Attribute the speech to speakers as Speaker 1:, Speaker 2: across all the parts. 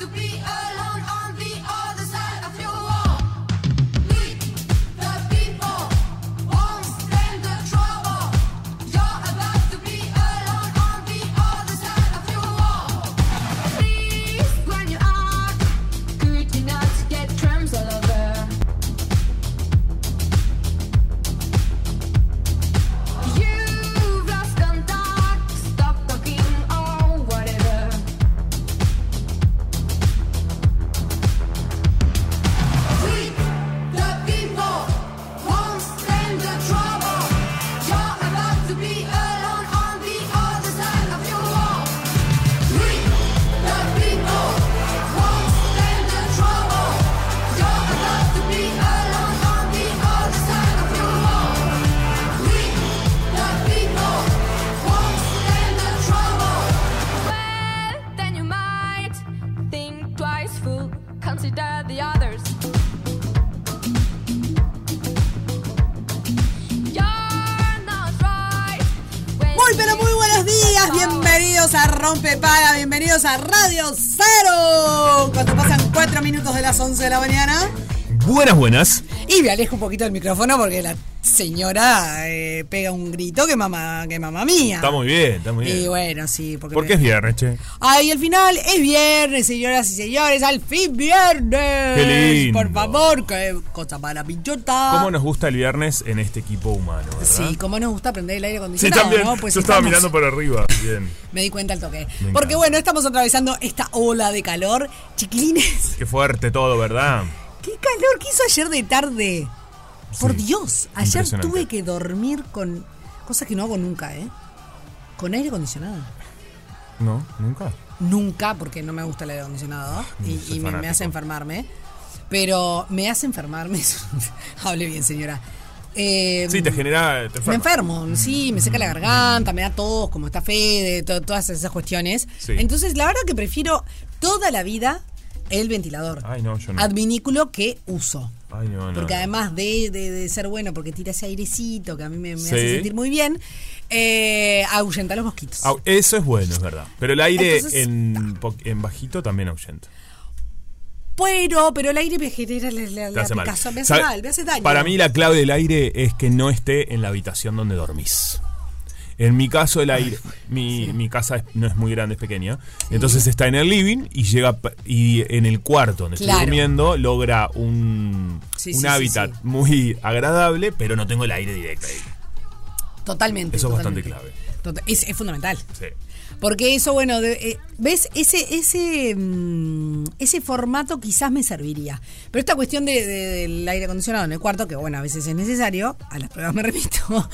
Speaker 1: to be alone on the other side of your wall. We, the people, won't stand the trouble. You're about to be alone on the other side of your wall. Please, when you are, could you not get crumbs all over? You've lost contact. Stop talking or whatever. We, the people, won't stand the trouble. You're about to be alone on the other side of your wall. We, the people, won't stand the trouble. You're about to be alone on the other side of your wall. We, the people, won't stand the trouble.
Speaker 2: Well, then you might think twice, fool. Consider the others. You're not right. when
Speaker 3: Muy pero muy buenos días,
Speaker 2: you-
Speaker 3: bienvenidos a Rompe Paga, bienvenidos a Radio Cero. Cuando pasan 4 minutos de las 11 de la mañana.
Speaker 4: Buenas, buenas.
Speaker 3: Y me alejo un poquito del micrófono porque la señora eh, pega un grito que mamá, que mamá mía.
Speaker 4: Está muy bien, está muy
Speaker 3: Y
Speaker 4: bien.
Speaker 3: bueno, sí, porque...
Speaker 4: Porque es viernes, che.
Speaker 3: Ay, el final es viernes, señoras y señores, al fin viernes.
Speaker 4: Qué lindo.
Speaker 3: Por favor, qué cosa maravillosa.
Speaker 4: ¿Cómo nos gusta el viernes en este equipo humano, verdad?
Speaker 3: Ah. Sí, cómo nos gusta aprender el aire
Speaker 4: Sí,
Speaker 3: acondicionado,
Speaker 4: también.
Speaker 3: ¿no? Pues
Speaker 4: Yo estaba
Speaker 3: estamos-
Speaker 4: mirando por arriba. Bien.
Speaker 3: Me di cuenta al toque.
Speaker 4: Me
Speaker 3: Porque
Speaker 4: encanta.
Speaker 3: bueno, estamos atravesando esta ola de calor. Chiquilines,
Speaker 4: Qué fuerte todo, ¿verdad?
Speaker 3: qué calor que hizo ayer de tarde. Por
Speaker 4: Sí,
Speaker 3: Dios, ayer
Speaker 4: impresionante.
Speaker 3: tuve que dormir con cosas que no hago nunca, ¿eh? Con aire acondicionado.
Speaker 4: No, nunca.
Speaker 3: Nunca, porque no me gusta el aire acondicionado y,
Speaker 4: Mm, soy
Speaker 3: y me, me
Speaker 4: fanático.
Speaker 3: hace enfermarme. Pero me hace enfermarme. Hable bien, señora. Eh,
Speaker 4: Sí, te genera. Te
Speaker 3: Me
Speaker 4: enferma.
Speaker 3: enfermo, sí, me seca la garganta, me da tos, como está Fede, to- todas esas cuestiones.
Speaker 4: Sí.
Speaker 3: Entonces, la verdad que prefiero toda la vida el ventilador
Speaker 4: Ay, no, yo no.
Speaker 3: adminículo que uso.
Speaker 4: Ay, no, no.
Speaker 3: Porque
Speaker 4: no.
Speaker 3: además de, de- de ser bueno, porque tira ese airecito que a mí me, me
Speaker 4: Sí.
Speaker 3: hace sentir muy bien, eh, ahuyenta los mosquitos.
Speaker 4: Au- Eso es bueno, es verdad. Pero el aire
Speaker 3: Entonces,
Speaker 4: en, po- en bajito también ahuyenta.
Speaker 3: Pero, pero el aire me genera la, la-
Speaker 4: Te
Speaker 3: la
Speaker 4: hace mal.
Speaker 3: picazón, me hace
Speaker 4: ¿Sabe?
Speaker 3: mal, me hace daño.
Speaker 4: Para mí la clave del aire es que no esté en la habitación donde dormís. En mi caso el aire, mi, mi casa es- no es muy grande, es pequeña. Entonces está en el living y llega pa- y en el cuarto donde
Speaker 3: Claro.
Speaker 4: estoy durmiendo logra un,
Speaker 3: Sí,
Speaker 4: un
Speaker 3: sí, sí,
Speaker 4: hábitat
Speaker 3: sí.
Speaker 4: muy agradable, pero no tengo el aire directo ahí.
Speaker 3: Totalmente.
Speaker 4: Eso es bastante
Speaker 3: totalmente. Tota- es- es fundamental.
Speaker 4: Sí.
Speaker 3: Porque eso, bueno, de- eh, ¿ves? Ese, ese, mm, ese formato quizás me serviría. Pero esta cuestión de- de- del aire acondicionado en el cuarto, que bueno, a veces es necesario, a las pruebas me remito,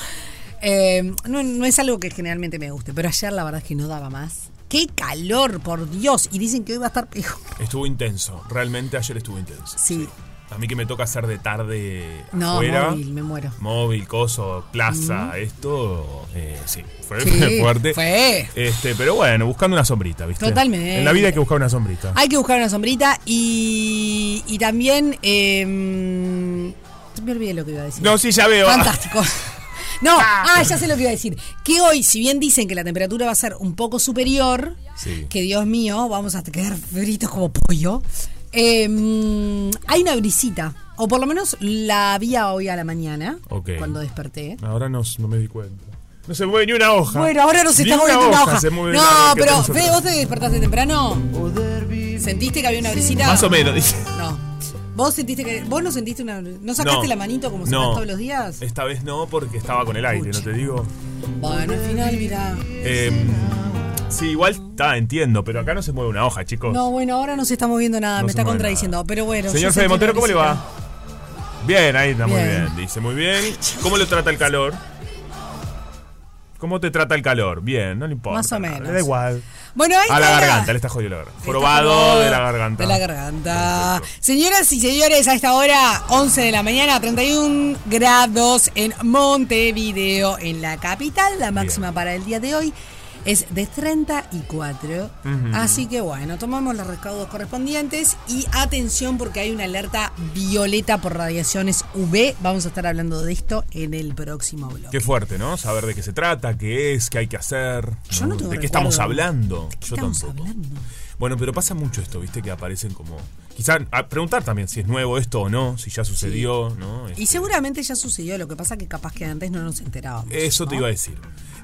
Speaker 3: eh, no, no es algo que generalmente me guste. Pero ayer la verdad es que no daba más. ¡Qué calor, por Dios! Y dicen que hoy va a estar peor.
Speaker 4: Estuvo intenso, realmente ayer estuvo intenso.
Speaker 3: Sí.
Speaker 4: A mí que me toca hacer de tarde
Speaker 3: No,
Speaker 4: afuera.
Speaker 3: móvil, me muero.
Speaker 4: móvil, coso, plaza, esto, eh, sí, fue
Speaker 3: Sí,
Speaker 4: fuerte.
Speaker 3: fue.
Speaker 4: Este, pero bueno, buscando una sombrita, ¿viste?
Speaker 3: Totalmente.
Speaker 4: En la vida hay que buscar una sombrita.
Speaker 3: Hay que buscar una sombrita y, y también... eh, me olvidé lo que iba a decir.
Speaker 4: No, sí, ya veo. Ah,
Speaker 3: Fantástico. No, ah, ya sé lo que iba a decir. Que hoy, si bien dicen que la temperatura va a ser un poco superior,
Speaker 4: Sí.
Speaker 3: que Dios mío, vamos a quedar fritos como pollo, eh, mm, hay una brisita. O por lo menos la había hoy a la mañana,
Speaker 4: Ok.
Speaker 3: cuando desperté.
Speaker 4: Ahora no, no me di cuenta. No se mueve ni una hoja.
Speaker 3: Bueno, ahora nos
Speaker 4: Ni
Speaker 3: está moviendo una hoja.
Speaker 4: se mueve una
Speaker 3: no,
Speaker 4: hoja que
Speaker 3: pero
Speaker 4: tenemos
Speaker 3: Fede,
Speaker 4: atrás.
Speaker 3: vos te despertaste temprano. ¿Sentiste que había una brisita?
Speaker 4: Más o menos, dije.
Speaker 3: No. ¿Vos sentiste que vos no sentiste una no sacaste
Speaker 4: No.
Speaker 3: la manito como sacas
Speaker 4: No.
Speaker 3: todos los días?
Speaker 4: Esta vez no, porque estaba con el aire, no te digo.
Speaker 3: Bueno, al final mira.
Speaker 4: Eh, sí, igual está, entiendo, pero acá no se mueve una hoja, chicos.
Speaker 3: No, bueno, ahora no se está moviendo nada,
Speaker 4: No
Speaker 3: me
Speaker 4: se
Speaker 3: está
Speaker 4: mueve
Speaker 3: contradiciendo,
Speaker 4: nada.
Speaker 3: pero bueno.
Speaker 4: Señor
Speaker 3: yo
Speaker 4: Fede
Speaker 3: sentí
Speaker 4: Montero,
Speaker 3: una
Speaker 4: ¿cómo le va? Bien, ahí está, muy
Speaker 3: Bien.
Speaker 4: bien, dice, muy bien. ¿Cómo lo trata el calor? ¿Cómo te trata el calor? Bien, no le importa.
Speaker 3: Más o
Speaker 4: nada,
Speaker 3: menos.
Speaker 4: Le da igual.
Speaker 3: Bueno, ahí
Speaker 4: A la
Speaker 3: está.
Speaker 4: garganta, le está jodido la garganta.
Speaker 3: Está
Speaker 4: Probado
Speaker 3: probado
Speaker 4: de la garganta.
Speaker 3: De la garganta.
Speaker 4: Perfecto.
Speaker 3: Señoras y señores, a esta hora, 11 de la mañana, 31 grados en Montevideo, en la capital. La máxima para el día de hoy es de 34. Así que bueno, tomamos los recaudos correspondientes y atención porque hay una alerta violeta por radiaciones UV. Vamos a estar hablando de esto en el próximo blog.
Speaker 4: Qué fuerte, ¿no? Saber de qué se trata, qué es, qué hay que hacer.
Speaker 3: Yo no tengo
Speaker 4: ¿De
Speaker 3: recuerdo.
Speaker 4: qué estamos hablando?
Speaker 3: ¿De qué
Speaker 4: Yo
Speaker 3: estamos
Speaker 4: tampoco.
Speaker 3: hablando?
Speaker 4: Bueno, pero pasa mucho esto, ¿viste? Que aparecen como. Quizá a preguntar también si es nuevo esto o no, si ya sucedió, ¿no?
Speaker 3: Y seguramente ya sucedió, lo que pasa que capaz que antes no nos enterábamos.
Speaker 4: Eso te
Speaker 3: ¿no?
Speaker 4: iba a decir.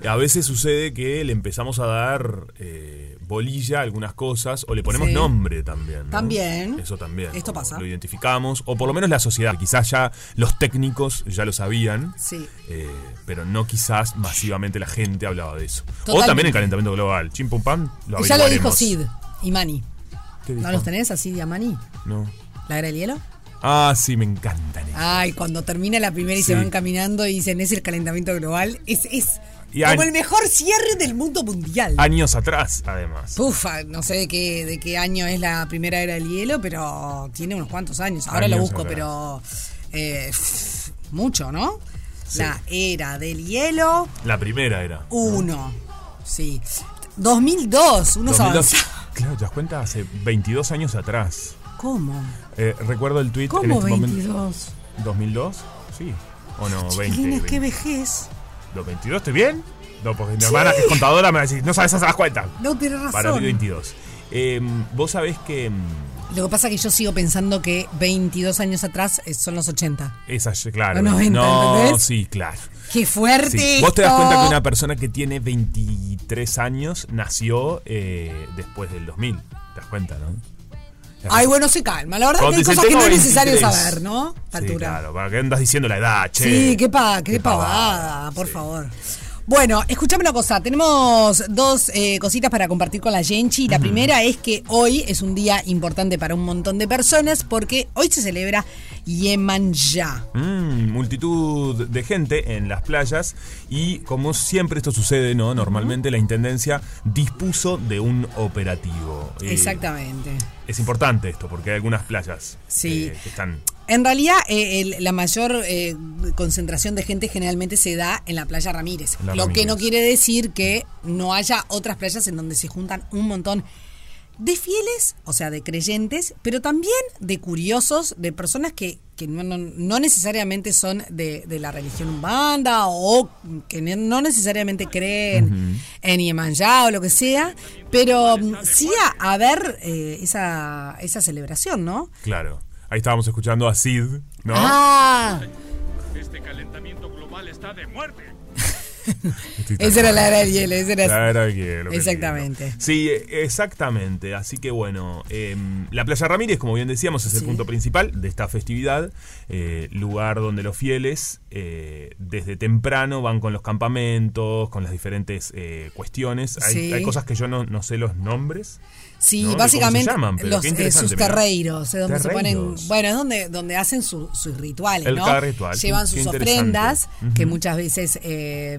Speaker 4: A veces sucede que le empezamos a dar eh, bolilla a algunas cosas o le ponemos
Speaker 3: Sí.
Speaker 4: nombre también. ¿no?
Speaker 3: También.
Speaker 4: Eso también.
Speaker 3: Esto
Speaker 4: como
Speaker 3: pasa.
Speaker 4: Lo identificamos, o por lo menos la sociedad. Quizás ya los técnicos ya lo sabían.
Speaker 3: Sí.
Speaker 4: eh, pero no quizás masivamente la gente hablaba de eso. O
Speaker 3: Totalmente.
Speaker 4: también el calentamiento global. Chim pum pam, lo
Speaker 3: Y ya lo dijo
Speaker 4: averiguaremos.
Speaker 3: Sid y Mani.
Speaker 4: ¿Qué dijo?
Speaker 3: ¿No los tenés así Sid y a Mani?
Speaker 4: No.
Speaker 3: ¿La era del hielo?
Speaker 4: Ah, sí, me encantan. esos.
Speaker 3: Ay, cuando termina la primera y se
Speaker 4: Sí.
Speaker 3: van caminando y dicen es el calentamiento global. Es, es
Speaker 4: Y
Speaker 3: como
Speaker 4: hay-
Speaker 3: el mejor cierre del mundo mundial.
Speaker 4: Años atrás, además.
Speaker 3: Pufa, no sé de qué, de qué año es la primera era del hielo, pero tiene unos cuantos años. Ahora lo
Speaker 4: Años
Speaker 3: busco,
Speaker 4: atrás.
Speaker 3: pero eh, mucho, ¿no? La era del hielo
Speaker 4: La primera era.
Speaker 3: 1. Sí. 2002, unos
Speaker 4: 2002.
Speaker 3: avanzados.
Speaker 4: Claro, te das cuenta, hace 22 años atrás.
Speaker 3: ¿Cómo?
Speaker 4: Eh, recuerdo el tweet en
Speaker 3: ¿Cómo
Speaker 4: este
Speaker 3: 22?
Speaker 4: momento. 2002, sí. O no, 20.
Speaker 3: Chiquilines, qué
Speaker 4: 20.
Speaker 3: vejez.
Speaker 4: ¿Los 22 estoy bien? No, porque mi hermana que es contadora me va a decir, no sabes hacer las cuentas.
Speaker 3: No tenés razón.
Speaker 4: Para mí 22. Eh, Vos sabés que mm,
Speaker 3: Lo que pasa es que yo sigo pensando que 22 años atrás eh, son los 80.
Speaker 4: esa claro.
Speaker 3: Los 90,
Speaker 4: no,
Speaker 3: ¿entendés?
Speaker 4: sí, claro.
Speaker 3: ¡Qué fuerte!
Speaker 4: Sí. Vos te das
Speaker 3: esto!
Speaker 4: cuenta que una persona que tiene 23 años nació eh, después del 2000. Te das cuenta, ¿no?
Speaker 3: Ay, bueno, se calma. La verdad
Speaker 4: Cuando
Speaker 3: que hay
Speaker 4: dicen,
Speaker 3: cosas que
Speaker 4: "Tengo
Speaker 3: no es necesario
Speaker 4: 23".
Speaker 3: saber, ¿no? A esta
Speaker 4: Sí,
Speaker 3: altura.
Speaker 4: claro, ¿para qué andas diciendo la edad, che?
Speaker 3: Sí, qué, pa, qué,
Speaker 4: Qué
Speaker 3: pavada, por favor. Bueno, escúchame una cosa, tenemos dos eh, cositas para compartir con la Genchi. La primera es que hoy es un día importante para un montón de personas porque hoy se celebra Yemanjá.
Speaker 4: Mm, multitud de gente en las playas y como siempre esto sucede, ¿no? Normalmente la Intendencia dispuso de un operativo. Eh,
Speaker 3: Exactamente.
Speaker 4: Es importante esto porque hay algunas playas
Speaker 3: Sí.
Speaker 4: eh, que están...
Speaker 3: En realidad, eh, el- la mayor eh, concentración de gente generalmente se da en la playa Ramírez.
Speaker 4: La
Speaker 3: lo que
Speaker 4: Ramírez.
Speaker 3: no quiere decir que no haya otras playas en donde se juntan un montón de fieles, o sea, de creyentes, pero también de curiosos, de personas que, que no, no- no necesariamente son de, de la religión umbanda o que ne- no necesariamente creen en Yemanjá o lo que sea, pero mm, sí a, a ver eh, esa, esa celebración, ¿no?
Speaker 4: Claro. Ahí estábamos escuchando a Sid, ¿no?
Speaker 3: Ah,
Speaker 5: Este calentamiento global está de muerte.
Speaker 4: Estoy tan
Speaker 3: esa era
Speaker 4: mal.
Speaker 3: la era del hielo, esa era-
Speaker 4: La era que- lo que
Speaker 3: Exactamente.
Speaker 4: digo. Sí, eh, exactamente. Así que bueno, eh, la Playa Ramírez, como bien decíamos, es el
Speaker 3: Sí.
Speaker 4: punto principal de esta festividad, eh, lugar donde los fieles eh, desde temprano van con los campamentos, con las diferentes eh, cuestiones. Hay,
Speaker 3: Sí.
Speaker 4: hay cosas que yo no, no sé los nombres.
Speaker 3: Sí,
Speaker 4: ¿no? De cómo se
Speaker 3: básicamente
Speaker 4: llaman, pero
Speaker 3: los
Speaker 4: qué
Speaker 3: eh,
Speaker 4: interesante,
Speaker 3: sus
Speaker 4: mirá.
Speaker 3: terreiros, es donde se ponen,
Speaker 4: Terreiros.
Speaker 3: bueno, es donde donde hacen su- sus rituales,
Speaker 4: El
Speaker 3: ¿no?
Speaker 4: cada ritual,
Speaker 3: Llevan
Speaker 4: qué- qué
Speaker 3: sus
Speaker 4: interesante.
Speaker 3: ofrendas que
Speaker 4: Ujú.
Speaker 3: muchas veces eh,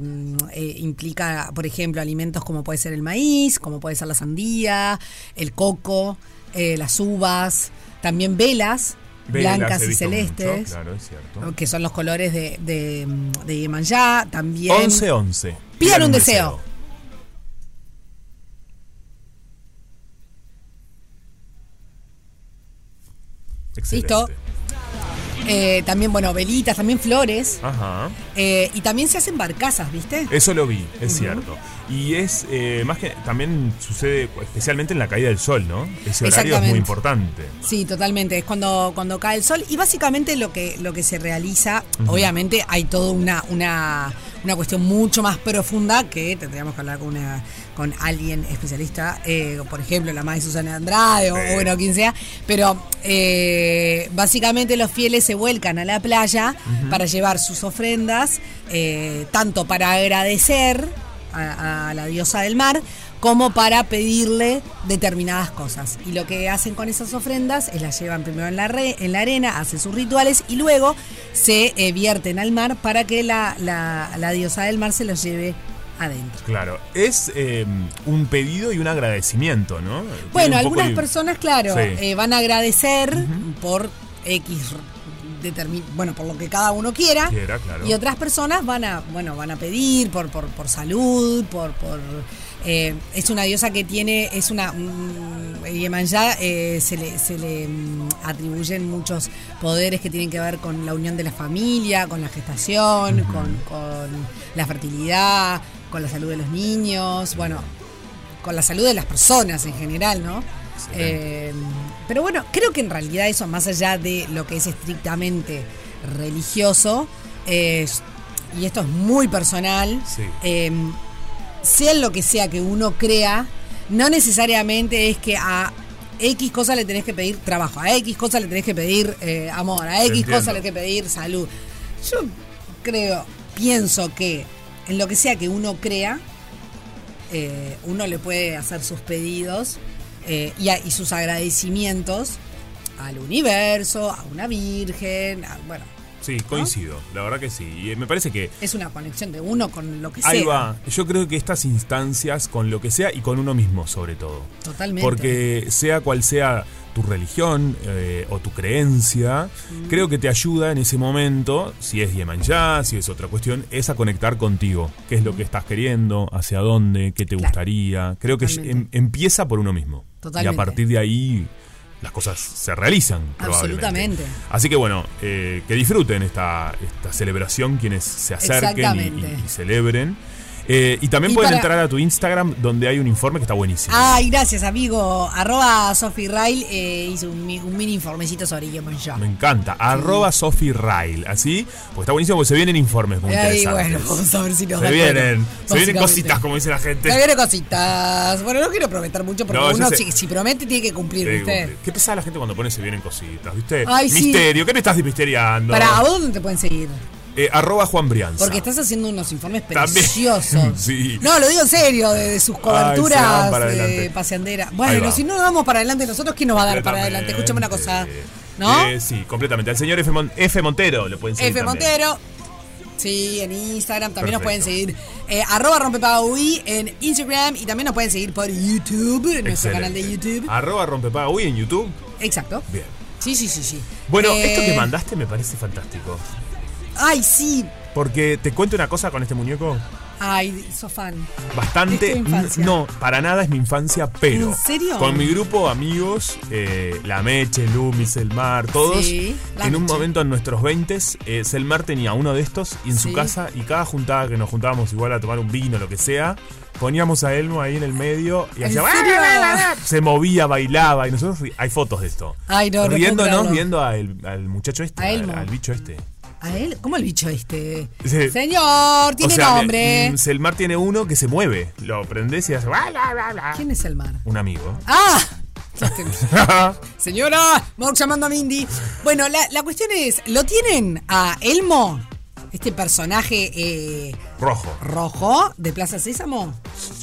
Speaker 3: eh, implica, por ejemplo, alimentos como puede ser el maíz, como puede ser la sandía, el coco, eh, las uvas, también velas,
Speaker 4: Velas,
Speaker 3: blancas
Speaker 4: he
Speaker 3: y
Speaker 4: visto
Speaker 3: celestes.
Speaker 4: mucho, claro, es cierto.
Speaker 3: Que son los colores de, de, de Yemanjá, también.
Speaker 4: 11-11.
Speaker 3: Pidan un deseo.
Speaker 4: Excelente.
Speaker 3: Listo. Eh, también, bueno, velitas, también flores.
Speaker 4: Ajá.
Speaker 3: Eh, y también se hacen barcazas, ¿viste?
Speaker 4: Eso lo vi, es cierto. Y es eh, más que también sucede especialmente en la caída del sol, ¿no? Ese horario es
Speaker 3: Exactamente.
Speaker 4: muy importante.
Speaker 3: Sí, totalmente. Es cuando, cuando cae el sol. Y básicamente lo que, lo que se realiza, obviamente hay toda una, una, una cuestión mucho más profunda que tendríamos que hablar con una con alguien especialista, eh, por ejemplo, la madre Susana Andrade, o,
Speaker 4: Sí.
Speaker 3: o bueno, quien sea. Pero eh, básicamente los fieles se vuelcan a la playa para llevar sus ofrendas, eh, tanto para agradecer a, a la diosa del mar, como para pedirle determinadas cosas. Y lo que hacen con esas ofrendas es las llevan primero en la, re- en la arena, hacen sus rituales y luego se eh, vierten al mar para que la, la- la diosa del mar se los lleve adentro.
Speaker 4: Claro, es eh, un pedido y un agradecimiento, ¿no? Tiene un
Speaker 3: Bueno,
Speaker 4: poco
Speaker 3: algunas
Speaker 4: de-
Speaker 3: personas, claro,
Speaker 4: Sí.
Speaker 3: eh, van a agradecer por X determin- bueno, por lo que cada uno quiera.
Speaker 4: Quiera, claro.
Speaker 3: Y otras personas van a, bueno, van a pedir por, por, por salud, por, por eh, es una diosa que tiene, es una mm, Yemanjá, eh, se le, se le mm, atribuyen muchos poderes que tienen que ver con la unión de la familia, con la gestación, con, con la fertilidad, con la salud de los niños, bueno, con la salud de las personas en general, ¿no? Eh, pero bueno, creo que en realidad eso, más allá de lo que es estrictamente religioso, eh, y esto es muy personal,
Speaker 4: Sí.
Speaker 3: eh, sea lo que sea que uno crea, no necesariamente es que a X cosa le tenés que pedir trabajo, a X cosa le tenés que pedir eh, amor, a X
Speaker 4: Entiendo.
Speaker 3: cosa le tenés que pedir salud. Yo creo, pienso que en lo que sea que uno crea, eh, uno le puede hacer sus pedidos eh, y, a- y sus agradecimientos al universo, a una virgen, a- bueno,
Speaker 4: Sí, coincido, la verdad que sí. Y eh, me parece que
Speaker 3: es una conexión de uno con lo que
Speaker 4: Ahí
Speaker 3: sea.
Speaker 4: va. Yo creo que estas instancias, con lo que sea y con uno mismo, sobre todo.
Speaker 3: Totalmente.
Speaker 4: Porque sea cual sea tu religión eh, o tu creencia,
Speaker 3: Mm.
Speaker 4: creo que te ayuda en ese momento, si es Yemanjá, si es otra cuestión, es a conectar contigo. ¿Qué es lo que estás queriendo? ¿Hacia dónde? ¿Qué te
Speaker 3: Mm. Claro.
Speaker 4: gustaría? Creo que em-
Speaker 3: Totalmente.
Speaker 4: empieza por uno mismo. Y
Speaker 3: Totalmente.
Speaker 4: a partir de ahí las cosas se realizan. probablemente.
Speaker 3: Absolutamente.
Speaker 4: Así que bueno, eh, que disfruten esta, esta celebración quienes se acerquen y- y-
Speaker 3: Exactamente.
Speaker 4: y celebren. Eh, y también
Speaker 3: Y
Speaker 4: pueden
Speaker 3: para-
Speaker 4: entrar a tu Instagram donde hay un informe que está buenísimo.
Speaker 3: Ay, gracias, amigo. Arroba Sophie Rail eh, hizo un, mi- un mini informecito sobre Guillermo
Speaker 4: Me encanta. Arroba Sophie Rail, así. Porque está buenísimo porque se vienen informes muy
Speaker 3: Ay,
Speaker 4: interesantes.
Speaker 3: bueno, vamos a ver si nos
Speaker 4: se
Speaker 3: da
Speaker 4: vienen,
Speaker 3: cuenta,
Speaker 4: se vienen
Speaker 3: básicamente.
Speaker 4: cositas, como dice la gente.
Speaker 3: Se vienen cositas. Bueno, no quiero prometer mucho porque
Speaker 4: No, yo
Speaker 3: uno
Speaker 4: sé.
Speaker 3: si, si promete tiene que cumplir,
Speaker 4: Sí,
Speaker 3: ¿viste?
Speaker 4: cumple. Qué pesada la gente cuando pone se vienen cositas, ¿viste?
Speaker 3: Ay, sí.
Speaker 4: Misterio, ¿qué me estás misteriando?
Speaker 3: Para, ¿a vos dónde te pueden seguir?
Speaker 4: Eh, arroba Juan Brianza.
Speaker 3: Porque estás haciendo unos informes
Speaker 4: También.
Speaker 3: preciosos.
Speaker 4: Sí.
Speaker 3: No, lo digo en serio, de, de sus
Speaker 4: Ay, se
Speaker 3: coberturas
Speaker 4: van para
Speaker 3: de
Speaker 4: adelante.
Speaker 3: paseandera.
Speaker 4: Ahí
Speaker 3: Bueno,
Speaker 4: va.
Speaker 3: si no nos vamos para adelante nosotros, ¿quién nos va a dar para adelante? Escúchame una cosa, ¿no?
Speaker 4: Completamente. Eh, sí, completamente. Al señor F. Mon- F. Montero lo pueden seguir.
Speaker 3: F.
Speaker 4: también.
Speaker 3: Montero. Sí, en Instagram también nos pueden
Speaker 4: Perfecto.
Speaker 3: seguir. eh, arroba rompepaui en Instagram y también nos pueden seguir por YouTube, en nuestro canal de
Speaker 4: Excelente.
Speaker 3: YouTube.
Speaker 4: Arroba rompepaga Uy en YouTube.
Speaker 3: Exacto.
Speaker 4: Bien.
Speaker 3: Sí, sí, sí, sí.
Speaker 4: Bueno, esto que
Speaker 3: Eh,
Speaker 4: mandaste me parece fantástico.
Speaker 3: Ay, sí.
Speaker 4: Porque te cuento una cosa con este muñeco.
Speaker 3: Ay, sos fan.
Speaker 4: Bastante.
Speaker 3: Es tu infancia.
Speaker 4: No, para nada es mi infancia, pero.
Speaker 3: ¿En serio?
Speaker 4: Con mi grupo de amigos, eh, la Meche, Lumis, Selmar, todos.
Speaker 3: Sí, la
Speaker 4: en un
Speaker 3: Meche.
Speaker 4: momento en nuestros 20 eh, Selmar tenía uno de estos y en
Speaker 3: Sí.
Speaker 4: su casa, y cada juntada que nos juntábamos igual a tomar un vino, lo que sea, poníamos a Elmo ahí en el medio y
Speaker 3: ¿En
Speaker 4: hacía.
Speaker 3: serio?
Speaker 4: Se movía, bailaba, y nosotros. ri- Hay fotos de esto.
Speaker 3: Ay, no, no puedo
Speaker 4: Riéndonos,
Speaker 3: creerlo.
Speaker 4: viendo al, al muchacho este,
Speaker 3: A
Speaker 4: al-
Speaker 3: Elmo.
Speaker 4: al bicho este.
Speaker 3: ¿A él? ¿Cómo el bicho este?
Speaker 4: Sí.
Speaker 3: Señor, tiene
Speaker 4: O sea,
Speaker 3: nombre.
Speaker 4: mm, Selmar tiene uno que se mueve. Lo prendes y hace. bla, bla, bla, bla.
Speaker 3: ¿Quién es el mar?
Speaker 4: Un amigo.
Speaker 3: ¡Ah! Señora, Mork llamando a Mindy. Bueno, la, la cuestión es, ¿lo tienen a Elmo? Este personaje eh,
Speaker 4: Rojo.
Speaker 3: rojo de Plaza Sésamo.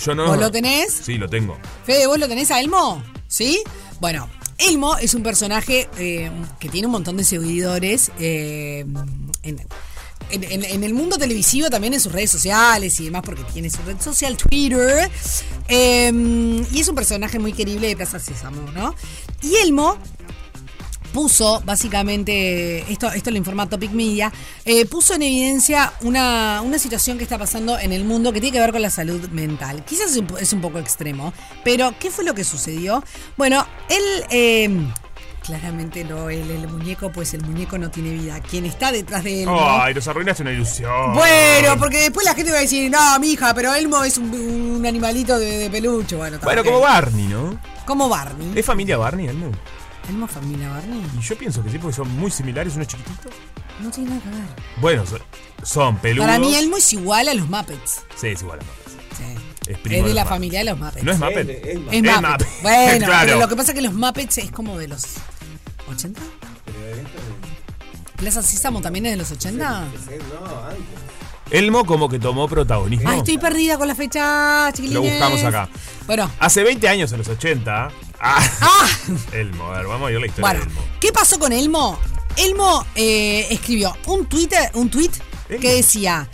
Speaker 4: Yo no.
Speaker 3: ¿Vos lo tenés?
Speaker 4: Sí, lo tengo.
Speaker 3: Fede, ¿vos lo tenés a Elmo? ¿Sí? Bueno, Elmo es un personaje eh, que tiene un montón de seguidores eh, en, en- en- en el mundo televisivo, también en sus redes sociales y demás, porque tiene su red social, Twitter. Eh, y es un personaje muy querible de Plaza Sésamo, ¿no? Y Elmo puso, básicamente, esto, esto lo informa Topic Media, eh, puso en evidencia una, una situación que está pasando en el mundo que tiene que ver con la salud mental. Quizás es un, po- es un poco extremo, pero ¿qué fue lo que sucedió? Bueno, él... eh, Claramente no, el, el muñeco, pues el muñeco no tiene vida. Quien está detrás de él. ¿no?
Speaker 4: Ay, nos arruinaste una ilusión.
Speaker 3: Bueno, porque después la gente va a decir, no, mi hija, pero Elmo es un, un animalito de, de peluche. Bueno, está
Speaker 4: Bueno,
Speaker 3: bien.
Speaker 4: como Barney, ¿no?
Speaker 3: Como Barney.
Speaker 4: ¿Es familia Barney, Elmo?
Speaker 3: Elmo familia Barney.
Speaker 4: Y yo pienso que sí, porque son muy similares, uno chiquitito.
Speaker 3: No tiene nada que ver.
Speaker 4: Bueno, son, son peludos.
Speaker 3: Para mí Elmo es igual a los Muppets.
Speaker 4: Sí, es igual a Muppet.
Speaker 3: Sí.
Speaker 4: Es
Speaker 3: Es,
Speaker 4: primo
Speaker 3: de
Speaker 4: de los
Speaker 3: la
Speaker 4: Muppets.
Speaker 3: familia de los Muppets.
Speaker 4: No es
Speaker 3: es
Speaker 4: Muppet.
Speaker 3: Muppet.
Speaker 4: Muppet.
Speaker 3: Bueno,
Speaker 4: claro.
Speaker 3: pero lo que pasa es que los Muppets es como de los ¿80? Plaza Sísamo también es de los 80.
Speaker 6: No, antes.
Speaker 4: Elmo como que tomó protagonismo.
Speaker 3: Ay, estoy perdida con la fecha, chiquilines.
Speaker 4: Lo buscamos acá.
Speaker 3: Bueno,
Speaker 4: Hace 20 años, en los 80. Ah, Elmo, a ver, vamos a ver la historia
Speaker 3: bueno.
Speaker 4: de Elmo.
Speaker 3: ¿Qué pasó con Elmo? Elmo eh, escribió un Twitter, un tweet
Speaker 4: Elmo.
Speaker 3: que decía: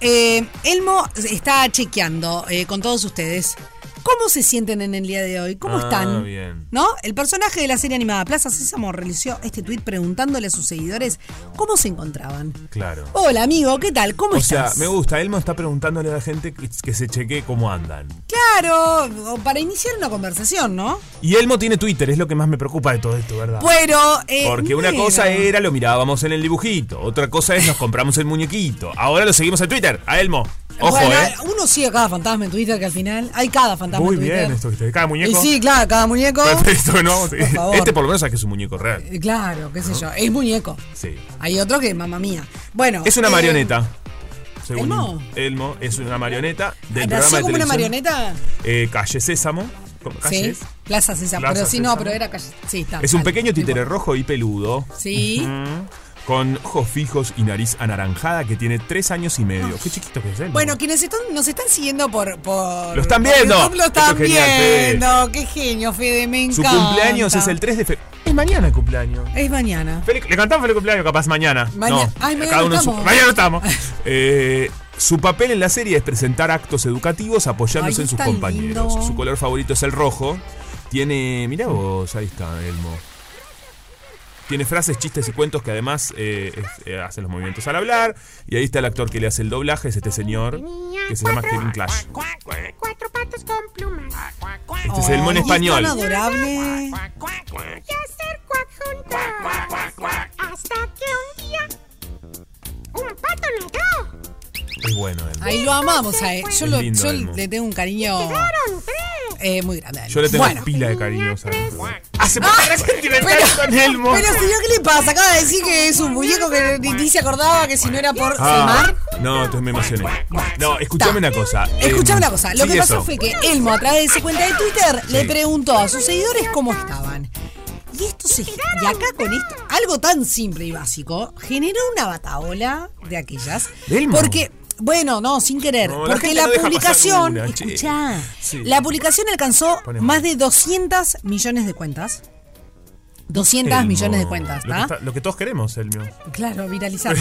Speaker 3: eh, Elmo está chequeando eh, con todos ustedes. ¿Cómo se sienten en el día de hoy? ¿Cómo
Speaker 4: Ah,
Speaker 3: están?
Speaker 4: bien.
Speaker 3: ¿No? El personaje de la serie animada Plaza Sésamo realizó este tweet preguntándole a sus seguidores cómo se encontraban.
Speaker 4: Claro.
Speaker 3: Hola amigo, ¿qué tal? ¿Cómo
Speaker 4: O sea,
Speaker 3: estás?
Speaker 4: me gusta. Elmo está preguntándole a la gente que, que se chequee cómo andan.
Speaker 3: Claro, o para iniciar una conversación, ¿no?
Speaker 4: Y Elmo tiene Twitter, es lo que más me preocupa de todo esto, ¿verdad?
Speaker 3: Bueno, eh,
Speaker 4: Porque una
Speaker 3: negro.
Speaker 4: cosa era lo mirábamos en el dibujito, otra cosa es nos compramos el muñequito. Ahora lo seguimos en Twitter, a Elmo. Ojo,
Speaker 3: Bueno,
Speaker 4: ¿eh?
Speaker 3: Uno sigue cada fantasma en Twitter que al final hay cada fantasma
Speaker 4: Muy
Speaker 3: en Twitter.
Speaker 4: bien esto que te cada
Speaker 3: Y
Speaker 4: muñeco.
Speaker 3: sí, claro, cada muñeco.
Speaker 4: Perfecto, ¿no?
Speaker 3: Por favor.
Speaker 4: Este por lo menos sabe que es un muñeco real.
Speaker 3: Eh, Claro, qué sé yo. Es muñeco.
Speaker 4: Sí.
Speaker 3: Hay otro que, mamá mía. Bueno.
Speaker 4: Es una
Speaker 3: eh,
Speaker 4: marioneta. Según
Speaker 3: ¿Elmo?
Speaker 4: Elmo es una marioneta
Speaker 3: ¿Nació
Speaker 4: del programa de
Speaker 3: como una
Speaker 4: televisión,
Speaker 3: marioneta?
Speaker 4: eh, Calle Sésamo. ¿Cómo? Calle
Speaker 3: Sí. Plaza César.
Speaker 4: Plaza
Speaker 3: pero sí, no,
Speaker 4: Sésamo.
Speaker 3: pero era calle. Sí, está.
Speaker 4: Es un
Speaker 3: vale,
Speaker 4: pequeño
Speaker 3: no
Speaker 4: títere
Speaker 3: importa.
Speaker 4: rojo y peludo.
Speaker 3: Sí.
Speaker 4: Mm. Con ojos fijos y nariz anaranjada que tiene tres años y medio. Qué chiquito que es él.
Speaker 3: Bueno, quienes están- nos están siguiendo por. por
Speaker 4: Lo están
Speaker 3: por
Speaker 4: viendo.
Speaker 3: YouTube lo
Speaker 4: Esto
Speaker 3: están
Speaker 4: es genial, Fede.
Speaker 3: viendo. Qué genio, Fede, me
Speaker 4: Su
Speaker 3: encanta.
Speaker 4: cumpleaños es el 3 de febrero. Es mañana el cumpleaños.
Speaker 3: Es mañana.
Speaker 4: Feliz- le cantamos feliz cumpleaños capaz mañana.
Speaker 3: Maña-
Speaker 4: no,
Speaker 3: Ay, mañana
Speaker 4: cada uno en su-
Speaker 3: estamos.
Speaker 4: mañana estamos. Eh, su papel en la serie es presentar actos educativos apoyándose
Speaker 3: Ay,
Speaker 4: en sus
Speaker 3: está
Speaker 4: compañeros.
Speaker 3: lindo.
Speaker 4: Su color favorito es el rojo. Tiene, mirá vos, ahí está Elmo. Tiene frases, chistes y cuentos que además eh, es- eh, hacen los movimientos al hablar. Y ahí está el actor que le hace el doblaje, es este señor que se llama Kevin Clash.
Speaker 7: Cuatro patos con plumas.
Speaker 4: Este es Elmo en
Speaker 3: Ay, es tan
Speaker 4: español.
Speaker 3: adorable.
Speaker 7: Y hacer cuac juntos. Hasta que un día. Un pato nadó.
Speaker 4: Es bueno, Elmo.
Speaker 3: Ahí lo amamos a él. Yo,
Speaker 4: Es
Speaker 3: lo-
Speaker 4: lindo,
Speaker 3: yo
Speaker 4: Elmo.
Speaker 3: le tengo un cariño
Speaker 7: Fueron tres.
Speaker 3: eh, muy grande. a él.
Speaker 4: Yo le tengo
Speaker 3: bueno, Ah,
Speaker 4: pila de cariño, ¿sabes? Hace palabras
Speaker 3: pero,
Speaker 4: sentimentales con Elmo.
Speaker 3: pero señor, ¿qué le pasa? Acaba de decir que es un muñeco que ni, ni se acordaba que si no era por
Speaker 4: Ah,
Speaker 3: Selmar.
Speaker 4: no, te me emocioné. No, escuchame una cosa.
Speaker 3: Escuchame
Speaker 4: Em,
Speaker 3: una cosa, lo
Speaker 4: sí,
Speaker 3: que pasó
Speaker 4: eso.
Speaker 3: fue que Elmo a través de su cuenta de Twitter le
Speaker 4: Sí.
Speaker 3: preguntó a sus seguidores cómo estaban. Y esto se y acá con esto, algo tan simple y básico, generó una bataola de aquellas.
Speaker 4: ¿De Elmo?
Speaker 3: Porque, bueno, no, sin querer.
Speaker 4: No, la
Speaker 3: porque
Speaker 4: gente
Speaker 3: la,
Speaker 4: no deja
Speaker 3: publicación.
Speaker 4: pasar ninguna, che.
Speaker 3: escuchá,
Speaker 4: Sí.
Speaker 3: la publicación alcanzó
Speaker 4: Pone
Speaker 3: más
Speaker 4: mal.
Speaker 3: de 200 millones de cuentas. 200
Speaker 4: Elmo.
Speaker 3: millones de cuentas,
Speaker 4: Lo que,
Speaker 3: ¿está?
Speaker 4: está- lo que todos queremos, Elmo.
Speaker 3: Claro, viralizamos.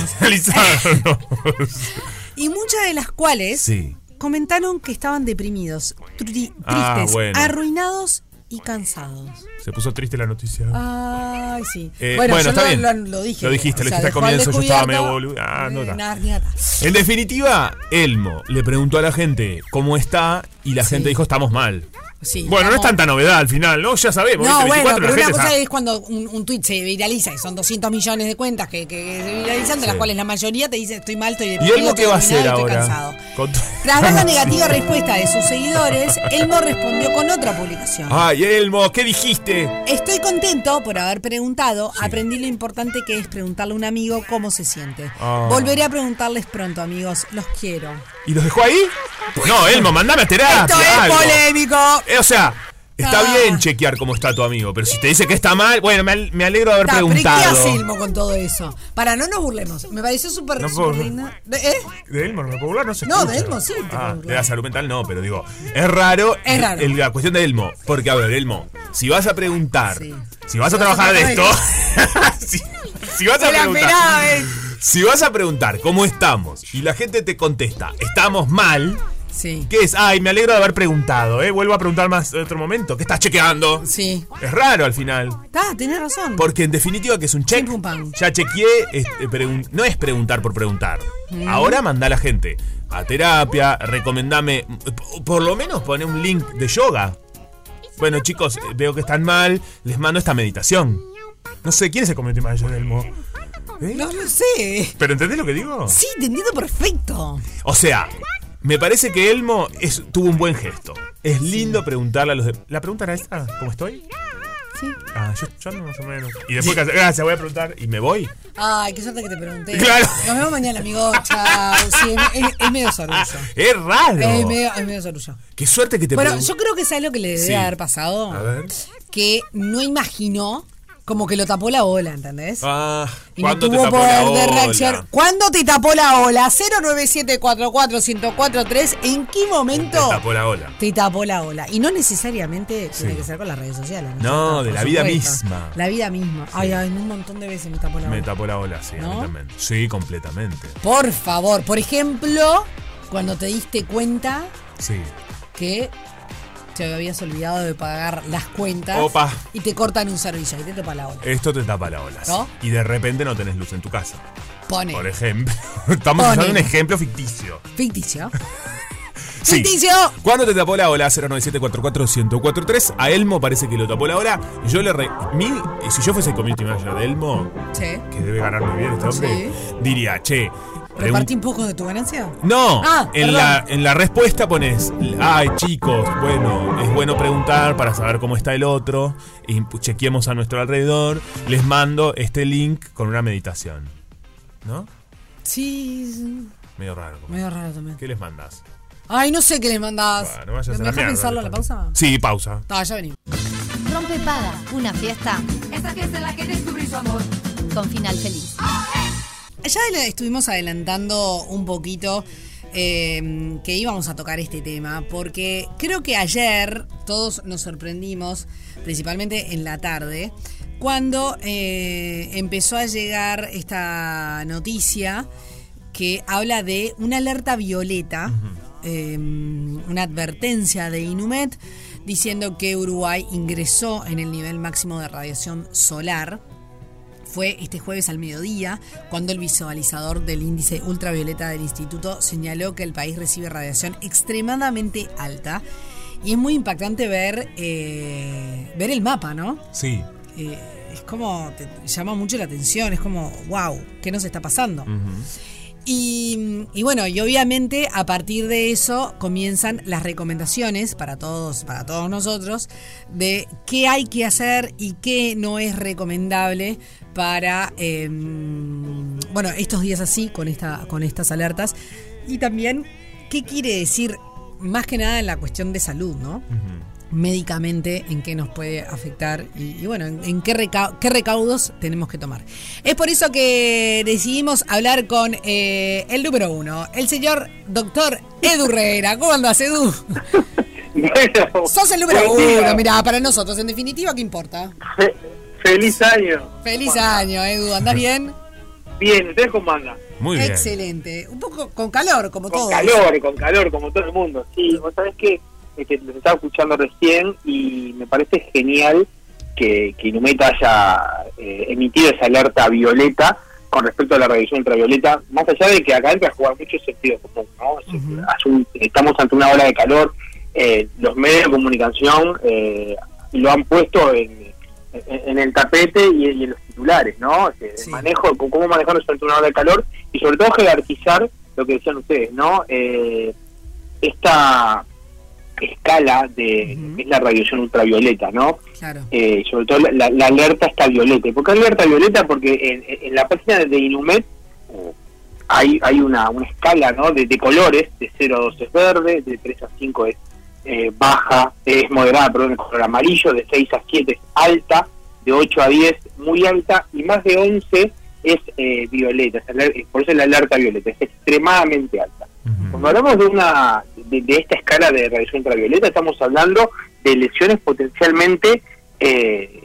Speaker 4: Realizarnos.
Speaker 3: y muchas de las cuales
Speaker 4: Sí.
Speaker 3: comentaron que estaban deprimidos, tri- tristes,
Speaker 4: Ah, bueno.
Speaker 3: arruinados y cansados.
Speaker 4: Se puso triste la noticia.
Speaker 3: Ah. Ay, sí.
Speaker 4: Eh, bueno,
Speaker 3: yo
Speaker 4: está bien.
Speaker 3: lo, lo- lo dije.
Speaker 4: Lo dijiste, lo dijiste al
Speaker 3: dejó
Speaker 4: comienzo, yo estaba medio Ah,
Speaker 3: descubierto,
Speaker 4: boludeando,
Speaker 3: eh,
Speaker 4: ta.
Speaker 3: nada, ni nada.
Speaker 4: En definitiva, Elmo le preguntó a la gente cómo está y la gente dijo estamos mal.
Speaker 3: Sí,
Speaker 4: bueno, no es
Speaker 3: estamos-
Speaker 4: tanta novedad al final, ¿no? Ya sabemos.
Speaker 3: No,
Speaker 4: ¿viste?
Speaker 3: bueno,
Speaker 4: 24 la
Speaker 3: pero una
Speaker 4: gente
Speaker 3: cosa
Speaker 4: está-
Speaker 3: es cuando un, un tweet se viraliza y son 200 millones de cuentas que, que se viralizan, de las
Speaker 4: Sí.
Speaker 3: cuales la mayoría te dice estoy mal, estoy
Speaker 4: ¿Y
Speaker 3: deprimido,
Speaker 4: Elmo
Speaker 3: estoy
Speaker 4: qué va a hacer
Speaker 3: arruinado, estoy
Speaker 4: ahora?
Speaker 3: cansado.
Speaker 4: Con-
Speaker 3: Tras ver la negativa respuesta de sus seguidores, Elmo respondió con otra publicación.
Speaker 4: Ay, Elmo, ¿qué dijiste?
Speaker 3: Estoy contento por haber preguntado. Aprendí lo importante que es preguntarle a un amigo cómo se siente.
Speaker 4: Ah.
Speaker 3: Volveré a preguntarles pronto, amigos. Los quiero.
Speaker 4: ¿Y los dejó ahí? No, Elmo, mandame a terapia.
Speaker 3: Esto es
Speaker 4: algo.
Speaker 3: polémico.
Speaker 4: Eh, O sea, está
Speaker 3: Ah.
Speaker 4: bien chequear cómo está tu amigo, pero si te dice que está mal, bueno, me, al- me alegro de haber
Speaker 3: Ta, pero ¿y ¿Qué
Speaker 4: preguntado.
Speaker 3: hace Elmo con todo eso? Para, no nos burlemos. Me pareció súper
Speaker 4: No
Speaker 3: súper
Speaker 4: puedo-
Speaker 3: linda. ¿De- ¿Eh?
Speaker 4: ¿De Elmo me puedo burlar? No sé.
Speaker 3: No, de Elmo sí, te puedo
Speaker 4: Ah,
Speaker 3: burlar.
Speaker 4: de la salud mental no, pero digo, es raro,
Speaker 3: Es raro.
Speaker 4: el- la cuestión de Elmo. Porque, a ver, Elmo, si vas a preguntar,
Speaker 3: Sí.
Speaker 4: si vas a trabajar de
Speaker 3: tratar
Speaker 4: esto, si, si vas a
Speaker 3: Era
Speaker 4: preguntar,
Speaker 3: esperada, ¿eh?
Speaker 4: si vas a preguntar cómo estamos y la gente te contesta, estamos mal,
Speaker 3: Sí.
Speaker 4: ¿qué es? Ay, me alegro de haber preguntado, ¿eh? Vuelvo a preguntar más en otro momento. ¿Qué estás chequeando?
Speaker 3: Sí.
Speaker 4: Es raro al final.
Speaker 3: Está, tenés razón.
Speaker 4: Porque en definitiva que es un check.
Speaker 3: Pim, pum, pam.
Speaker 4: Ya chequeé, este, pregun- no es preguntar por preguntar. Ahora manda a la gente a terapia, recomendame, p- por lo menos pone un link de yoga. Bueno chicos, eh, veo que están mal, les mando esta meditación. No sé, ¿quién es el comité mayor del mo? ¿Eh?
Speaker 3: No lo sé.
Speaker 4: ¿Pero entendés lo que digo?
Speaker 3: Sí, te entiendo perfecto.
Speaker 4: O sea, me parece que Elmo es- tuvo un buen gesto. Es lindo preguntarle a los demás. ¿La pregunta era esta? ¿Cómo estoy?
Speaker 3: Sí.
Speaker 4: Ah, yo, yo no, más o menos. Y después, que- gracias, voy a preguntar y me voy.
Speaker 3: Ay, qué suerte que te pregunté.
Speaker 4: Claro.
Speaker 3: Nos vemos mañana, amigo. Chao. Sí, es, es medio sorullo.
Speaker 4: Es raro.
Speaker 3: Es medio, es medio sorullo.
Speaker 4: Qué suerte que te
Speaker 3: Bueno,
Speaker 4: pregun-
Speaker 3: yo creo que es lo que le debe
Speaker 4: Sí.
Speaker 3: haber pasado.
Speaker 4: A ver.
Speaker 3: Que no imaginó Como que lo tapó la ola, ¿entendés?
Speaker 4: Ah,
Speaker 3: Y no
Speaker 4: ¿cuánto
Speaker 3: tuvo
Speaker 4: te tapó
Speaker 3: poder
Speaker 4: la
Speaker 3: de
Speaker 4: ola?
Speaker 3: reaccionar. ¿Cuándo te tapó la ola? 097441043. ¿En qué
Speaker 4: Te
Speaker 3: momento
Speaker 4: tapó la ola.
Speaker 3: te tapó la ola? Y no necesariamente tiene
Speaker 4: Sí.
Speaker 3: que ser con las redes sociales.
Speaker 4: No,
Speaker 3: Por
Speaker 4: de la vida
Speaker 3: supuesto.
Speaker 4: misma.
Speaker 3: La vida misma. Ay, ay, un montón de veces me tapó la
Speaker 4: Me
Speaker 3: ola.
Speaker 4: tapó la ola, sí, a mí
Speaker 3: ¿No?
Speaker 4: también. Sí, completamente.
Speaker 3: Por favor, por ejemplo, cuando te diste cuenta
Speaker 4: Sí.
Speaker 3: que te habías olvidado de pagar las cuentas
Speaker 4: Opa.
Speaker 3: y te cortan un servicio y te tapa la ola.
Speaker 4: Esto te tapa la ola. sí.
Speaker 3: ¿No?
Speaker 4: Y de repente no tenés luz en tu casa.
Speaker 3: Pone.
Speaker 4: Por ejemplo. Estamos usando
Speaker 3: Ponen.
Speaker 4: un ejemplo ficticio.
Speaker 3: Ficticio.
Speaker 4: Sí.
Speaker 3: ¡Ficticio!
Speaker 4: ¿Cuándo te tapó la ola? 097441043. A Elmo parece que lo tapó la ola. Yo le re... mi- eh, Si yo fuese el community manager de Elmo,
Speaker 3: Che.
Speaker 4: que debe ganar muy bien este hombre, diría, che... pregun-
Speaker 3: ¿Repartí un poco de tu ganancia?
Speaker 4: No,
Speaker 3: Ah,
Speaker 4: en,
Speaker 3: perdón.
Speaker 4: la, en la respuesta pones, ay chicos, bueno, es bueno preguntar para saber cómo está el otro, y pu- chequeemos a nuestro alrededor, les mando este link con una meditación. ¿No?
Speaker 3: Sí, es
Speaker 4: Medio raro. como-
Speaker 3: medio raro también.
Speaker 4: ¿Qué les mandas?
Speaker 3: Ay, no sé qué les mandás.
Speaker 4: Ah, no vayas a
Speaker 3: ¿Me
Speaker 4: la
Speaker 3: dejás
Speaker 4: mierda,
Speaker 3: pensarlo a la
Speaker 4: después.
Speaker 3: pausa?
Speaker 4: Sí, pausa.
Speaker 3: Está, ya venimos.
Speaker 8: Rompe Paga, una fiesta
Speaker 9: Esta fiesta en la que descubrí su amor.
Speaker 8: con final feliz.
Speaker 3: Ya le- estuvimos adelantando un poquito eh, que íbamos a tocar este tema, porque creo que ayer todos nos sorprendimos, principalmente en la tarde, cuando eh, empezó a llegar esta noticia que habla de una alerta violeta, eh, una advertencia de Inumet, diciendo que Uruguay ingresó en el nivel máximo de radiación solar fue este jueves al mediodía, cuando el visualizador del índice ultravioleta del instituto señaló que el país recibe radiación extremadamente alta. Y es muy impactante ver, eh, ver el mapa, ¿no?
Speaker 4: Sí.
Speaker 3: Eh, es como, te llama mucho la atención, es como, wow, ¿qué nos está pasando? Y, y bueno, y obviamente a partir de eso comienzan las recomendaciones para todos, para todos nosotros, de qué hay que hacer y qué no es recomendable para eh, bueno, estos días así, con esta, con estas alertas. Y también, ¿qué quiere decir? Más que nada en la cuestión de salud, ¿no? médicamente en qué nos puede afectar y, y bueno, en, en qué, reca- qué recaudos tenemos que tomar. Es por eso que decidimos hablar con eh, el número uno, el señor doctor Edu Herrera. ¿Cómo andás, Edu?
Speaker 6: Bueno,
Speaker 3: Sos el número
Speaker 6: buen día.
Speaker 3: uno, mirá, para nosotros, en definitiva, ¿qué importa?
Speaker 6: Fe- feliz año.
Speaker 3: Feliz año, Edu, ¿andás bien?
Speaker 6: Bien, ¿ustedes cómo andan?
Speaker 4: Muy bien.
Speaker 3: Excelente. Un poco con calor, como
Speaker 6: Con
Speaker 3: todos.
Speaker 6: calor, con calor, como todo el mundo. Sí, vos sabés que este, los estaba escuchando recién y me parece genial que, que Inumeta haya eh, emitido esa alerta violeta con respecto a la radiación ultravioleta, más allá de que acá entra a jugar mucho sentido común, ¿no? Es decir, hace un- estamos ante una ola de calor, eh, los medios de comunicación eh, lo han puesto en, en- en el tapete y, y en los titulares, ¿no? O sea, el
Speaker 3: Sí.
Speaker 6: manejo, c- cómo manejarnos ante una ola de calor y sobre todo jerarquizar lo que decían ustedes, ¿no? Eh, esta escala de
Speaker 3: Ujú.
Speaker 6: que es la radiación ultravioleta, ¿no?
Speaker 3: Claro.
Speaker 6: eh, sobre todo la, la alerta está violeta. ¿Y ¿Por qué alerta violeta? Porque en, en- en la página de Inumet eh, hay, hay una, una escala ¿no? de, de colores, de 0 a 2 es verde, de 3 a 5 es eh, baja, es moderada, perdón, el color amarillo, de 6 a 7 es alta, de 8 a 10 muy alta y más de 11 es eh, violeta, es aler- por eso es la alerta violeta, es extremadamente alta. Cuando hablamos de una de, de esta escala de radiación ultravioleta, estamos hablando de lesiones potencialmente eh,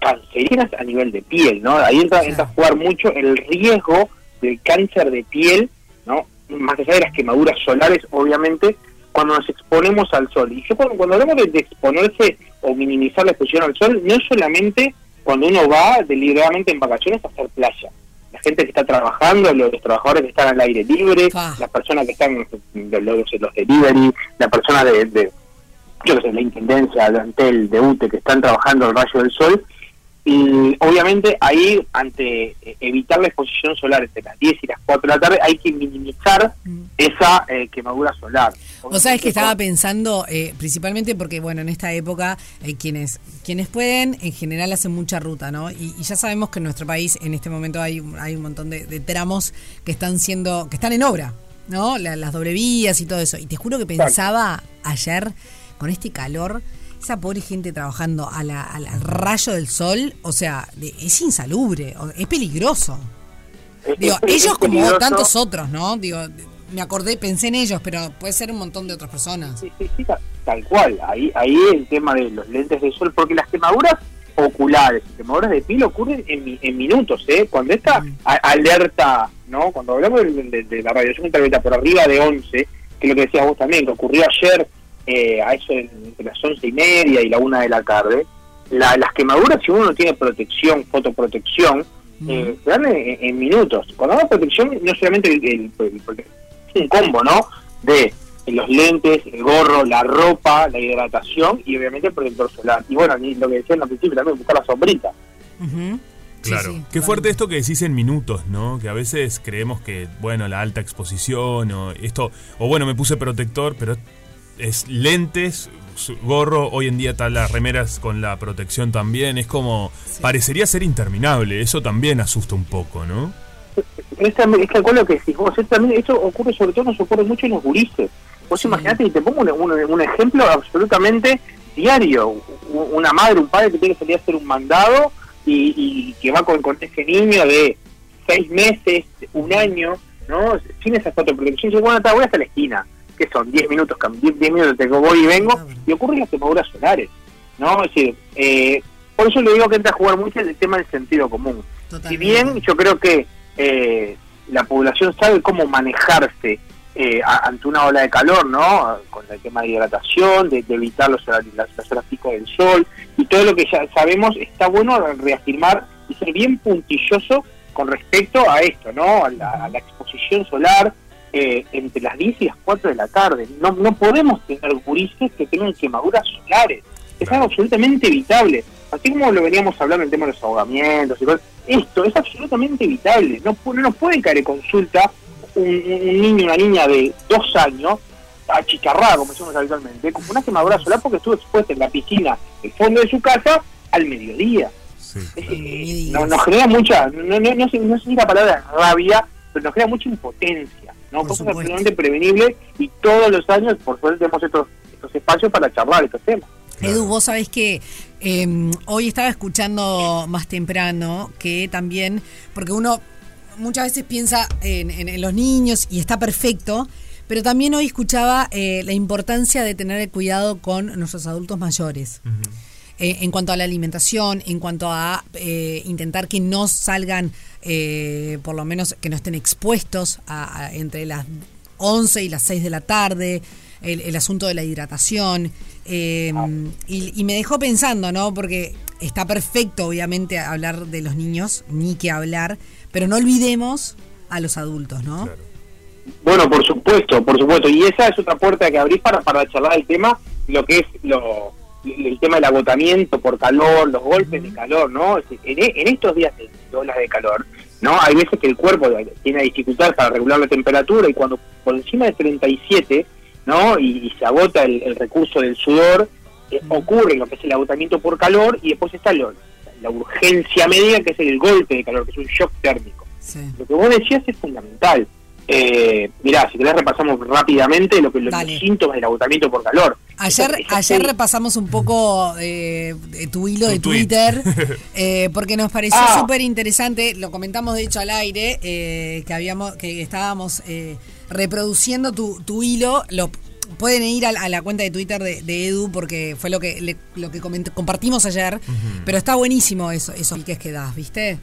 Speaker 6: cancerígenas a nivel de piel, ¿no? Ahí entra, entra a jugar mucho el riesgo del cáncer de piel, ¿no? Más allá de las quemaduras solares, obviamente, cuando nos exponemos al sol. Y yo cuando, cuando hablamos de, de exponerse o minimizar la exposición al sol, no es solamente cuando uno va deliberadamente en vacaciones a hacer playa. La gente que está trabajando, los, los trabajadores que están al aire libre,
Speaker 3: Pa.
Speaker 6: las personas que están los, los, los delivery, las personas de, de- yo que sé, la intendencia, el Antel, de UTE, que están trabajando al rayo del sol. Y obviamente ahí, ante eh, evitar la exposición solar entre las 10 y las 4 de la tarde, hay que minimizar esa eh, quemadura solar.
Speaker 3: Mm. Vos sabés que estaba pensando, eh, principalmente porque, bueno, en esta época, eh, quienes, quienes pueden, en general hacen mucha ruta, ¿no? Y, y ya sabemos que en nuestro país, en este momento, hay, un- hay un montón de, de tramos que están siendo, que están en obra, ¿no? La- las doble vías y todo eso. Y te juro que pensaba ayer, con este calor, esa pobre gente trabajando a la- al al rayo del sol, o sea, de- es insalubre, o- es peligroso.
Speaker 6: Es-
Speaker 3: Digo,
Speaker 6: es- es
Speaker 3: ellos como
Speaker 6: peligroso.
Speaker 3: tantos otros, ¿no? Digo, me acordé, pensé en ellos, pero puede ser un montón de otras personas.
Speaker 6: Sí, sí, sí, ta- tal cual. Ahí, ahí el tema de los lentes de sol, porque las quemaduras oculares, quemaduras de piel ocurren en, mi- en minutos, ¿eh? Cuando esta a- alerta, ¿no? Cuando hablamos de, de- de la radiación ultravioleta por arriba de 11, que es lo que decías vos también, que ocurrió ayer eh, a eso en- entre las once y media y la una de la tarde, la- las quemaduras, si uno no tiene protección, fotoprotección, eh, se dan en, en- en minutos. Cuando hablamos de protección, no solamente el, el- el- es un combo, ¿no? De los lentes, el gorro, la ropa, la hidratación y obviamente el protector solar. Y bueno, y lo que decían al principio también, buscar la sombrita.
Speaker 4: Claro. Qué fuerte esto que decís en minutos, ¿no? Que a veces creemos que, bueno, la alta exposición o esto, o bueno, me puse protector, pero es lentes, su- gorro, hoy en día están las remeras con la protección también, es como, parecería ser interminable, eso también asusta un poco, ¿no?
Speaker 6: Es también- es tal cual lo que decís vos, es también, esto ocurre sobre todo, nos ocurre mucho en los gurises. Vos imaginate, y te pongo un, un- un ejemplo absolutamente diario, U- una madre, un padre que tiene que salir a hacer un mandado y, y que va con, con ese niño de seis meses, un año, ¿no? Sin esa fotoprotección, yo bueno, ta, voy hasta la esquina, que son 10 minutos, cam- 10, 10 minutos, tengo, voy y vengo, y ocurren las quemaduras solares, ¿no? Es decir, eh, por eso le digo que entra a jugar mucho el tema del sentido común. Si bien yo creo que eh, la población sabe cómo manejarse eh, a- ante una ola de calor, ¿no? Con el tema de hidratación, de, de evitar los horarios- las, las horas pico del sol y todo lo que ya sabemos, está bueno reafirmar y ser bien puntilloso con respecto a esto, ¿no? A la, a la exposición solar eh, entre las 10 y las 4 de la tarde. No, no podemos tener gurises que tengan quemaduras solares. Es algo absolutamente evitable. Así como lo veníamos hablando el tema de los ahogamientos y cosas, esto es absolutamente evitable. No, pu- no nos puede caer en consulta un, un niño, una niña de dos años, achicharrada, como decimos habitualmente, con una quemadura solar porque estuvo expuesta en la piscina, el fondo de su casa, al mediodía. Eh, no- nos genera mucha, no, no, no, sé, no sé si la palabra es rabia, pero nos genera mucha impotencia, ¿no? Porque es absolutamente prevenible y todos los años, por suerte, tenemos estos, estos espacios para charlar estos temas.
Speaker 3: Edu, vos sabés que eh, hoy estaba escuchando más temprano que también, porque uno muchas veces piensa en, en- en los niños y está perfecto, pero también hoy escuchaba eh, la importancia de tener el cuidado con nuestros adultos mayores. Eh, en cuanto a la alimentación, en cuanto a eh, intentar que no salgan, eh, por lo menos que no estén expuestos a- a- entre las 11 y las 6 de la tarde, el, el asunto de la hidratación. eh, y, y me dejó pensando, ¿no? Porque está perfecto, obviamente, hablar de los niños, ni que hablar, pero no olvidemos a los adultos, ¿no?
Speaker 6: Bueno, por supuesto, por supuesto. Y esa es otra puerta que abrís para, para charlar el tema, lo que es lo, el tema del agotamiento por calor, los golpes de calor, ¿no? Es decir, En, e- en estos días de, de olas de calor, ¿no? Hay veces que el cuerpo tiene dificultad para regular la temperatura y cuando por encima de 37, ¿no? Y, y se agota el, el recurso del sudor, eh, ocurre lo que es el agotamiento por calor y después está lo- la urgencia médica, que es el golpe de calor, que es un shock térmico. Lo que vos decías es fundamental. Eh, mirá, si querés repasamos rápidamente lo que los
Speaker 3: Dale.
Speaker 6: síntomas del agotamiento por calor.
Speaker 3: Ayer,
Speaker 6: Esa- esa-
Speaker 3: ayer repasamos un poco eh, de tu hilo de
Speaker 6: Tu tweet.
Speaker 3: Twitter, eh, porque nos pareció
Speaker 6: Ah.
Speaker 3: súper interesante, lo comentamos de hecho al aire, eh, que habíamos, que estábamos eh, reproduciendo tu, tu hilo, lo pueden ir al- a, la cuenta de Twitter de, de Edu, porque fue lo que le- lo que coment- compartimos ayer, pero está buenísimo eso, esos piques que das, ¿viste?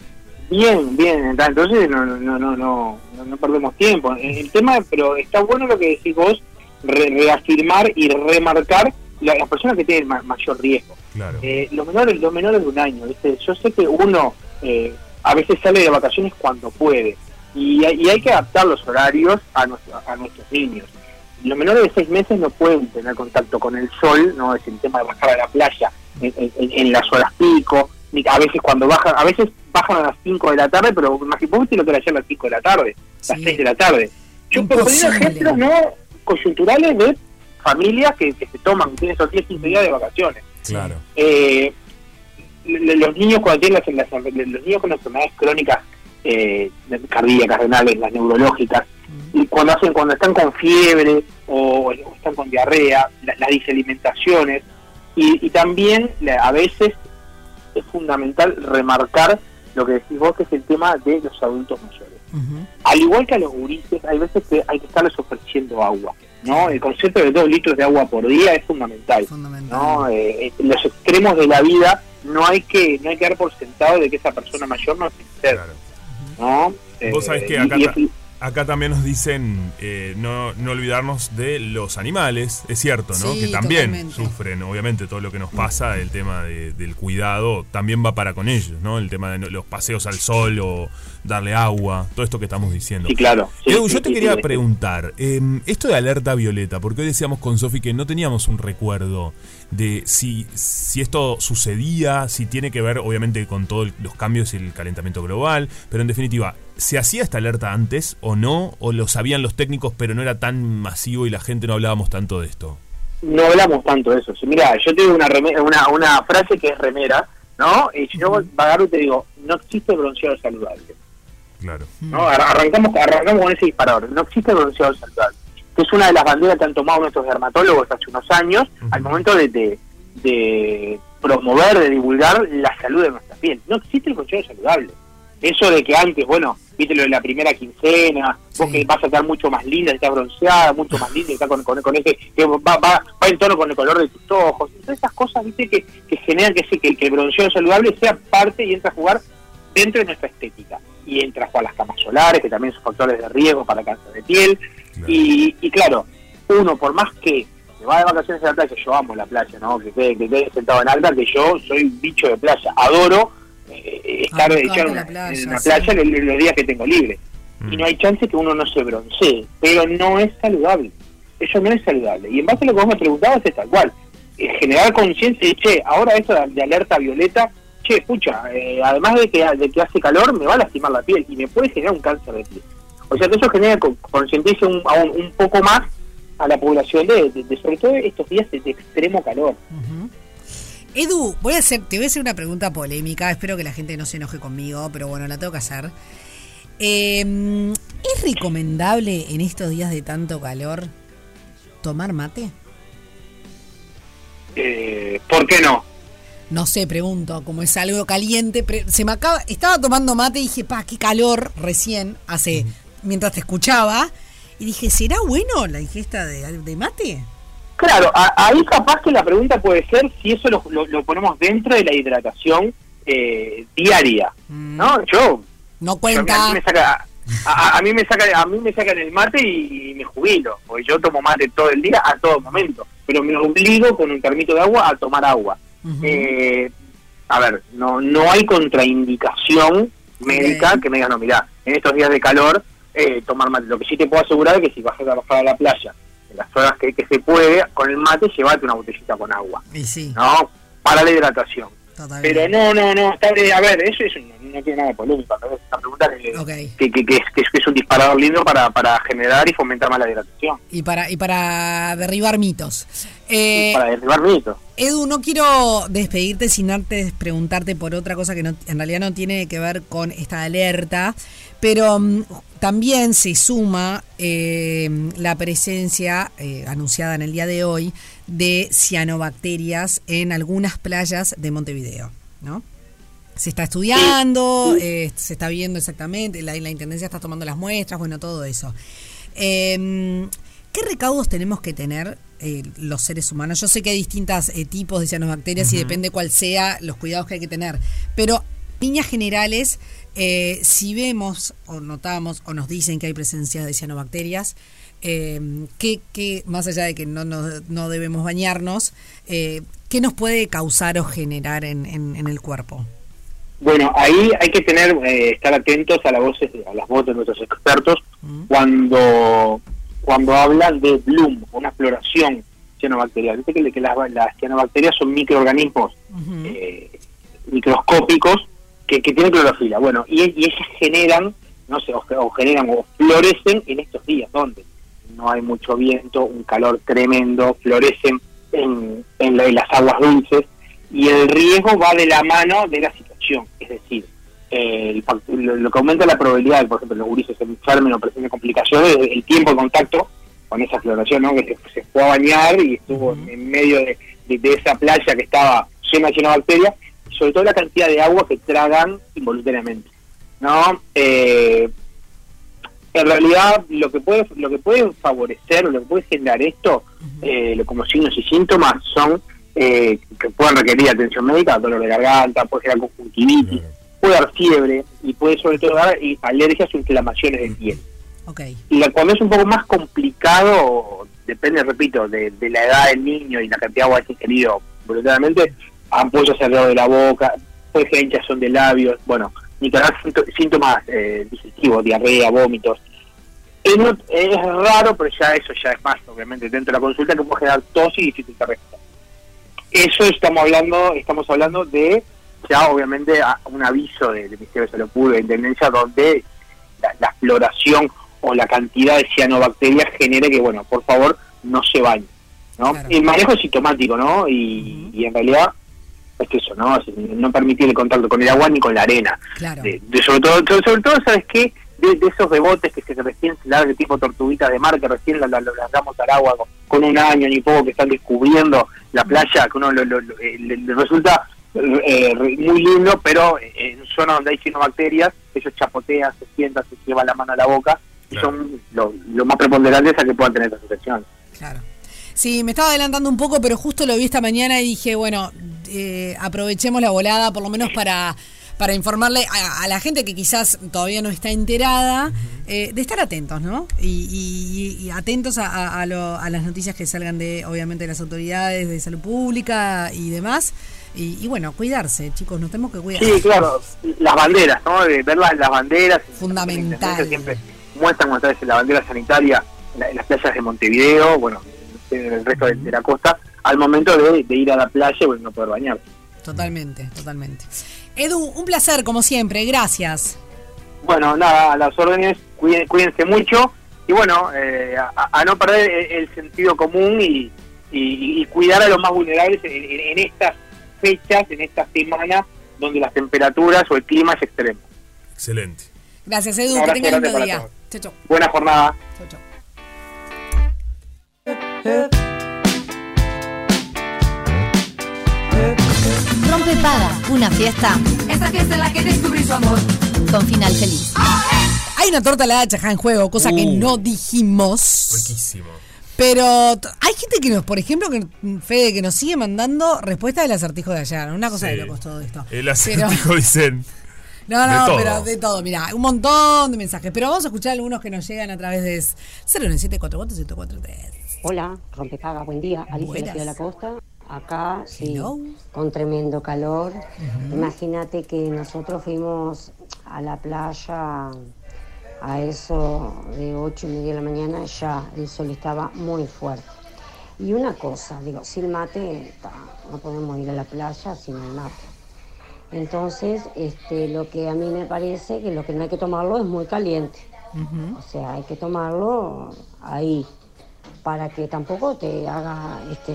Speaker 6: Bien, bien, está, entonces no, no, no, no, no, no- no perdemos tiempo. El el tema, pero está bueno lo que decís vos, re- reafirmar y remarcar la- las personas que tienen ma- mayor riesgo.
Speaker 4: Claro.
Speaker 6: Eh, los menores los menores de un año, ¿viste? yo sé que uno eh, a veces sale de vacaciones cuando puede y, hay- y hay que adaptar los horarios a, nuestro- a nuestros niños. Los menores de seis meses no pueden tener contacto con el sol, no es el tema de bajar a la playa en, en- en- en las horas pico, ni- a veces cuando bajan, a veces bajan a las 5 de la tarde, pero imagínate, vos viste lo que era ayer a las 5 de la tarde, las 6 de la tarde. Yo proponía
Speaker 3: Imposible.
Speaker 6: ejemplos no coyunturales de familias que, que se toman, que tienen esos 10, 15 días de vacaciones
Speaker 4: Claro.
Speaker 6: eh, lo- los niños cuando tienen las, las- los niños con enfermedades crónicas eh, cardíacas, renales, las neurológicas, y cuando hacen cuando están con fiebre o, o están con diarrea, la- las disalimentaciones, Y, y también la- a veces es fundamental remarcar lo que decís vos, que es el tema de los adultos mayores. Al igual que a los gurises, hay veces que hay que estarles ofreciendo agua. ¿no? El concepto de dos litros de agua por día es fundamental. ¿no? Eh, eh, los extremos de la vida no hay que no hay que dar por sentado de que esa persona mayor no es sincera. ¿no?
Speaker 4: Vos
Speaker 6: Eh,
Speaker 4: sabés
Speaker 6: y-
Speaker 4: que acá,
Speaker 6: y
Speaker 4: ta- acá también nos dicen eh, no, no olvidarnos de los animales, es cierto, ¿no?
Speaker 3: Sí,
Speaker 4: que también
Speaker 3: totalmente.
Speaker 4: sufren, obviamente, todo lo que nos pasa, el tema de- del cuidado también va para con ellos, ¿no? El tema de no- los paseos al sol o darle agua, todo esto que estamos diciendo.
Speaker 6: Sí, claro. Sí,
Speaker 4: Edu,
Speaker 6: sí,
Speaker 4: yo te
Speaker 6: sí,
Speaker 4: quería
Speaker 6: sí.
Speaker 4: preguntar, eh, esto de alerta violeta, porque hoy decíamos con Sofi que no teníamos un recuerdo de si, si esto sucedía, si tiene que ver obviamente con todos los cambios y el calentamiento global, pero en definitiva, ¿se hacía esta alerta antes o no? ¿O lo sabían los técnicos pero no era tan masivo y la gente no hablábamos tanto de esto?
Speaker 6: no hablamos tanto de eso. Mira, yo tengo una, reme- una una frase que es remera, ¿no? Y yo agarro y te digo, no existe bronceado saludable.
Speaker 4: Claro.
Speaker 6: ¿no? Ar- Arrancamos, arrancamos con ese disparador. No existe bronceado saludable, que es una de las banderas que han tomado nuestros dermatólogos hace unos años al momento de, de- de promover, de divulgar la salud de nuestra piel. No existe el bronceado saludable. Eso de que antes, bueno, viste lo de la primera quincena, vos que vas a estar mucho más linda, si estás bronceada, mucho más linda, si estás con, con, con ese, que va, va, va en tono con el color de tus ojos. Y Todas esas cosas, viste, que, que generan que, sí, que, que el bronceado saludable sea parte y entra a jugar dentro de nuestra estética. Y entra a jugar las camas solares, que también son factores de riesgo para cáncer de piel. Y, y claro, uno, por más que se va de vacaciones a la playa, yo amo la playa, ¿no? Que quede, que quede sentado en alta, que yo soy bicho de playa, adoro eh, estar
Speaker 3: Ah, me
Speaker 6: echado en
Speaker 3: encanta
Speaker 6: la
Speaker 3: la playa,
Speaker 6: en la
Speaker 3: sí.
Speaker 6: playa los, los días que tengo libre. Y no hay chance que uno no se broncee, pero no es saludable. Eso no es saludable. Y en base a lo que vos me preguntabas es tal cual. Eh, generar conciencia y, che, ahora esto de, de alerta violeta, che, escucha, eh, además de que, de que hace calor, me va a lastimar la piel y me puede generar un cáncer de piel. O sea, que eso genera con- concientice un, aún un poco más a la población de, de- de sobre todo estos días de, de extremo calor.
Speaker 3: Edu, voy a hacer, te voy a hacer una pregunta polémica. Espero que la gente no se enoje conmigo, pero bueno, la tengo que hacer. Eh, ¿Es recomendable en estos días de tanto calor tomar mate?
Speaker 6: Eh, ¿Por qué no?
Speaker 3: No sé, pregunto, como es algo caliente, pre- se me acaba, estaba tomando mate y dije, pa, qué calor recién hace, mientras te escuchaba, y dije, ¿será bueno la ingesta de, de mate?
Speaker 6: Claro, a- ahí capaz que la pregunta puede ser si eso lo, lo- lo ponemos dentro de la hidratación eh, diaria, ¿no? Yo
Speaker 3: Mm, No
Speaker 6: a mí
Speaker 3: cuenta.
Speaker 6: me saca a, a- a mí me saca a mí me sacan el mate y, y me jubilo, porque yo tomo mate todo el día a todo momento, pero me obligo con un termito de agua a tomar agua. Eh, a ver, no no hay contraindicación médica que me diga, no, mirá, en estos días de calor eh, tomar mate. Lo que sí te puedo asegurar es que si vas a trabajar a la playa, en las horas que, que se puede, con el mate, llévate una botellita con agua,
Speaker 3: Y sí,
Speaker 6: ¿no? Para la hidratación.
Speaker 3: totalmente.
Speaker 6: Pero no, no, no, está bien. a ver, eso es, un- no tiene nada de polémica, ¿no? es una pregunta que,
Speaker 3: Ok.
Speaker 6: que, que- que es, que es- que es un disparador lindo para, para generar y fomentar más la hidratación,
Speaker 3: Y para, y para derribar mitos. Eh,
Speaker 6: para derribar mitos.
Speaker 3: Edu, no quiero despedirte sin antes preguntarte por otra cosa que no, en realidad no tiene que ver con esta alerta, pero mm, también se suma eh, la presencia eh, anunciada en el día de hoy de cianobacterias en algunas playas de Montevideo, ¿no? Se está estudiando, eh, se está viendo exactamente, la, la Intendencia está tomando las muestras, bueno, todo eso. Eh, ¿Qué recaudos tenemos que tener eh, los seres humanos? Yo sé que hay distintos tipos de cianobacterias y depende cuál sea los cuidados que hay que tener, pero líneas generales, eh, si vemos o notamos o nos dicen que hay presencia de cianobacterias, eh, ¿qué, qué, más allá de que no, nos- no debemos bañarnos, eh, ¿qué nos puede causar o generar en, en- en el cuerpo?
Speaker 6: Bueno, ahí hay que tener, eh, estar atentos a las voces, a las voces de nuestros expertos cuando cuando hablan de bloom, una exploración cianobacterial. Viste que, que las, las cianobacterias son microorganismos eh, microscópicos que, que tienen clorofila. Bueno, y, y ellas generan, no sé, o, o generan o florecen en estos días donde no hay mucho viento, un calor tremendo, florecen en, en la- en las aguas dulces y el riesgo va de la mano de la situación, es decir, eh, el fact- lo, lo que aumenta la probabilidad de, por ejemplo, los gurises se enfermen o presenten complicaciones, es el tiempo de contacto con esa floración, ¿no? que se, se fue a bañar y estuvo en medio de, de de, de esa playa que estaba llena, llena de bacterias, y sobre todo la cantidad de agua que tragan involuntariamente. ¿no? Eh, en realidad, lo que puede lo que puede favorecer o lo que puede generar esto, eh, lo- como signos y síntomas, son eh, que puedan requerir atención médica, dolor de garganta, puede generar conjuntivitis, puede dar fiebre y puede sobre todo dar eh, alergias o inflamaciones de piel.
Speaker 3: Ok.
Speaker 6: Y la- cuando es un poco más complicado, depende, repito, de, de la edad del niño y la cantidad de agua que ha ingerido voluntariamente, ampollas alrededor de la boca, puede ser hinchazón de labios, bueno, ni que hablar sínto- síntomas eh, digestivos, diarrea, vómitos. Es, no- es raro, pero ya eso ya es más, obviamente, dentro de la consulta que puede generar tos y dificultad respiratoria. Eso estamos hablando, estamos hablando de ya obviamente a- un aviso de- del Ministerio de Salud Pública de Intendencia donde la, la exploración o la cantidad de cianobacterias genere que, bueno, por favor, no se bañen. ¿no? El manejo es sintomático, ¿no? Y, y en realidad es que eso, ¿no? Es no permitir el contacto con el agua ni con la arena.
Speaker 3: Claro.
Speaker 6: De- de- sobre todo, sobre, sobre todo ¿sabes qué? De, de esos bebotes que se recién se largan, de tipo tortuguitas de mar, que recién las las- las largamos al agua con, con un año ni poco, que están descubriendo la playa, que uno lo- lo- lo- eh, le, le resulta eh, re- muy lindo, pero eh, en zonas donde hay cianobacterias, ellos chapotean, se sientan, se llevan la mano a la boca, y son lo, lo más preponderantes a que puedan tener estas infecciones.
Speaker 3: Sí, me estaba adelantando un poco, pero justo lo vi esta mañana y dije, bueno, eh, aprovechemos la volada, por lo menos para, para informarle a, a la gente que quizás todavía no está enterada, eh, de estar atentos, ¿no? Y, y- y atentos a, a- a lo- a las noticias que salgan de, obviamente, de las autoridades de salud pública y demás. Y, y bueno, cuidarse, chicos, nos tenemos que cuidar.
Speaker 6: Sí, claro, las banderas, ¿no? De ver las, las banderas. Fundamental. Siempre muestran muchas veces la bandera sanitaria en, la- en las playas de Montevideo, bueno, en el resto de, de la costa, al momento de, de ir a la playa, bueno, no poder bañarse.
Speaker 3: Totalmente, totalmente. Edu, un placer, como siempre, gracias.
Speaker 6: Bueno, nada, a las órdenes, cuiden- cuídense mucho y bueno, eh, a, a no perder e- el, sentido común y, y- y cuidar a los más vulnerables en, en- en estas fechas, en esta semana, donde las temperaturas o el clima es extremo.
Speaker 4: Excelente.
Speaker 3: Gracias, Edu,
Speaker 6: Un
Speaker 3: que
Speaker 6: abrazo
Speaker 3: tengas
Speaker 6: grande
Speaker 3: lindo
Speaker 6: para
Speaker 3: día.
Speaker 6: todos.
Speaker 3: Chau, chau.
Speaker 6: Buena jornada.
Speaker 8: Rompe Paga, una fiesta
Speaker 9: Esa fiesta en la que descubrí su amor.
Speaker 8: con final feliz.
Speaker 3: Hay una torta la hacha en juego, cosa que
Speaker 8: Uh.
Speaker 3: no dijimos.
Speaker 4: Riquísimo.
Speaker 3: Pero t- hay gente que nos, por ejemplo, que, mm, Fede, que nos sigue mandando respuestas del acertijo de ayer. Una cosa de
Speaker 4: Sí.
Speaker 3: locos todo esto.
Speaker 4: El acertijo dicen.
Speaker 3: No,
Speaker 4: de
Speaker 3: no,
Speaker 4: todo.
Speaker 3: pero de todo, mira, un montón de mensajes. Pero vamos a escuchar algunos que nos llegan a través de 09744
Speaker 10: Hola, rompepaga, buen día. Alicia de
Speaker 3: Buenas.
Speaker 10: Ciudad de la Costa. Acá, sí, con tremendo calor. Imagínate que nosotros fuimos a la playa a eso de 8 y media de la mañana, ya el sol estaba muy fuerte. Y una cosa, digo, sin mate ta, no podemos ir a la playa sin el mate. Entonces, este, lo que a mí me parece que lo que no hay que tomarlo es muy caliente. O sea, hay que tomarlo ahí para que tampoco te haga, este,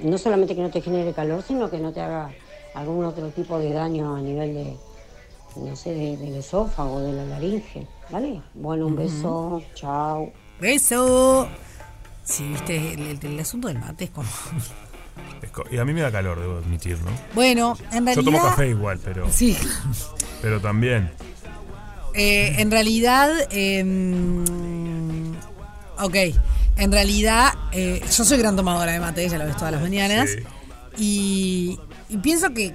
Speaker 10: no solamente que no te genere calor, sino que no te haga algún otro tipo de daño a nivel de, no sé, de- del esófago, de la laringe, ¿vale? Bueno, un
Speaker 3: Ujú.
Speaker 10: beso, chao.
Speaker 3: Beso. Sí, viste, el, el- el asunto del mate es como...
Speaker 4: Es co- Y a mí me da calor, debo admitir, ¿no?
Speaker 3: Bueno, en realidad...
Speaker 4: Yo tomo café igual, pero.
Speaker 3: Sí.
Speaker 4: Pero también.
Speaker 3: Eh, en realidad, em, ok, en realidad eh, yo soy gran tomadora de mate, ya lo ves todas las mañanas, y, y pienso que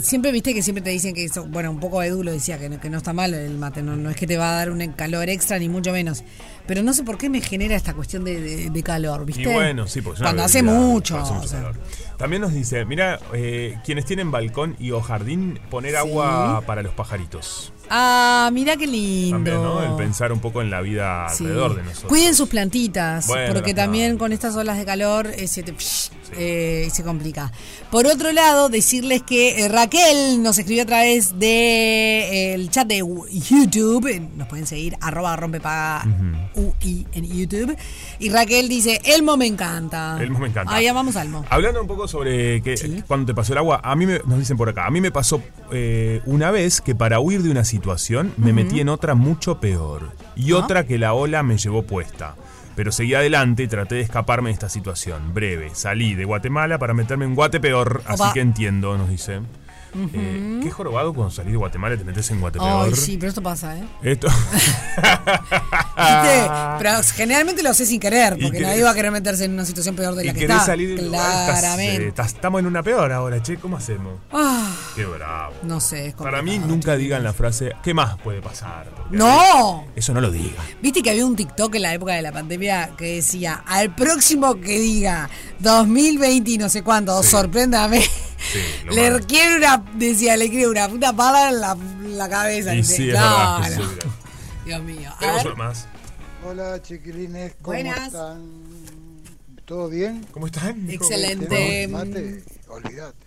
Speaker 3: siempre, viste que siempre te dicen que eso, bueno, un poco Edu lo decía, que no, que no está mal el mate, no, no es que te va a dar un calor extra ni mucho menos, pero no sé por qué me genera esta cuestión de, de- de calor, viste.
Speaker 4: Y bueno, sí, porque es una
Speaker 3: Cuando hace
Speaker 4: bebida,
Speaker 3: mucho,
Speaker 4: hace mucho
Speaker 3: o sea.
Speaker 4: calor. También nos dice, mira, eh, quienes tienen balcón y o jardín, poner agua para los pajaritos.
Speaker 3: Ah, mira qué lindo.
Speaker 4: También, ¿no? El pensar un poco en la vida
Speaker 3: Sí.
Speaker 4: alrededor de nosotros.
Speaker 3: Cuiden sus plantitas,
Speaker 4: Bueno,
Speaker 3: porque
Speaker 4: las plantas.
Speaker 3: también con estas olas de calor eh, se, te- eh, se complica. Por otro lado, decirles que eh, Raquel nos escribió a través del chat de YouTube. eh, Nos pueden seguir, arroba rompepaga UI en YouTube. Y Raquel dice, Elmo me encanta.
Speaker 4: Elmo me encanta.
Speaker 3: Ahí amamos a Elmo.
Speaker 4: Hablando un poco sobre que, cuando te pasó el agua, a mí me- nos dicen por acá, a mí me pasó eh, una vez que para huir de una situación me
Speaker 11: Ujú.
Speaker 4: metí en otra mucho peor y
Speaker 11: Ah.
Speaker 4: otra que la ola me llevó puesta. Pero seguí adelante y traté de escaparme de esta situación. Breve, salí de Guatemala para meterme en Guatepeor, así
Speaker 3: Opa.
Speaker 4: que entiendo, nos dice. Eh, ¿Qué jorobado cuando salís de Guatemala y te metes en Guatepeor?
Speaker 3: Ay, sí, pero esto pasa, ¿eh?
Speaker 4: Esto.
Speaker 3: ¿Viste? Pero generalmente lo hace sin querer,
Speaker 4: Y
Speaker 3: porque
Speaker 4: querés-
Speaker 3: nadie va a querer meterse en una situación peor de Pues
Speaker 4: y
Speaker 3: la que
Speaker 4: querés
Speaker 3: está.
Speaker 4: salir del lugar, estás, eh,
Speaker 3: Claramente.
Speaker 4: estás- estamos en una peor ahora, che, ¿cómo hacemos?
Speaker 3: Ah,
Speaker 4: Qué bravo.
Speaker 3: no sé, es
Speaker 4: Para
Speaker 3: complicado.
Speaker 4: mí nunca digan la frase, ¿qué más puede pasar? Porque
Speaker 3: ¡No!
Speaker 4: Eso no lo digan.
Speaker 3: Viste que había un TikTok en la época de la pandemia que decía, al próximo que diga 2020 y no sé cuándo, sorpréndame. le quiero una, decía, le quiero una puta pala en la, la cabeza.
Speaker 4: Y
Speaker 3: Dice,
Speaker 4: sí, es
Speaker 3: "No,
Speaker 4: verdad. que
Speaker 3: no".
Speaker 4: sí, mira.
Speaker 3: Dios mío. A
Speaker 4: Tenemos
Speaker 3: ver.
Speaker 4: uno más.
Speaker 11: Hola chiquilines, ¿cómo
Speaker 3: Buenas.
Speaker 11: están? ¿Todo bien?
Speaker 4: ¿Cómo están?
Speaker 3: Excelente.
Speaker 11: Mate, olvídate.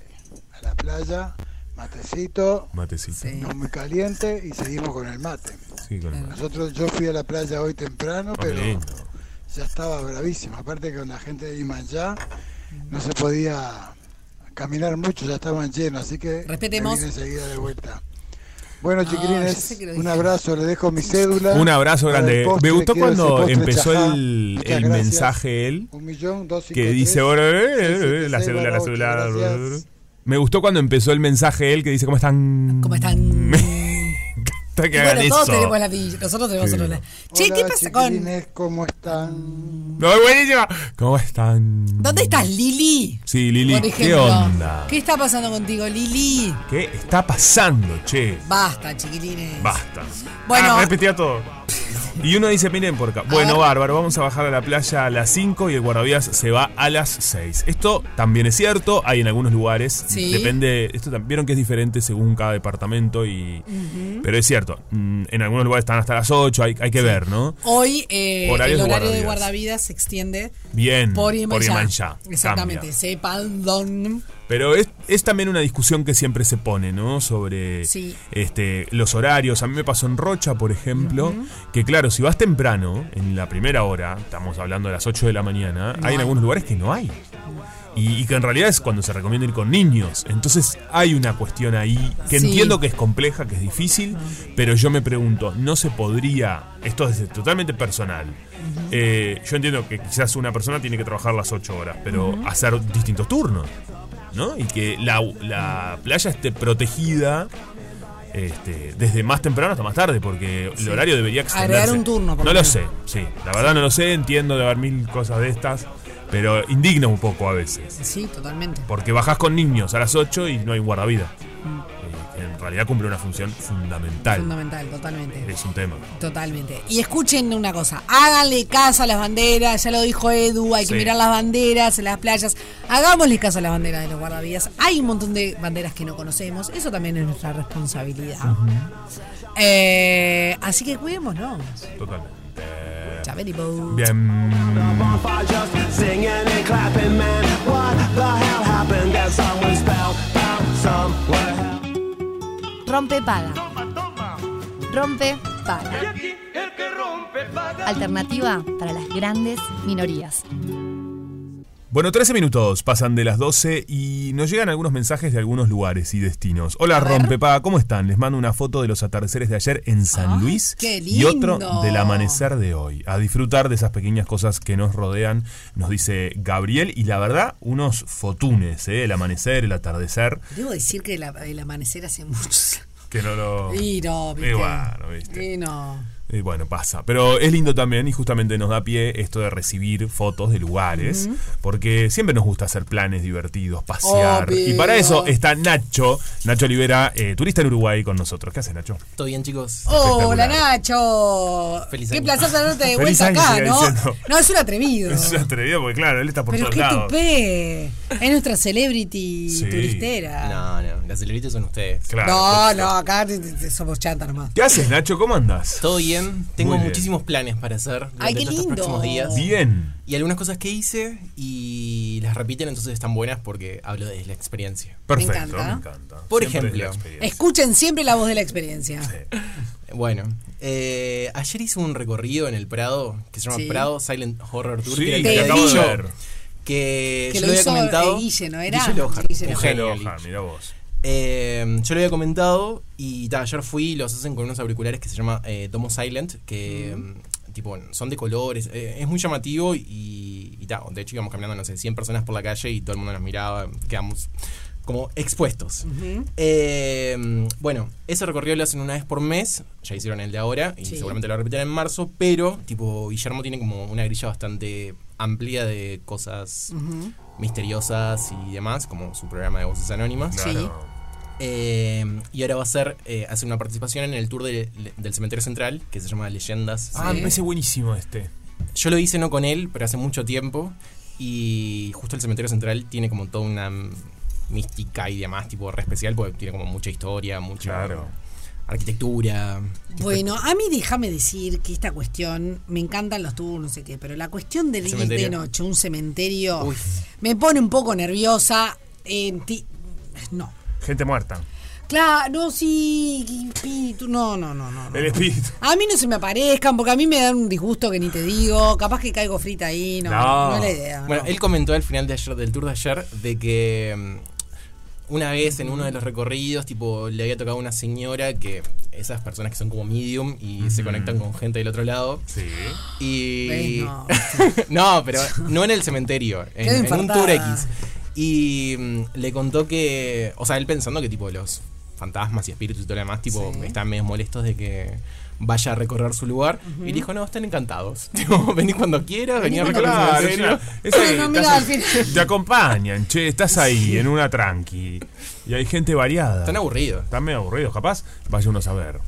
Speaker 11: A la playa, matecito,
Speaker 4: Matecito.
Speaker 11: no muy caliente y seguimos con el mate.
Speaker 4: Sí, con el mate.
Speaker 11: Nosotros, yo fui a la playa hoy temprano,
Speaker 4: Ah,
Speaker 11: pero
Speaker 4: lindo.
Speaker 11: ya estaba bravísimo. Aparte que con la gente de Imanjá no se podía caminar mucho, ya estaban llenos, así que me
Speaker 3: Respetemos.
Speaker 11: vine enseguida de vuelta. Bueno,
Speaker 3: Ah,
Speaker 11: chiquilines,
Speaker 3: ya sé que lo
Speaker 11: un
Speaker 3: dije.
Speaker 11: abrazo, le dejo mi cédula.
Speaker 4: Un abrazo
Speaker 11: Para el
Speaker 4: grande.
Speaker 11: postre,
Speaker 4: Me gustó
Speaker 11: quiero ese
Speaker 4: cuando
Speaker 11: postre
Speaker 4: empezó
Speaker 11: chajá.
Speaker 4: el,
Speaker 11: Muchas
Speaker 4: el
Speaker 11: gracias.
Speaker 4: mensaje él
Speaker 11: Un millón, dos
Speaker 4: que dice "Ora, eh, eh, la celular, la celular. Me gustó cuando empezó el mensaje él que dice cómo están. ¿Cómo
Speaker 3: están?
Speaker 4: que
Speaker 3: Y
Speaker 4: hagan
Speaker 3: bueno, todos
Speaker 4: eso.
Speaker 3: tenemos la villa, nosotros tenemos
Speaker 4: Sí.
Speaker 3: otro la- Che, ¿qué pasa con.
Speaker 11: ¿Cómo están?
Speaker 4: No, buenísima. ¿Cómo están?
Speaker 3: ¿Dónde estás, Lili?
Speaker 4: Sí, Lili,
Speaker 3: Por
Speaker 4: ¿qué
Speaker 3: ejemplo.
Speaker 4: onda?
Speaker 3: ¿Qué está pasando contigo, Lili?
Speaker 4: ¿Qué está pasando, che?
Speaker 3: Basta, chiquilines.
Speaker 4: Basta.
Speaker 3: Bueno.
Speaker 4: Ah, repetía todo. Y uno dice, miren por acá. Bueno, bárbaro, vamos a bajar a la playa a las 5 y el guardavías se va a las 6. Esto también es cierto, hay en algunos lugares.
Speaker 3: Sí.
Speaker 4: Depende, esto tam- vieron que es diferente según cada departamento y... Pero es cierto, mm, en algunos lugares están hasta las 8, hay, hay que ver, ¿no?
Speaker 3: Hoy eh,
Speaker 4: Horarios
Speaker 3: el
Speaker 4: de
Speaker 3: horario de
Speaker 4: guardavidas.
Speaker 3: guardavidas se extiende
Speaker 4: Bien,
Speaker 3: por
Speaker 4: por
Speaker 3: Iemanjá.
Speaker 4: Iemanjá,
Speaker 3: Exactamente,
Speaker 4: cambia.
Speaker 3: sepan don.
Speaker 4: Pero es, es también una discusión que siempre se pone, ¿no? Sobre
Speaker 3: Sí.
Speaker 4: este, los horarios. A mí me pasó en Rocha, por ejemplo, que claro, si vas temprano, en la primera hora, estamos hablando de las 8 de la mañana,
Speaker 3: No
Speaker 4: hay
Speaker 3: hay.
Speaker 4: en algunos lugares que no hay. Y, y que en realidad es cuando se recomienda ir con niños. Entonces hay una cuestión ahí que
Speaker 3: Sí.
Speaker 4: entiendo que es compleja, que es difícil, pero yo me pregunto, ¿no se podría, esto es totalmente personal, eh, yo entiendo que quizás una persona tiene que trabajar las 8 horas, pero
Speaker 12: Ujú.
Speaker 4: hacer distintos turnos, ¿no? Y que la, la playa esté protegida este, desde más temprano hasta más tarde, porque el
Speaker 3: Sí.
Speaker 4: horario debería
Speaker 3: Agregar
Speaker 4: extenderse.
Speaker 3: un turno, por
Speaker 4: No
Speaker 3: lo
Speaker 4: lo
Speaker 3: menos.
Speaker 4: sé, sí. La verdad no lo sé, entiendo de haber mil cosas de estas, pero indigna un poco a veces.
Speaker 3: Sí, totalmente.
Speaker 4: Porque bajás con niños a las 8 y no hay guardavidas. Eh, En realidad cumple una función fundamental.
Speaker 3: Mm. Fundamental, totalmente.
Speaker 4: Es un tema.
Speaker 3: Totalmente. Y escuchen una cosa, háganle caso a las banderas, ya lo dijo Edu, hay que
Speaker 4: Sí.
Speaker 3: mirar las banderas en las playas, hagámosle caso a las banderas de los guardavidas. Hay un montón de banderas que no conocemos, eso también es nuestra responsabilidad. Eh, así que cuidémonos.
Speaker 4: Totalmente.
Speaker 3: Ya venimos.
Speaker 4: Bien.
Speaker 13: Singing and clapping, man. What the hell happened? That someone's spellbound somewhere.
Speaker 8: Rompe paga. Rompe paga. Alternativa para las grandes minorías.
Speaker 4: Bueno, 13 minutos pasan de las 12 y nos llegan algunos mensajes de algunos lugares y destinos. Hola, Rompepa, ¿cómo están? Les mando una foto de los atardeceres de ayer en San Luis
Speaker 3: qué
Speaker 4: y otro
Speaker 3: lindo.
Speaker 4: del amanecer de hoy. A disfrutar de esas pequeñas cosas que nos rodean, nos dice Gabriel. Y la verdad, unos fotunes, ¿eh? el amanecer, el atardecer,
Speaker 3: Debo decir que la- el amanecer hace muchos
Speaker 4: que no lo...
Speaker 3: Y no, viste.
Speaker 4: Y bueno, viste.
Speaker 3: Y no.
Speaker 4: Y bueno, pasa. Pero es lindo también y justamente nos da pie esto de recibir fotos de lugares,
Speaker 3: Ujú.
Speaker 4: porque siempre nos gusta hacer planes divertidos, pasear.
Speaker 14: Obvio.
Speaker 4: Y para eso está Nacho, Nacho Olivera, eh, turista en Uruguay con nosotros. ¿Qué hace Nacho?
Speaker 14: ¿Todo bien, chicos?
Speaker 3: Hola Nacho.
Speaker 4: Feliz
Speaker 3: Qué
Speaker 4: año.
Speaker 3: placer tenerte de
Speaker 4: Feliz
Speaker 3: vuelta
Speaker 4: año,
Speaker 3: acá,
Speaker 4: sigue
Speaker 3: ¿no?
Speaker 4: diciendo.
Speaker 3: No, es un atrevido.
Speaker 4: Es un atrevido porque claro, él está por
Speaker 3: Pero
Speaker 4: todos
Speaker 3: qué
Speaker 4: lados.
Speaker 3: tupé. Es nuestra celebrity
Speaker 14: Sí.
Speaker 3: turistera.
Speaker 14: No, no, las celebrities son ustedes.
Speaker 3: No, no, acá te- te- te somos chanta nomás.
Speaker 4: ¿Qué haces, Nacho? ¿Cómo andas?
Speaker 14: Todo bien. Tengo
Speaker 4: Muy bien.
Speaker 14: muchísimos planes para hacer durante
Speaker 3: Ay, qué
Speaker 14: estos
Speaker 3: lindo.
Speaker 14: próximos días.
Speaker 4: Bien.
Speaker 14: Y algunas cosas que hice y las repiten, entonces están buenas porque hablo de la experiencia.
Speaker 4: Perfecto,
Speaker 3: Me encanta. me
Speaker 14: Por
Speaker 4: Siempre es la
Speaker 14: ejemplo,
Speaker 3: Escuchen siempre la voz de la experiencia.
Speaker 14: bueno, eh, ayer hice un recorrido en el Prado que se llama
Speaker 3: Sí.
Speaker 14: Prado Silent Horror Tour.
Speaker 4: Sí,
Speaker 14: que era
Speaker 4: te
Speaker 14: el que había
Speaker 4: acabo de
Speaker 14: dicho
Speaker 4: ver.
Speaker 14: Que,
Speaker 3: Que
Speaker 14: yo
Speaker 3: lo
Speaker 14: lo había
Speaker 3: hizo,
Speaker 14: comentado.
Speaker 3: eh, Guille, ¿no era?
Speaker 14: Guille Loja,
Speaker 3: Guille
Speaker 14: un
Speaker 3: Loja.
Speaker 14: genio,
Speaker 4: Loja,
Speaker 14: Guille.
Speaker 4: mira vos.
Speaker 14: Eh, yo lo había comentado y ta, ayer fui y los hacen con unos auriculares que se llama eh, Domo Silent, que mm, tipo, son de colores, eh, es muy llamativo y, y ta, de hecho íbamos caminando, no sé, 100 personas por la calle y todo el mundo nos miraba, quedamos como expuestos.
Speaker 13: Ujú.
Speaker 14: Eh, bueno, ese recorrido lo hacen una vez por mes, ya hicieron el de ahora y
Speaker 13: Sí.
Speaker 14: seguramente lo repiten en marzo, pero tipo Guillermo tiene como una grilla bastante amplia de cosas
Speaker 13: Ujú.
Speaker 14: misteriosas y demás, como su programa de voces anónimas.
Speaker 13: Sí. Claro.
Speaker 14: Eh, y ahora va a ser, eh, hace una participación en el tour de- del cementerio central que se llama Leyendas.
Speaker 4: Ah, me parece buenísimo este.
Speaker 14: Yo lo hice no con él, pero hace mucho tiempo. Y justo el cementerio central tiene como toda una mm, mística y demás, tipo re especial, porque tiene como mucha historia, mucha arquitectura.
Speaker 3: Bueno, a mí déjame decir que esta cuestión, me encantan los tubos, no sé qué, pero la cuestión del ir de
Speaker 14: Cementerio.
Speaker 3: noche, un cementerio,
Speaker 14: Uy.
Speaker 3: me pone un poco nerviosa. en ti- no.
Speaker 4: Gente muerta.
Speaker 3: Claro, no, sí, espíritu, no, no, no, no. no.
Speaker 4: El espíritu.
Speaker 3: A mí no se me aparezcan porque a mí me dan un disgusto que ni te digo. Capaz que caigo frita ahí, no, no, es la idea.
Speaker 14: Bueno,
Speaker 3: no.
Speaker 14: él comentó al final de ayer, del tour de ayer, de que mm, una vez en uno de los recorridos, tipo, le había tocado a una señora que esas personas que son como medium y se
Speaker 4: Ujú.
Speaker 14: conectan con gente del otro lado.
Speaker 4: Sí.
Speaker 14: Y.
Speaker 4: Ey, no.
Speaker 14: eh, no, pero no en el cementerio, en,
Speaker 4: Quedo
Speaker 14: en un
Speaker 4: infartada.
Speaker 14: tour X. Y mm, le contó que. O sea, él pensando que, tipo, los fantasmas y espíritus y todo lo demás, tipo, están medio molestos de que vaya a recorrer su lugar. Y le dijo, no, están encantados. Tipo, vení cuando quieras, vení, a recorrer su
Speaker 4: Claro,
Speaker 14: lugar.
Speaker 4: es una- es-
Speaker 3: No,
Speaker 4: te
Speaker 3: mira, al
Speaker 4: hacen-
Speaker 3: final.
Speaker 4: Te acompañan, che, estás ahí en una tranqui. Y hay gente variada.
Speaker 14: Están aburridos.
Speaker 4: Están medio aburridos, capaz. Vaya uno a saber.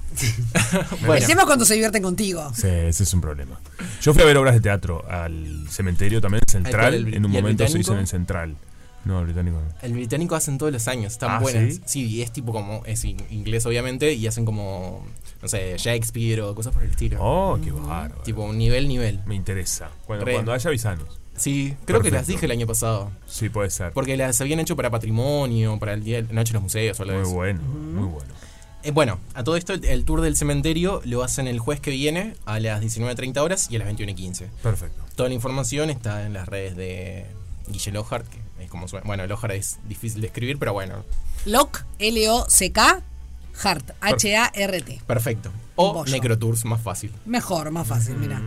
Speaker 3: Pensemos cuando se divierten contigo.
Speaker 4: Sí, ese es un problema. Yo fui a ver obras de teatro al cementerio también,
Speaker 14: cual,
Speaker 4: central.
Speaker 14: el-
Speaker 4: en un
Speaker 14: y el
Speaker 4: momento se
Speaker 14: británico?
Speaker 4: hizo en el central. No, el británico no.
Speaker 14: El británico hacen todos los años, están
Speaker 4: Ah,
Speaker 14: buenas.
Speaker 4: ¿sí?
Speaker 14: ¿sí? y es tipo como, es in- inglés obviamente, y hacen como, no sé, Shakespeare o cosas por el estilo.
Speaker 4: Oh, qué bárbaro.
Speaker 14: Tipo un nivel, nivel.
Speaker 4: Me interesa. Cuando,
Speaker 14: Re.
Speaker 4: cuando haya avisanos.
Speaker 14: Sí, creo que las
Speaker 4: Perfecto.
Speaker 14: dije el año pasado.
Speaker 4: Sí, puede ser.
Speaker 14: Porque las habían hecho para patrimonio, para el día de la noche de los museos o algo
Speaker 4: Muy
Speaker 14: de eso.
Speaker 4: bueno, muy bueno.
Speaker 14: Eh, bueno, a todo esto el, el tour del cementerio lo hacen el jueves que viene a las 19.30 horas y a las 21.15.
Speaker 4: Perfecto.
Speaker 14: Toda la información está en las redes de Guille Lohart, que es como suena. Bueno, Lohart es difícil de escribir, pero bueno,
Speaker 3: Loc, L-O-C-K, Hart, H-A-R-T.
Speaker 14: perfecto. O
Speaker 3: Bollo.
Speaker 14: Necrotours, más fácil.
Speaker 3: Mejor, más fácil, mira.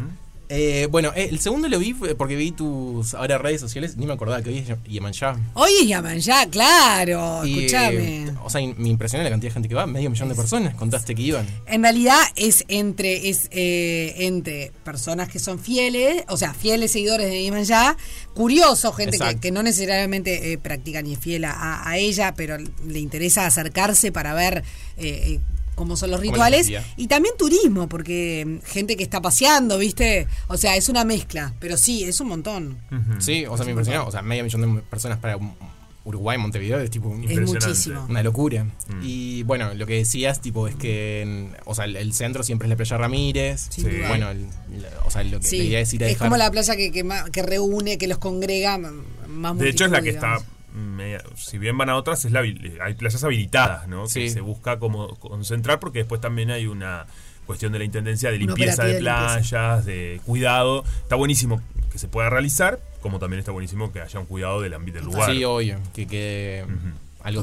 Speaker 14: Eh, bueno, eh, el segundo lo vi fue porque vi tus ahora redes sociales, ni me acordaba que hoy es Yemanjá.
Speaker 3: Hoy es Yamanjá, claro,
Speaker 14: Y,
Speaker 3: escúchame.
Speaker 14: eh, o sea, in- me impresionó la cantidad de gente que va, medio millón de personas, contaste que iban.
Speaker 3: En realidad es entre es eh, entre personas que son fieles, o sea, fieles seguidores de Iman Ya, curiosos, gente que,
Speaker 14: Exacto.
Speaker 3: que no necesariamente eh, practica ni es fiel a, a ella, pero le interesa acercarse para ver eh, eh, cómo son los
Speaker 12: Cómo la
Speaker 3: rituales.
Speaker 12: energía.
Speaker 3: Y también turismo, porque mm, gente que está paseando, ¿viste? O sea, es una mezcla, pero sí, es un montón.
Speaker 14: Sí, o sea, me impresionó. O sea, medio millón de mu- personas para un- Uruguay, Montevideo, es tipo un-
Speaker 3: Es Mm. Impresionante. muchísimo.
Speaker 14: Una locura. Y bueno, lo que decías, tipo, es que, en- o sea, el, el centro siempre es la playa Ramírez.
Speaker 3: Sin duda.
Speaker 14: Bueno, el- la- o sea, lo que
Speaker 3: Sí,
Speaker 14: la idea es ir a
Speaker 3: es
Speaker 14: dejar-
Speaker 3: como la playa que, que, ma- que reúne, que los congrega m- más
Speaker 4: De hecho, es la
Speaker 3: multitud,
Speaker 4: que
Speaker 3: digamos.
Speaker 4: está. media- si bien van a otras, es la, habil- hay playas habilitadas, ¿no? Que se busca como concentrar, porque después también hay una cuestión de la intendencia de
Speaker 3: Un
Speaker 4: limpieza de
Speaker 3: operativo de limpieza.
Speaker 4: playas, de cuidado. Está buenísimo que se pueda realizar, como también está buenísimo que haya un cuidado del ambiente del lugar.
Speaker 14: Sí, obvio, que quede algo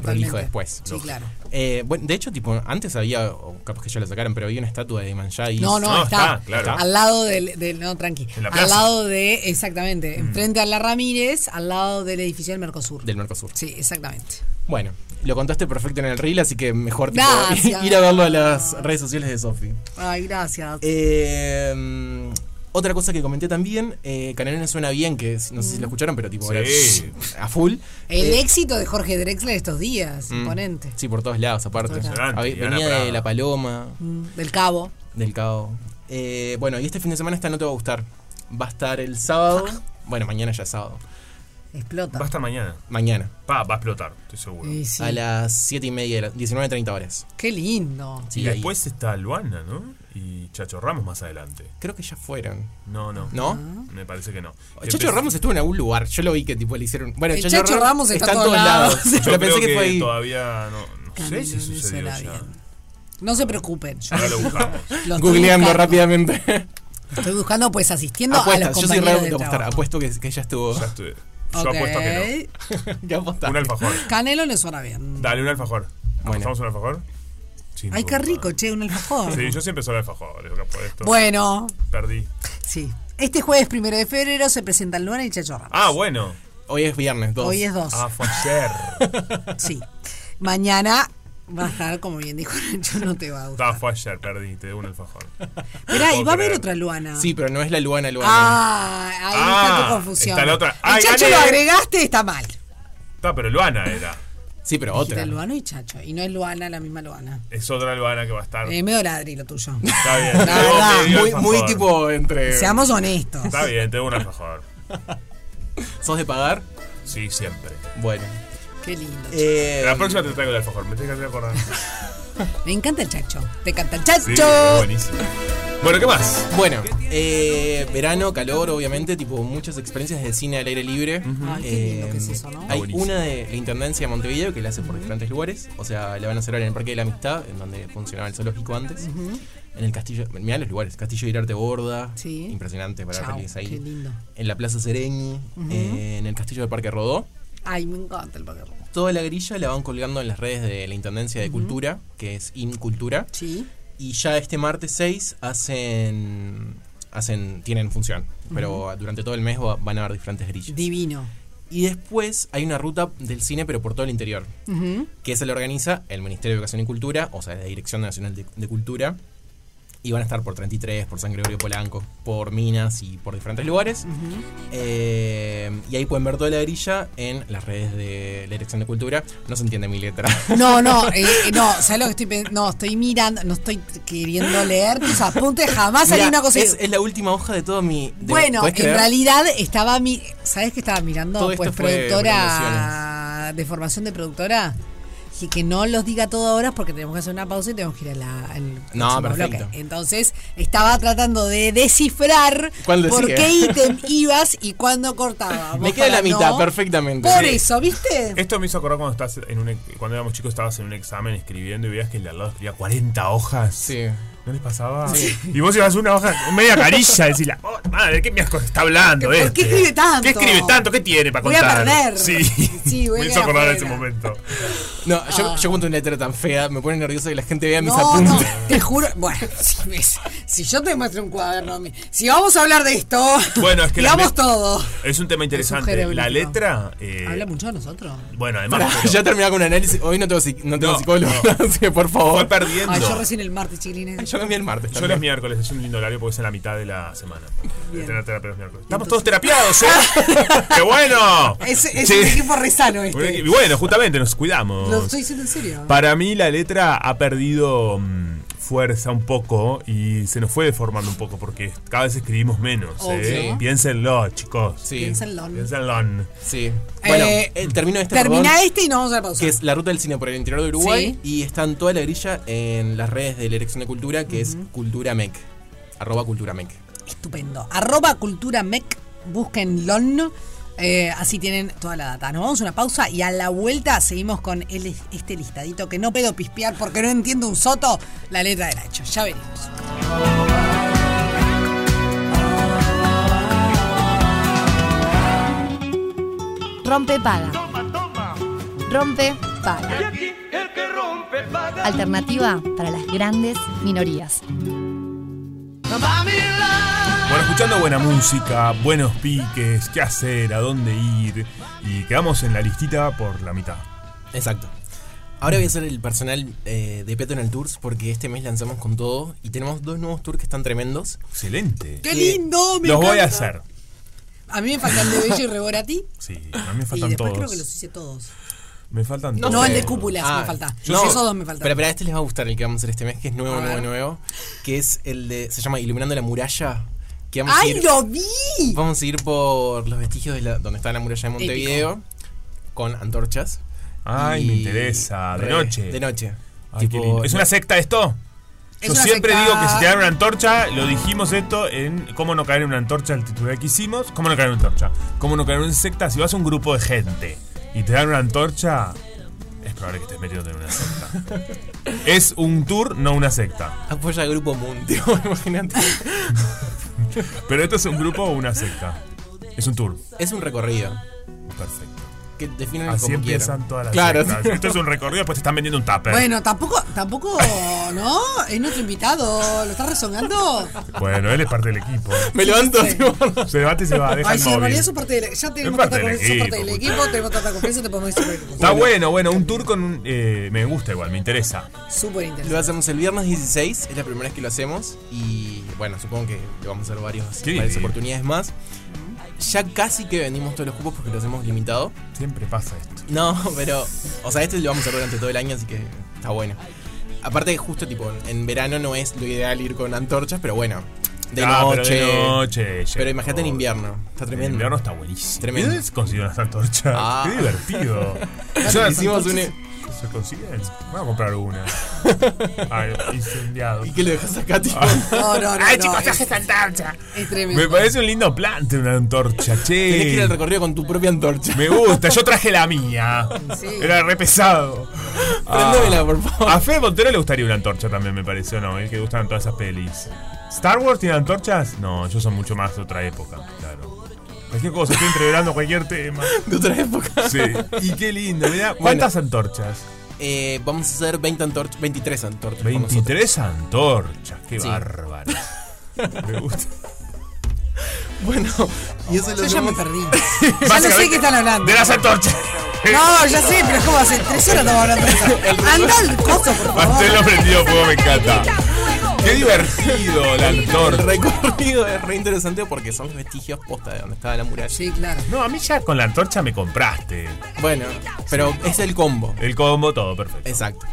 Speaker 4: Totalmente.
Speaker 14: prolijo después.
Speaker 4: Sí, claro.
Speaker 14: Eh, bueno, de hecho, tipo, antes había, o capaz que ya la sacaron, pero había una estatua de Manjá y...
Speaker 3: No, no, está, Al lado del, del- no, tranqui.
Speaker 14: En la
Speaker 3: Al
Speaker 14: plaza.
Speaker 3: lado de, exactamente, enfrente a la Ramírez, al lado del edificio del Mercosur.
Speaker 14: Del Mercosur.
Speaker 3: Sí, exactamente.
Speaker 14: Bueno, lo contaste perfecto en el reel, así que mejor tipo,
Speaker 3: Gracias.
Speaker 14: ir a verlo a las redes sociales de Sofi.
Speaker 3: Ay, gracias.
Speaker 14: Eh, otra cosa que comenté también, eh, Canelones suena bien, que es- no sé si lo escucharon, pero tipo, era
Speaker 4: Sí.
Speaker 14: a full.
Speaker 3: Mm. El
Speaker 14: Eh,
Speaker 3: éxito de Jorge Drexler estos días,
Speaker 14: mm,
Speaker 3: imponente.
Speaker 14: Sí, por todos lados, aparte.
Speaker 3: Por todos lados.
Speaker 14: Había-
Speaker 3: Y Ana
Speaker 14: Venía
Speaker 3: Prada.
Speaker 14: de La Paloma,
Speaker 3: Mm, Del Cabo.
Speaker 14: del Cabo. Eh, bueno, y este fin de semana esta no te va a gustar. Va a estar el sábado.
Speaker 3: Ah.
Speaker 14: Bueno, mañana ya es sábado.
Speaker 3: Explota.
Speaker 4: Va a estar mañana.
Speaker 14: Mañana.
Speaker 4: Pa, va a explotar, estoy seguro.
Speaker 3: Y sí.
Speaker 14: A las 7 y media, de la- 19.30 horas.
Speaker 3: Qué lindo.
Speaker 14: Sí,
Speaker 4: y
Speaker 14: ahí.
Speaker 4: después está Luana, ¿no? Y Chacho Ramos más adelante.
Speaker 14: Creo que ya fueron.
Speaker 4: No, no.
Speaker 14: ¿No?
Speaker 3: Ah.
Speaker 4: Me parece que no.
Speaker 14: El Chacho Ramos estuvo en algún lugar. Yo lo vi que tipo le hicieron. Bueno,
Speaker 3: El Chacho Ramos está a todos lados.
Speaker 14: Yo
Speaker 4: Yo
Speaker 14: Pero pensé
Speaker 4: creo
Speaker 14: que, fue ahí.
Speaker 4: todavía no, no sé si sucedió
Speaker 3: será
Speaker 4: ya.
Speaker 3: No se preocupen.
Speaker 4: Ahora lo buscamos.
Speaker 3: Lo estoy
Speaker 14: Googleando
Speaker 3: buscando.
Speaker 14: rápidamente.
Speaker 3: Estoy buscando, pues, asistiendo a
Speaker 14: Apuestas,
Speaker 3: los
Speaker 14: yo soy
Speaker 3: compañeros
Speaker 14: re
Speaker 3: del
Speaker 14: de apostar.
Speaker 3: trabajo.
Speaker 14: Apuesto que, que ya estuvo. Ya
Speaker 4: estuve.
Speaker 3: Yo Ok. apuesto que
Speaker 14: no. ¿Qué apostaste?
Speaker 4: Un alfajor.
Speaker 3: Canelo le suena bien.
Speaker 4: Dale, un alfajor. ¿Apostamos un alfajor? Sin
Speaker 3: Ay, qué
Speaker 4: duda.
Speaker 3: rico, che, un alfajor.
Speaker 4: Sí, yo siempre soy el alfajor. es lo que apuesto.
Speaker 3: Bueno.
Speaker 4: Perdí.
Speaker 3: Sí. Este jueves primero de febrero se presentan Luana y Chacho Ramos.
Speaker 14: Ah, bueno. Hoy es viernes 2.
Speaker 3: Hoy es 2.
Speaker 14: Ah, fue ayer.
Speaker 3: Sí. Mañana va a estar, como bien dijo Nacho, no te va a gustar.
Speaker 4: Ah, fue ayer, perdí, te debo un alfajor.
Speaker 3: Mirá, y
Speaker 4: puedo
Speaker 3: va a haber
Speaker 4: creer.
Speaker 3: otra Luana.
Speaker 14: Sí, pero no es la Luana Luana.
Speaker 3: Ah, ahí está
Speaker 14: Ah,
Speaker 3: tu confusión.
Speaker 14: está la otra.
Speaker 3: El
Speaker 14: Ay,
Speaker 3: Chacho
Speaker 14: gané.
Speaker 3: lo agregaste, está mal.
Speaker 4: Está, pero Luana era.
Speaker 14: Sí, pero
Speaker 3: Dijiste Luano y Chacho. Y no es Luana, la misma Luana.
Speaker 4: Es otra Luana que va a estar.
Speaker 3: Eh, medio ladri lo tuyo.
Speaker 4: Está bien.
Speaker 3: La
Speaker 4: te debo
Speaker 3: verdad.
Speaker 4: medio
Speaker 3: Muy-
Speaker 4: alfajor.
Speaker 3: muy tipo
Speaker 14: Eh,
Speaker 3: entre- Seamos honestos.
Speaker 4: Está bien, te debo un alfajor.
Speaker 14: ¿Sos de pagar?
Speaker 4: Sí, siempre.
Speaker 14: Bueno.
Speaker 3: Qué lindo. Eh.
Speaker 4: La próxima te traigo el alfajor, me tenés que hacer acordar.
Speaker 3: Me encanta el Chacho. Te encanta el
Speaker 4: Sí,
Speaker 3: Chacho.
Speaker 4: buenísimo. Bueno, ¿qué más?
Speaker 14: Bueno, eh, verano, calor, obviamente, tipo muchas experiencias de cine al aire libre.
Speaker 3: Ay, qué lindo
Speaker 14: Eh,
Speaker 3: que es eso, ¿no?
Speaker 14: Hay
Speaker 3: Buenísimo.
Speaker 14: una de la Intendencia de Montevideo que la hace por diferentes lugares. O sea, la van a hacer ahora en el Parque de la Amistad, en donde funcionaba el zoológico antes.
Speaker 3: Ujú.
Speaker 14: En el castillo, mirá los lugares, Castillo de Irarte Borda,
Speaker 3: Sí.
Speaker 14: impresionante para ver
Speaker 3: Chau,
Speaker 14: pelis ahí.
Speaker 3: qué lindo.
Speaker 14: En la Plaza Sereni,
Speaker 3: Ujú.
Speaker 14: eh, en el Castillo del Parque Rodó.
Speaker 3: Ay, me encanta el pagarro.
Speaker 14: Toda la grilla la van colgando en las redes de la Intendencia de
Speaker 3: Ujú.
Speaker 14: Cultura, que es InCultura.
Speaker 3: Sí.
Speaker 14: Y ya este martes 6 hacen. hacen tienen función. Pero durante todo el mes va- van a haber diferentes grillas.
Speaker 3: Divino.
Speaker 14: Y después hay una ruta del cine, pero por todo el interior.
Speaker 3: Ujú.
Speaker 14: Que se la organiza el Ministerio de Educación y Cultura, o sea, la Dirección Nacional de, de Cultura. Y van a estar por 33, por San Gregorio Polanco, por Minas y por diferentes lugares. Eh, y ahí pueden ver toda la grilla en las redes de la Dirección de Cultura. No se entiende mi letra.
Speaker 3: No, no, eh, eh, no, ¿sabes lo que estoy pensando? No, estoy mirando, no estoy queriendo leer tus apuntes, jamás salió
Speaker 14: Mirá,
Speaker 3: una cosa.
Speaker 14: es, es la última hoja de todo mi. de-
Speaker 3: bueno, en
Speaker 14: ¿podés creer?
Speaker 3: realidad estaba mi, ¿sabes que estaba mirando?
Speaker 14: Todo esto
Speaker 3: pues
Speaker 14: fue
Speaker 3: productora de formación de productora. Y que no los diga todo ahora porque tenemos que hacer una pausa y tenemos que ir a la, al
Speaker 14: No,
Speaker 3: próximo
Speaker 14: perfecto.
Speaker 3: bloque. Entonces estaba tratando de descifrar
Speaker 14: ¿Cuál le
Speaker 3: por
Speaker 14: sigue?
Speaker 3: qué ítem ibas y cuándo cortábamos.
Speaker 14: Me queda la
Speaker 3: para
Speaker 14: mitad,
Speaker 3: no-
Speaker 14: perfectamente.
Speaker 3: Por eso, ¿viste?
Speaker 4: Esto me hizo acordar cuando estás en un ex- cuando éramos chicos estabas en un examen escribiendo y veías que el de al lado escribía 40 hojas.
Speaker 14: Sí.
Speaker 4: ¿No les pasaba?
Speaker 14: Sí.
Speaker 4: Y vos llevas una hoja con media carilla y decís, la oh, madre, ¿de qué mierda está hablando
Speaker 3: ¿Por qué
Speaker 4: este?
Speaker 3: escribe tanto?
Speaker 4: ¿Qué escribe tanto? ¿Qué tiene para
Speaker 3: Voy a
Speaker 4: contar?
Speaker 3: perder.
Speaker 4: Sí.
Speaker 3: Sí, voy a
Speaker 4: me hizo
Speaker 3: quedar
Speaker 4: acordar
Speaker 3: afuera.
Speaker 4: de ese momento.
Speaker 14: No, yo, yo cuento una letra tan fea, me pone nervioso que la gente vea mis
Speaker 3: Ah. No, no,
Speaker 14: apuntes.
Speaker 3: te juro. Bueno, si, me- si yo te muestro un cuaderno, mi- si vamos a hablar de esto,
Speaker 4: Bueno, es que la
Speaker 3: digamos
Speaker 4: le-
Speaker 3: todo.
Speaker 4: Es un tema interesante. la
Speaker 3: jeroglífico.
Speaker 4: letra. eh,
Speaker 3: Habla mucho de nosotros.
Speaker 4: bueno,
Speaker 14: Pará,
Speaker 4: además. pero-
Speaker 14: ya terminé con un análisis. Hoy no tengo, psi- no tengo psicólogo, así que por favor.
Speaker 4: perdiendo.
Speaker 3: Ay, yo recién el martes, chiquilines.
Speaker 14: Yo cambié el martes.
Speaker 4: Yo los
Speaker 14: también.
Speaker 4: miércoles, es un lindo horario porque es en la mitad de la semana. De tener terapia los miércoles. Estamos todos
Speaker 3: Entonces-
Speaker 4: terapiados, ¿eh? ¡Qué bueno!
Speaker 3: Es, es
Speaker 4: Sí.
Speaker 3: un equipo resano
Speaker 4: Un
Speaker 3: este.
Speaker 4: equi- Y bueno, justamente nos cuidamos.
Speaker 3: Lo estoy diciendo en serio.
Speaker 4: Para mí la letra ha perdido mm, fuerza un poco y se nos fue deformando un poco porque cada vez escribimos menos. ¿eh?
Speaker 14: Obvio.
Speaker 4: Piénsenlo, chicos.
Speaker 14: Sí.
Speaker 3: Piénsenlo.
Speaker 4: Piénsenlo.
Speaker 14: Sí. Bueno,
Speaker 3: Eh,
Speaker 14: eh, termino este
Speaker 3: Termina
Speaker 14: perdón,
Speaker 3: este y nos vamos a la pausa.
Speaker 14: Que es la ruta del cine por el interior de Uruguay. Y está en toda la grilla en las redes de la Dirección de Cultura, que es CulturaMec. Arroba CulturaMec.
Speaker 3: Estupendo. Arroba Cultura Mec, busquen LON. eh, así tienen toda la data. Nos vamos a una pausa y a la vuelta seguimos con el- este listadito que no puedo pispear porque no entiendo un soto la letra de Nacho. Ya veremos.
Speaker 8: Rompe paga. Rompe paga. Alternativa para las grandes minorías.
Speaker 4: Bueno, escuchando buena música, buenos piques, qué hacer, a dónde ir. Y quedamos en la listita por la mitad.
Speaker 14: Exacto. Ahora voy a hacer el personal eh, de Peatonal Tours porque este mes lanzamos con todo y tenemos dos nuevos tours que están tremendos.
Speaker 4: Excelente.
Speaker 3: ¡Qué lindo! Me
Speaker 4: Los voy a
Speaker 3: encanta.
Speaker 4: hacer.
Speaker 3: A mí me faltan de Bello y Reborati.
Speaker 4: Sí, a mí me
Speaker 3: Y
Speaker 4: faltan
Speaker 3: después
Speaker 4: todos.
Speaker 3: creo que los hice todos.
Speaker 4: Me faltan
Speaker 3: No,
Speaker 4: todos.
Speaker 3: el de cúpulas me falta. Esos dos me faltan.
Speaker 14: Ah, Pero, pero a este les va a gustar el que vamos a hacer este mes, que es nuevo,
Speaker 3: A
Speaker 14: nuevo,
Speaker 3: ver.
Speaker 14: nuevo. Que es el de. Se llama Iluminando la muralla. Que vamos a
Speaker 3: ¡Ay,
Speaker 14: ir,
Speaker 3: lo vi!
Speaker 14: Vamos a ir por los vestigios de la- donde está la muralla de Montevideo con antorchas.
Speaker 4: Ay, me interesa. De
Speaker 14: re-
Speaker 4: noche.
Speaker 14: De noche.
Speaker 4: Ay, qué lindo. ¿Es una secta esto?
Speaker 3: Es
Speaker 4: Yo
Speaker 3: una
Speaker 4: siempre
Speaker 3: secta.
Speaker 4: digo que si te dan una antorcha, lo dijimos esto en cómo no caer en una antorcha, el titular que hicimos, cómo no caer en una antorcha, cómo no caer en una secta, si vas a un grupo de gente y te dan una antorcha, es probable que estés metido en una secta. es un tour, no una secta.
Speaker 14: Apoya al grupo Mundi, imagínate.
Speaker 4: Pero esto es un grupo o una secta. Es un tour.
Speaker 14: Es un recorrido.
Speaker 3: Eh,
Speaker 4: Perfecto.
Speaker 14: que definen
Speaker 4: Así
Speaker 14: como
Speaker 4: empiezan
Speaker 14: quieran.
Speaker 4: todas las
Speaker 14: Claro.
Speaker 4: sectas. Esto es un recorrido, después te están vendiendo un tupper.
Speaker 3: Bueno, tampoco, tampoco, ¿no? Es nuestro invitado. ¿Lo estás rezongando?
Speaker 4: Bueno, él es parte del equipo.
Speaker 14: Me levanto.
Speaker 4: Se levanta y se va, deja
Speaker 3: Ay,
Speaker 4: el
Speaker 3: sí, en
Speaker 4: móvil.
Speaker 3: realidad sos parte de la- Ya tenemos
Speaker 4: parte
Speaker 3: tanta
Speaker 4: del
Speaker 3: confianza, sos parte del
Speaker 4: equipo,
Speaker 3: equipo, tenemos tanta confianza, te podemos decir.
Speaker 4: Está bueno, bueno, un tour con un... eh, me gusta igual, me interesa.
Speaker 3: Súper
Speaker 14: Lo
Speaker 3: interesante.
Speaker 14: hacemos el viernes 16, es la primera vez que lo hacemos y bueno, supongo que lo vamos a hacer varios,
Speaker 4: Qué
Speaker 14: varias
Speaker 4: lindo.
Speaker 14: oportunidades más. Ya casi que vendimos todos los cupos porque los hemos limitado.
Speaker 4: Siempre pasa esto.
Speaker 14: No, pero, o sea, este lo vamos a hacer durante todo el año, así que está bueno. Aparte, justo tipo, en verano no es lo ideal ir con antorchas, pero bueno, de
Speaker 4: Ah, pero
Speaker 14: noche.
Speaker 4: de noche,
Speaker 14: Pero
Speaker 4: llega,
Speaker 14: imagínate en
Speaker 4: por-
Speaker 14: invierno, está tremendo.
Speaker 4: El invierno está buenísimo.
Speaker 14: Tremendo.
Speaker 4: ¿Ustedes consiguen las antorchas?
Speaker 14: Ah.
Speaker 4: Qué divertido.
Speaker 14: Claro,
Speaker 4: Yo las
Speaker 14: hicimos e-
Speaker 4: antorchas- ¿Se consiguen? Voy a comprar una. Ay, incendiado. ¿Y
Speaker 14: qué le dejas acá, tío?
Speaker 3: No, no, no.
Speaker 4: Ay,
Speaker 3: no,
Speaker 4: chicos,
Speaker 3: es,
Speaker 4: es antorcha.
Speaker 3: es tremendo.
Speaker 4: Me parece un lindo plante una antorcha, che.
Speaker 14: Tenés que ir al recorrido con tu propia antorcha.
Speaker 4: Me gusta, yo traje la mía. Era re pesado. Ah.
Speaker 14: Prendémela, por favor.
Speaker 4: A Fede Montero le gustaría una antorcha también, me pareció, ¿no? El que gustan todas esas pelis. ¿Star Wars tiene antorchas? No, ellos son mucho más de otra época, claro. Cualquier cosa, estoy entreverando cualquier tema.
Speaker 14: De otra época.
Speaker 4: Sí. Y qué lindo, mirá.
Speaker 14: Bueno.
Speaker 4: ¿Cuántas antorchas?
Speaker 14: Eh, vamos a hacer 20 antorchas, 23 antorchas. con nosotros.
Speaker 4: 23 antorchas, qué
Speaker 14: Sí.
Speaker 4: bárbaro. Me gusta.
Speaker 14: Bueno, y eso
Speaker 3: Yo
Speaker 14: lo
Speaker 3: ya me
Speaker 14: hacemos-
Speaker 3: perdí. Ya no sé de qué están hablando.
Speaker 4: De las antorchas.
Speaker 3: No, ya sé, pero es como hace tres horas estamos hablando de eso. Anda al coso, por favor.
Speaker 4: Pastel prendido fuego, me encanta. Qué divertido la
Speaker 14: El
Speaker 4: antorcha.
Speaker 14: recorrido es re interesante porque son vestigios posta de donde estaba la muralla.
Speaker 3: Sí, claro.
Speaker 4: No, a mí ya con la antorcha me compraste.
Speaker 14: Bueno, pero es el combo.
Speaker 4: El combo, todo perfecto.
Speaker 14: Exacto.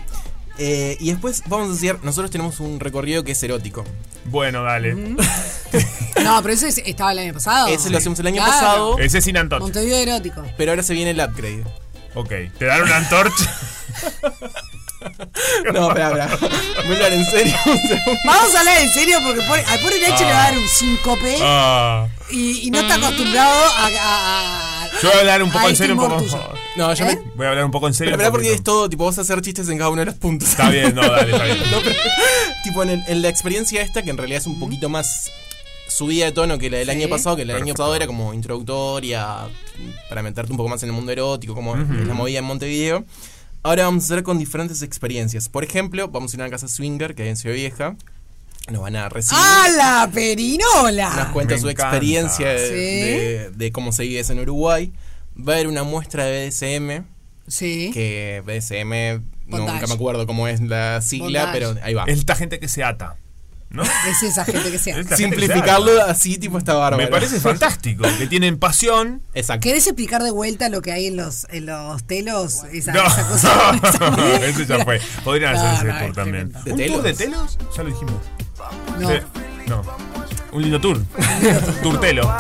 Speaker 14: Eh, y después vamos a decir, nosotros tenemos un recorrido que es erótico.
Speaker 4: Bueno, dale.
Speaker 3: Mm. No, pero ese es- estaba el año pasado.
Speaker 14: Ese lo hacemos el año
Speaker 3: Claro.
Speaker 14: pasado,
Speaker 4: Ese sin antorcha.
Speaker 3: Montevideo erótico.
Speaker 14: pero ahora se viene el upgrade.
Speaker 4: Ok, te dan una antorcha.
Speaker 14: No, espera, espera. Voy a hablar en serio un segundo.
Speaker 3: Vamos a hablar en serio porque por, al pobre Nacho le va a dar un síncope
Speaker 4: Ah,
Speaker 3: y, y no está acostumbrado a. a- a-
Speaker 4: yo voy a hablar un poco
Speaker 3: Ay,
Speaker 4: en serio, un
Speaker 3: Timor
Speaker 4: poco.
Speaker 3: tuyo.
Speaker 14: No, yo me...
Speaker 4: Voy a hablar un poco en
Speaker 14: Pero
Speaker 4: serio.
Speaker 14: espera
Speaker 4: un
Speaker 14: porque
Speaker 4: poquito.
Speaker 14: es todo, tipo, vas a hacer chistes en cada uno de los puntos.
Speaker 4: Está bien, no, dale, está bien.
Speaker 14: No, pero, tipo, en, el- en la experiencia esta, que en realidad es un poquito más subida de tono que la del año pasado, que la del año pasado era como introductoria, para meterte un poco más en el mundo erótico, como es la movida en Montevideo. Ahora vamos a hacer con diferentes experiencias. Por ejemplo, vamos a ir a una casa swinger que hay en Ciudad Vieja. Nos van a recibir.
Speaker 3: ¡A la
Speaker 14: Nos
Speaker 3: perinola!
Speaker 14: cuenta
Speaker 4: Me
Speaker 14: su
Speaker 4: encanta.
Speaker 14: experiencia de,
Speaker 3: Sí.
Speaker 14: de- de cómo se vive eso en Uruguay. Va a haber una muestra de BDSM,
Speaker 3: Sí.
Speaker 14: que BDSM,
Speaker 3: Bondage.
Speaker 14: nunca me acuerdo cómo es la sigla,
Speaker 3: Bondage.
Speaker 14: pero ahí va.
Speaker 4: Es esta gente que se ata. ¿No?
Speaker 3: Es esa gente que sea.
Speaker 4: Esta gente que se ata.
Speaker 14: Simplificarlo así, tipo, está bárbaro.
Speaker 4: Me parece fantástico. Que tienen pasión.
Speaker 14: Exacto.
Speaker 3: ¿Querés explicar de vuelta lo que hay en los, en los telos? Esa,
Speaker 4: No,
Speaker 3: esa cosa. esa-
Speaker 4: ese ya fue. Podrían
Speaker 3: No,
Speaker 4: hacer
Speaker 3: no,
Speaker 4: ese tour
Speaker 3: es
Speaker 4: también.
Speaker 3: tremendo.
Speaker 14: ¿De
Speaker 4: ¿Un tour
Speaker 14: telos?
Speaker 4: de telos? Ya lo dijimos.
Speaker 3: No.
Speaker 4: Sí. No. Un lindo tour. tour telo.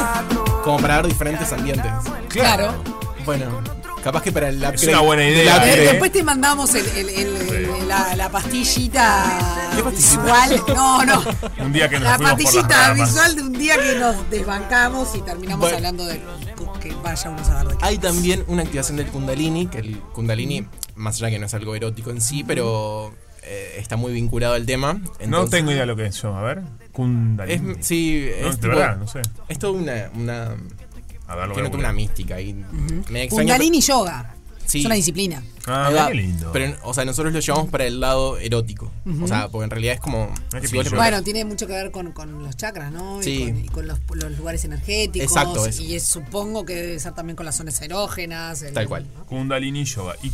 Speaker 14: Como para ver diferentes ambientes.
Speaker 3: Claro.
Speaker 14: Bueno, capaz que para el
Speaker 4: Es una buena idea,
Speaker 3: Eh,
Speaker 14: el
Speaker 4: ¿eh?
Speaker 14: upgrade-
Speaker 3: Después te mandamos el, el- el-
Speaker 4: Sí.
Speaker 3: la, la pastillita
Speaker 14: ¿Qué pastillita?
Speaker 3: visual. No, no.
Speaker 4: Un día que nos
Speaker 3: La
Speaker 4: fuimos por las
Speaker 3: pastillita
Speaker 4: ramas.
Speaker 3: visual de un día que nos desbancamos y terminamos
Speaker 14: Bueno.
Speaker 3: hablando de que vaya uno a saber de qué.
Speaker 14: Hay también una activación del Kundalini, que el Kundalini, más allá que no es algo erótico en sí, pero eh, está muy vinculado al tema.
Speaker 4: No
Speaker 14: Entonces,
Speaker 4: tengo idea lo que es yo. A ver.
Speaker 14: Es,
Speaker 4: Kundalini.
Speaker 14: sí,
Speaker 4: No,
Speaker 14: es
Speaker 4: de
Speaker 14: tipo-
Speaker 4: verdad, no sé.
Speaker 14: Es toda una. una
Speaker 4: A ver, lo voy a
Speaker 14: tiene toda una
Speaker 4: googlear.
Speaker 14: mística ahí. Me extraña.
Speaker 3: Kundalini Yoga.
Speaker 14: Sí.
Speaker 3: Es una disciplina.
Speaker 4: Ah,
Speaker 14: Ahí va.
Speaker 4: qué lindo.
Speaker 14: Pero, o sea, nosotros lo llevamos para el lado erótico. O sea, porque en realidad es como.
Speaker 4: Ah, qué
Speaker 14: si vos
Speaker 4: pillo.
Speaker 14: le preguntás-
Speaker 3: Bueno, tiene mucho que ver con, con los chakras, ¿no?
Speaker 14: Sí.
Speaker 3: Y con, y con los, los lugares energéticos.
Speaker 14: Exacto, eso.
Speaker 3: Y es- supongo que debe ser también con las zonas erógenas. el-
Speaker 14: Tal cual.
Speaker 4: Kundalini Yoga. Y-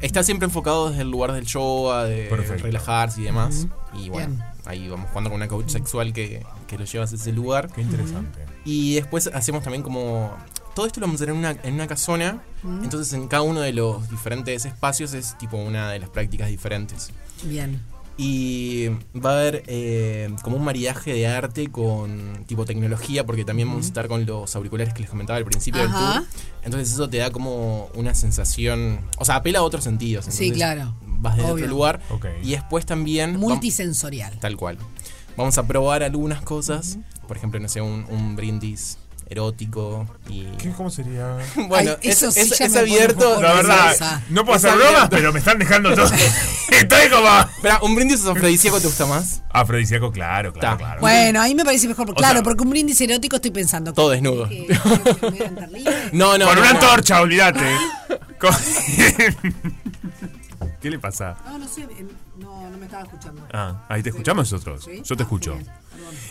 Speaker 14: Está siempre enfocado desde el lugar del yoga, de
Speaker 4: Perfecto.
Speaker 14: relajarse y demás. Y bueno,
Speaker 3: Bien.
Speaker 14: ahí vamos jugando con una coach sexual que, que lo llevas a ese lugar.
Speaker 4: Qué interesante.
Speaker 14: Y después hacemos también como. Todo esto lo vamos a hacer en una, en una casona. Entonces, en cada uno de los diferentes espacios es tipo una de las prácticas diferentes.
Speaker 3: Bien.
Speaker 14: Y va a haber eh, como un maridaje de arte con tipo tecnología, porque también vamos a estar con los auriculares que les comentaba al principio
Speaker 3: Ajá.
Speaker 14: del tour. Entonces eso te da como una sensación, o sea, apela a otros sentidos.
Speaker 3: Sí,
Speaker 14: entonces
Speaker 3: claro.
Speaker 14: Vas de
Speaker 3: Obvio.
Speaker 14: otro lugar.
Speaker 4: Ok.
Speaker 14: Y después también... vam-
Speaker 3: Multisensorial.
Speaker 14: Tal cual. Vamos a probar algunas cosas, por ejemplo, no sé, un, un brindis erótico y...
Speaker 4: ¿Qué- ¿Cómo sería?
Speaker 14: Bueno,
Speaker 3: Ay, eso
Speaker 14: es,
Speaker 3: sí
Speaker 14: es-
Speaker 3: ya
Speaker 14: es
Speaker 3: me pone un
Speaker 14: abierto.
Speaker 3: poco
Speaker 4: La
Speaker 3: Por
Speaker 4: verdad,
Speaker 3: esa.
Speaker 4: no puedo
Speaker 14: Es
Speaker 4: hacer bromas,
Speaker 14: abierto.
Speaker 4: pero me están dejando todo. Estoy como.
Speaker 14: Espera, ¿un brindis afrodisíaco te gusta más?
Speaker 4: Afrodisíaco, claro, claro, claro.
Speaker 3: Bueno, a mí me parece mejor. porque-
Speaker 4: O
Speaker 3: Claro,
Speaker 4: sea-
Speaker 3: porque un brindis erótico estoy pensando.
Speaker 14: Todo desnudo. No, no.
Speaker 4: Con
Speaker 14: no,
Speaker 4: una
Speaker 14: no.
Speaker 4: antorcha, olvídate. Con- ¿Qué le pasa?
Speaker 3: No, no sé. eh, No, no me estaba escuchando.
Speaker 4: Ah, ahí te escuchamos nosotros.
Speaker 3: Sí. Ah,
Speaker 4: Yo te escucho.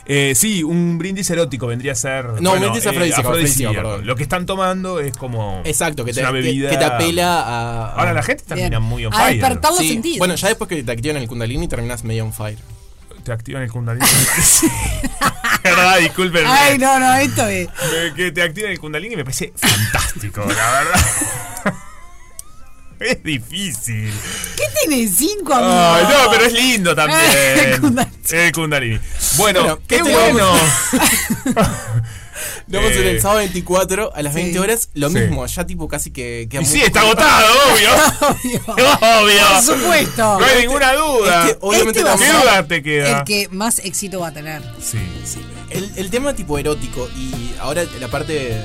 Speaker 4: Eh, sí, un brindis erótico vendría a ser. eh,
Speaker 14: No, un brindis afrodisíaco, afrodisíaco, perdón.
Speaker 4: Lo que están tomando es como.
Speaker 14: Exacto, que
Speaker 4: es
Speaker 14: te,
Speaker 4: una
Speaker 14: que-
Speaker 4: bebida.
Speaker 14: que te apela a.
Speaker 4: Ahora la gente termina
Speaker 14: Bien.
Speaker 4: muy on fire.
Speaker 14: Sí, Bueno, ya después que te activan el Kundalini terminas medio on fire.
Speaker 4: Te activan el Kundalini. verdad, disculpen.
Speaker 3: Ay, no, no, esto es.
Speaker 4: Me- que te activen el Kundalini me parece fantástico, la verdad. Es difícil.
Speaker 3: ¿Qué tiene cinco amigos?
Speaker 4: Ay, no, pero es lindo también.
Speaker 3: Eh,
Speaker 4: el Kundalini. Bueno,
Speaker 14: Bueno,
Speaker 4: qué
Speaker 14: esto lo
Speaker 4: bueno.
Speaker 14: Luego
Speaker 4: Eh,
Speaker 14: pues, en el sábado 24 a las 20 horas, lo
Speaker 4: Sí.
Speaker 14: mismo, ya tipo casi que. que
Speaker 4: Y sí, está agotado, obvio. obvio.
Speaker 3: Por supuesto.
Speaker 4: No hay ninguna duda.
Speaker 14: Este, obviamente
Speaker 3: Este va a
Speaker 14: la
Speaker 3: ser
Speaker 14: moda-
Speaker 3: El que más éxito va a tener.
Speaker 4: Sí.
Speaker 14: El, el tema tipo erótico y ahora la parte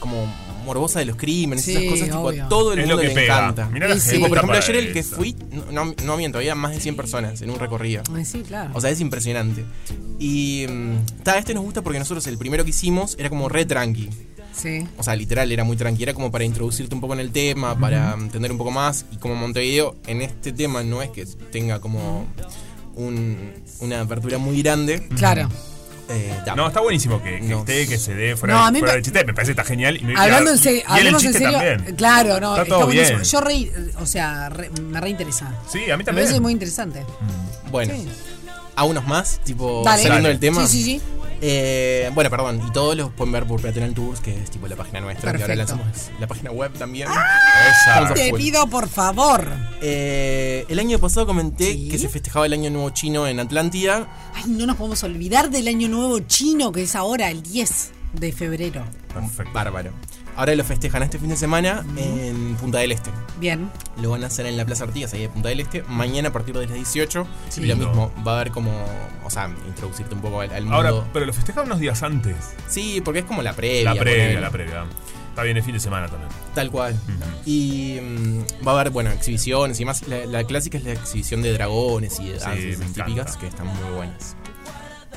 Speaker 14: como morbosa de los crímenes,
Speaker 3: Sí,
Speaker 14: esas cosas, tipo,
Speaker 3: obvio.
Speaker 14: a todo el
Speaker 4: Es lo
Speaker 14: mundo
Speaker 4: que
Speaker 14: le
Speaker 4: pega.
Speaker 14: encanta.
Speaker 4: Mirá la Sí, gente
Speaker 14: Tipo, por ejemplo,
Speaker 4: para
Speaker 14: ayer el que
Speaker 4: eso.
Speaker 14: fui, no, no- no miento, había más de 100 personas en un recorrido.
Speaker 3: Ay, sí, claro.
Speaker 14: O sea, es impresionante. Y mm, ta, este nos gusta porque nosotros el primero que hicimos era como re tranqui.
Speaker 3: Sí.
Speaker 14: O sea, literal, era muy tranqui. Era como para introducirte un poco en el tema, para
Speaker 3: Ujú.
Speaker 14: entender un poco más. Y como Montevideo, en este tema no es que tenga como un- una apertura muy grande.
Speaker 3: Claro.
Speaker 14: Eh, ta.
Speaker 4: No, está buenísimo que, que esté, que se dé fuera,
Speaker 3: No, a
Speaker 4: del-
Speaker 3: mí
Speaker 4: fuera
Speaker 3: me-
Speaker 4: del chiste. Me parece que está genial. Y, me-
Speaker 3: Hablando en
Speaker 4: y-
Speaker 3: serio,
Speaker 4: y él el
Speaker 3: hablemos en
Speaker 4: chiste
Speaker 3: serio. eh,
Speaker 4: también.
Speaker 3: Claro, no,
Speaker 4: Está todo
Speaker 3: buenísimo.
Speaker 4: bien.
Speaker 3: Yo reí, o sea, re- me reinteresa.
Speaker 4: Sí, a mí
Speaker 3: Me
Speaker 14: también.
Speaker 3: parece muy interesante.
Speaker 14: Bueno,
Speaker 3: Sí.
Speaker 14: a unos más, tipo
Speaker 3: Dale. Dale.
Speaker 14: saliendo del tema.
Speaker 3: Sí, sí, sí.
Speaker 14: Eh, bueno, perdón, y todos los pueden ver por Platinum Tours, que es tipo la página nuestra, que ahora
Speaker 3: Perfecto. Ah.
Speaker 14: lanzamos la página web también. Estamos a
Speaker 3: Te
Speaker 14: full.
Speaker 3: pido por favor.
Speaker 14: Eh, el año pasado comenté que se festejaba el Año Nuevo Chino en Atlántida.
Speaker 3: Ay, no nos podemos olvidar del año nuevo chino que es ahora, el 10 de febrero.
Speaker 14: Bárbaro. Ahora lo festejan este fin de semana en Punta del Este.
Speaker 3: Bien.
Speaker 14: Lo van a hacer en la Plaza Artigas, ahí de Punta del Este, mañana a partir de las 18.
Speaker 3: Sí.
Speaker 14: Y lo mismo, va a haber como, o sea, introducirte un poco al, al mundo.
Speaker 4: Ahora, pero lo festejan unos días antes.
Speaker 14: Sí, porque es como la previa.
Speaker 4: la previa,
Speaker 14: ponele.
Speaker 4: la previa. Está bien el fin de semana también.
Speaker 14: Tal cual. Y mm, va a haber, bueno, exhibiciones y más. La, la clásica es la exhibición de dragones y de
Speaker 4: Sí,
Speaker 14: danzas
Speaker 4: me encanta.
Speaker 14: típicas que están muy buenas.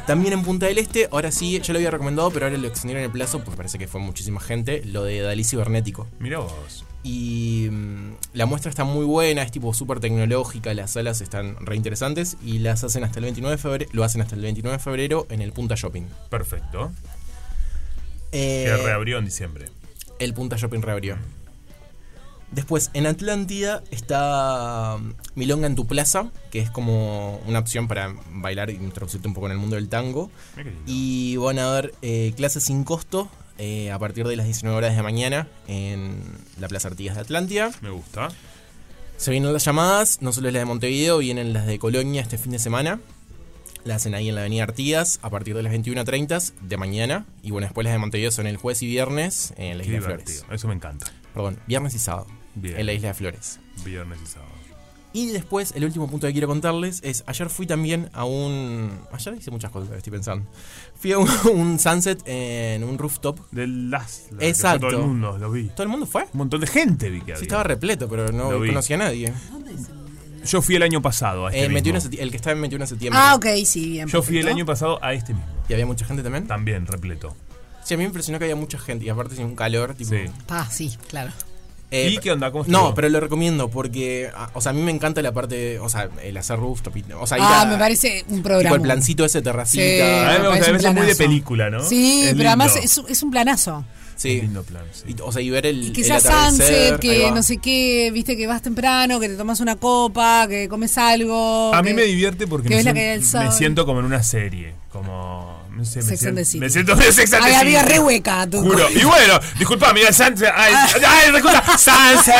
Speaker 14: También en Punta del Este, ahora sí, yo lo había recomendado, pero ahora lo extendieron el plazo, pues parece que fue muchísima gente, lo de Dalí Cibernético.
Speaker 4: Mirá vos.
Speaker 14: Y mm, la muestra está muy buena, es tipo súper tecnológica, las salas están re interesantes y las hacen hasta el 29 de febrero, lo hacen hasta el 29 de febrero en el Punta Shopping.
Speaker 4: Perfecto.
Speaker 14: Eh,
Speaker 4: que reabrió en diciembre.
Speaker 14: el Punta Shopping reabrió. Después, en Atlántida está um, Milonga en tu Plaza, que es como una opción para bailar e introducirte un poco en el mundo del tango.
Speaker 4: Mirá qué lindo.
Speaker 14: Y van a haber eh, clases sin costo eh, a partir de las 19 horas de mañana en la Plaza Artigas de Atlántida.
Speaker 4: Me gusta.
Speaker 14: Se vienen las llamadas, no solo las de Montevideo, vienen las de Colonia este fin de semana. Las hacen ahí en la Avenida Artigas a partir de las 21.30 de mañana. Y bueno, después las de Montevideo son el jueves y viernes en la
Speaker 4: Qué
Speaker 14: Isla de
Speaker 4: divertido,
Speaker 14: Flores.
Speaker 4: Eso me encanta.
Speaker 14: Perdón, viernes y sábado. En la Isla de Flores.
Speaker 4: Viernes y sábado.
Speaker 14: Y después, el último punto que quiero contarles es, ayer fui también a un... Ayer hice muchas cosas, estoy pensando. Fui a un, un sunset en un rooftop.
Speaker 4: Del Last. que fue
Speaker 14: Exacto.
Speaker 4: todo el mundo, lo vi.
Speaker 14: ¿Todo el mundo fue? Un
Speaker 4: montón de gente vi que había.
Speaker 14: Sí, estaba repleto, pero no
Speaker 4: Lo vi.
Speaker 14: conocía a nadie.
Speaker 4: Yo fui el año pasado a este
Speaker 14: Eh,
Speaker 4: mismo.
Speaker 14: 21 de septi- el que estaba en 21 de septiembre.
Speaker 3: Ah, ok, sí, bien.
Speaker 4: Yo fui el
Speaker 3: perfecto.
Speaker 4: año pasado a este mismo.
Speaker 14: ¿Y había mucha gente también?
Speaker 4: También, repleto.
Speaker 14: Sí, a mí me impresionó que había mucha gente y aparte sin un calor, tipo...
Speaker 3: Ah, sí, claro.
Speaker 14: Eh,
Speaker 4: ¿Y qué onda? ¿Cómo estuvo?
Speaker 14: No, pero lo recomiendo porque, ah, o sea, a mí me encanta la parte, o sea, el hacer rooftop. y- O sea, ir
Speaker 3: Ah,
Speaker 14: a-
Speaker 3: me parece un
Speaker 14: Tipo
Speaker 3: programa.
Speaker 14: el plancito ese terracita.
Speaker 3: Sí, A mí me
Speaker 4: Ah,
Speaker 3: me gusta, parece a veces un muy de planazo.
Speaker 4: película,
Speaker 3: Sí, pero además es, es un planazo.
Speaker 14: Sí.
Speaker 4: lindo plan,
Speaker 14: Y, o sea, y ver el.
Speaker 3: Y que
Speaker 14: el
Speaker 3: sea
Speaker 14: atardecer,
Speaker 3: sunset,
Speaker 14: ahí
Speaker 3: que
Speaker 14: va.
Speaker 3: no sé qué, viste que vas temprano, que te tomas una copa, que comes algo.
Speaker 4: A mí
Speaker 3: que-
Speaker 4: me divierte porque
Speaker 3: que
Speaker 4: me,
Speaker 3: ves la
Speaker 4: sien-
Speaker 3: caída del
Speaker 4: me
Speaker 3: sol.
Speaker 4: siento como en una serie. Como. No sé, me
Speaker 3: Sex and
Speaker 4: siento.
Speaker 3: the City.
Speaker 4: Me siento medio Sex and the
Speaker 3: Ay,
Speaker 4: City.
Speaker 3: había re Ah. hueca. tu-
Speaker 4: Juro. Y bueno, disculpa, mira, Sunset. Ay, ay, disculpa, Sunset.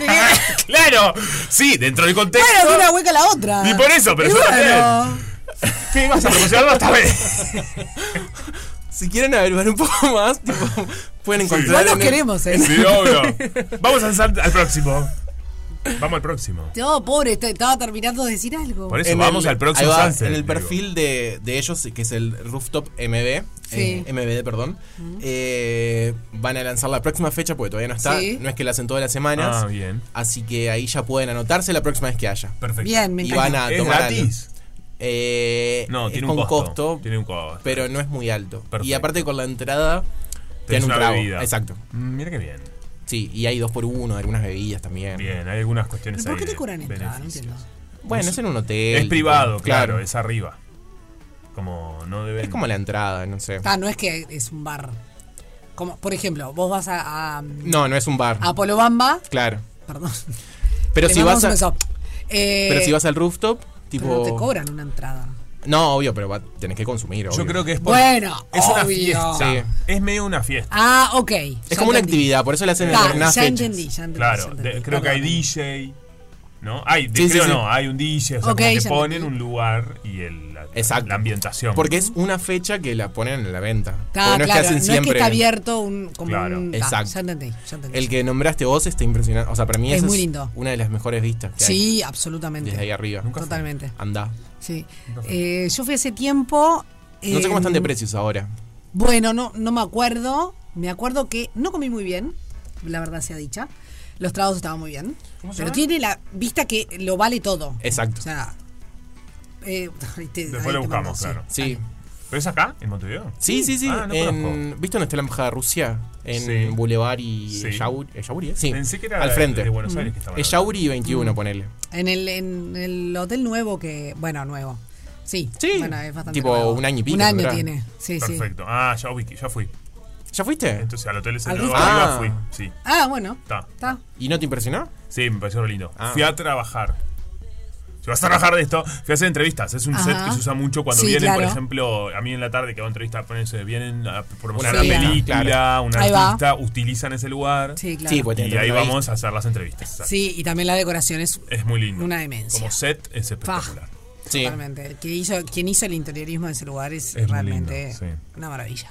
Speaker 4: y- claro, sí, dentro del contexto.
Speaker 3: Bueno, de una hueca a la otra.
Speaker 4: Y por eso, pero
Speaker 3: Y
Speaker 4: yo
Speaker 3: bueno,
Speaker 4: ¿Qué vas a promocionarlo esta vez?
Speaker 14: Si quieren averiguar un poco más, tipo, pueden encontrar.
Speaker 3: Igual los
Speaker 14: en el-
Speaker 3: queremos, ¿eh?
Speaker 4: Sí, obvio. Vamos a al, al próximo. Vamos al próximo.
Speaker 3: No, Oh, pobre, te- estaba terminando de decir algo.
Speaker 4: Por eso, vamos al próximo
Speaker 14: ahí va,
Speaker 4: sunset,
Speaker 14: En el
Speaker 4: digo.
Speaker 14: perfil de, de ellos, que es el Rooftop MB,
Speaker 3: Sí.
Speaker 14: eh, MBD, perdón, eh, van a lanzar la próxima fecha porque todavía no está.
Speaker 3: Sí.
Speaker 14: No es que la hacen todas las semanas.
Speaker 4: Ah, bien.
Speaker 14: Así que ahí ya pueden anotarse la próxima vez que haya.
Speaker 4: Perfecto.
Speaker 3: Bien, me
Speaker 14: y
Speaker 3: encanta.
Speaker 14: van a
Speaker 4: ¿Es
Speaker 14: tomar
Speaker 4: gratis?
Speaker 14: algo. Eh,
Speaker 4: No,
Speaker 14: Ah, es
Speaker 4: tiene
Speaker 14: con
Speaker 4: un costo,
Speaker 14: Tiene
Speaker 4: un costo.
Speaker 14: Pero no es muy alto. Y aparte con la entrada te
Speaker 4: Tenés
Speaker 14: dan un
Speaker 4: una
Speaker 14: trago.
Speaker 4: bebida.
Speaker 14: Exacto.
Speaker 4: Mm, Mira qué bien.
Speaker 14: Sí, y hay dos por uno, algunas bebidas también.
Speaker 4: Bien, hay algunas cuestiones
Speaker 3: ¿Por qué te cobran entrada? No entiendo.
Speaker 14: Bueno, es en un hotel.
Speaker 4: Es privado,
Speaker 14: tipo,
Speaker 4: claro, es arriba. Como no deben.
Speaker 14: Es como la entrada, no sé.
Speaker 3: Ah, no es que es un bar. Como, por ejemplo, vos vas a, a,
Speaker 14: No, no es un bar.
Speaker 3: a Polobamba.
Speaker 14: Claro.
Speaker 3: Perdón.
Speaker 14: Pero
Speaker 3: Le
Speaker 14: si
Speaker 3: Ah. mandamos
Speaker 14: vas a-
Speaker 3: un beso. Eh,
Speaker 14: Pero si vas al rooftop, tipo.
Speaker 3: pero no te cobran una entrada.
Speaker 14: No, obvio, pero va- tenés que consumir.
Speaker 4: Yo creo que es por-
Speaker 3: Bueno,
Speaker 4: es una
Speaker 3: obvio.
Speaker 4: fiesta.
Speaker 14: Sí.
Speaker 4: Es medio una fiesta.
Speaker 3: Ah, ok.
Speaker 14: Es como una actividad, por eso la hacen en
Speaker 3: Claro,
Speaker 14: determinadas
Speaker 3: ya
Speaker 14: fechas.
Speaker 3: entendí, ya entendí.
Speaker 4: Claro,
Speaker 3: ya
Speaker 4: de-
Speaker 3: entendí.
Speaker 4: creo que hay
Speaker 3: Perdón.
Speaker 4: DJ, ¿no? Hay, de-
Speaker 14: Sí, sí,
Speaker 4: creo
Speaker 14: sí.
Speaker 4: no, hay un DJ, o sea,
Speaker 3: Ok,
Speaker 4: como que
Speaker 3: ya
Speaker 4: ponen
Speaker 3: entendí.
Speaker 4: un lugar y el, la, la ambientación.
Speaker 14: Porque es una fecha que la ponen en la venta.
Speaker 3: Está,
Speaker 14: Porque
Speaker 3: claro,
Speaker 14: no es que hacen
Speaker 3: no es que
Speaker 14: siempre.
Speaker 3: está abierto un, como
Speaker 14: Claro.
Speaker 3: un- ta,
Speaker 14: Exacto.
Speaker 3: Ya entendí, ya entendí.
Speaker 14: El que nombraste vos está impresionante. O sea, para mí
Speaker 3: Es
Speaker 14: esa
Speaker 3: muy lindo.
Speaker 14: una de las mejores vistas. Que hay
Speaker 3: sí, absolutamente.
Speaker 14: desde ahí arriba.
Speaker 3: Totalmente.
Speaker 14: Anda.
Speaker 3: Sí. Eh, yo fui hace tiempo.
Speaker 14: No sé cómo están de
Speaker 3: em,
Speaker 14: precios ahora.
Speaker 3: Bueno, no, no me acuerdo. Me acuerdo que no comí muy bien, la verdad sea dicha. Los tragos estaban muy bien.
Speaker 14: se
Speaker 3: Pero
Speaker 14: llama?
Speaker 3: tiene la vista que lo vale todo.
Speaker 14: Exacto.
Speaker 3: O sea. eh, ahí te- ahí
Speaker 4: Después lo
Speaker 3: te mando,
Speaker 4: buscamos,
Speaker 3: sí.
Speaker 4: claro.
Speaker 14: Sí.
Speaker 4: ¿Pero es acá, en Montevideo?
Speaker 14: Sí, sí, sí.
Speaker 4: Ah, no
Speaker 14: en-
Speaker 4: conozco.
Speaker 14: ¿Viste dónde está la embajada de Rusia? En
Speaker 4: Sí.
Speaker 14: Boulevard y
Speaker 4: Sí.
Speaker 14: Yauri. eh, Yauri, eh? Sí.
Speaker 4: Pensé que era
Speaker 14: Al frente.
Speaker 4: de Buenos Aires que estaba
Speaker 14: Es Yauri
Speaker 3: Mm.
Speaker 14: 21, ponele.
Speaker 3: En el, en el hotel nuevo que. Bueno, nuevo. Sí. Bueno, es bastante
Speaker 14: Tipo
Speaker 3: nuevo.
Speaker 14: un año y pico.
Speaker 3: Un año
Speaker 14: tendrá.
Speaker 3: tiene. Sí, sí.
Speaker 4: Perfecto. Ah, ya ubiqué, ya fui.
Speaker 14: ¿Ya fuiste?
Speaker 4: Entonces al hotel ese
Speaker 3: ¿Al
Speaker 4: nuevo
Speaker 3: Rooftop?
Speaker 4: arriba
Speaker 14: Ah.
Speaker 4: fui. Sí.
Speaker 3: Ah, bueno.
Speaker 4: Está.
Speaker 3: Está.
Speaker 14: ¿Y no te impresionó?
Speaker 4: Sí, me pareció re lindo.
Speaker 14: Ah.
Speaker 4: Fui a trabajar. Si vas a trabajar de esto, fui a hacer entrevistas. Es un
Speaker 3: Ajá.
Speaker 4: set que se usa mucho cuando
Speaker 3: Sí,
Speaker 4: vienen, por
Speaker 3: claro.
Speaker 4: ejemplo, a mí en la tarde que hago entrevistas, ponense, vienen a promocionar
Speaker 3: Una
Speaker 4: una
Speaker 3: película,
Speaker 4: película,
Speaker 14: claro.
Speaker 4: una
Speaker 3: Ahí va.
Speaker 4: artista, utilizan ese lugar.
Speaker 3: Sí, claro. Sí,
Speaker 14: pues tienen
Speaker 4: y ahí
Speaker 14: que tener
Speaker 4: vamos a hacer las entrevistas. exacto.
Speaker 3: Sí, y también la decoración es
Speaker 4: Es muy lindo.
Speaker 3: una demencia.
Speaker 4: Como set es
Speaker 3: Fa.
Speaker 4: espectacular.
Speaker 14: Sí.
Speaker 3: Realmente. Que hizo, quien hizo el interiorismo de ese lugar es,
Speaker 4: Es muy
Speaker 3: realmente
Speaker 4: lindo, sí.
Speaker 3: una maravilla.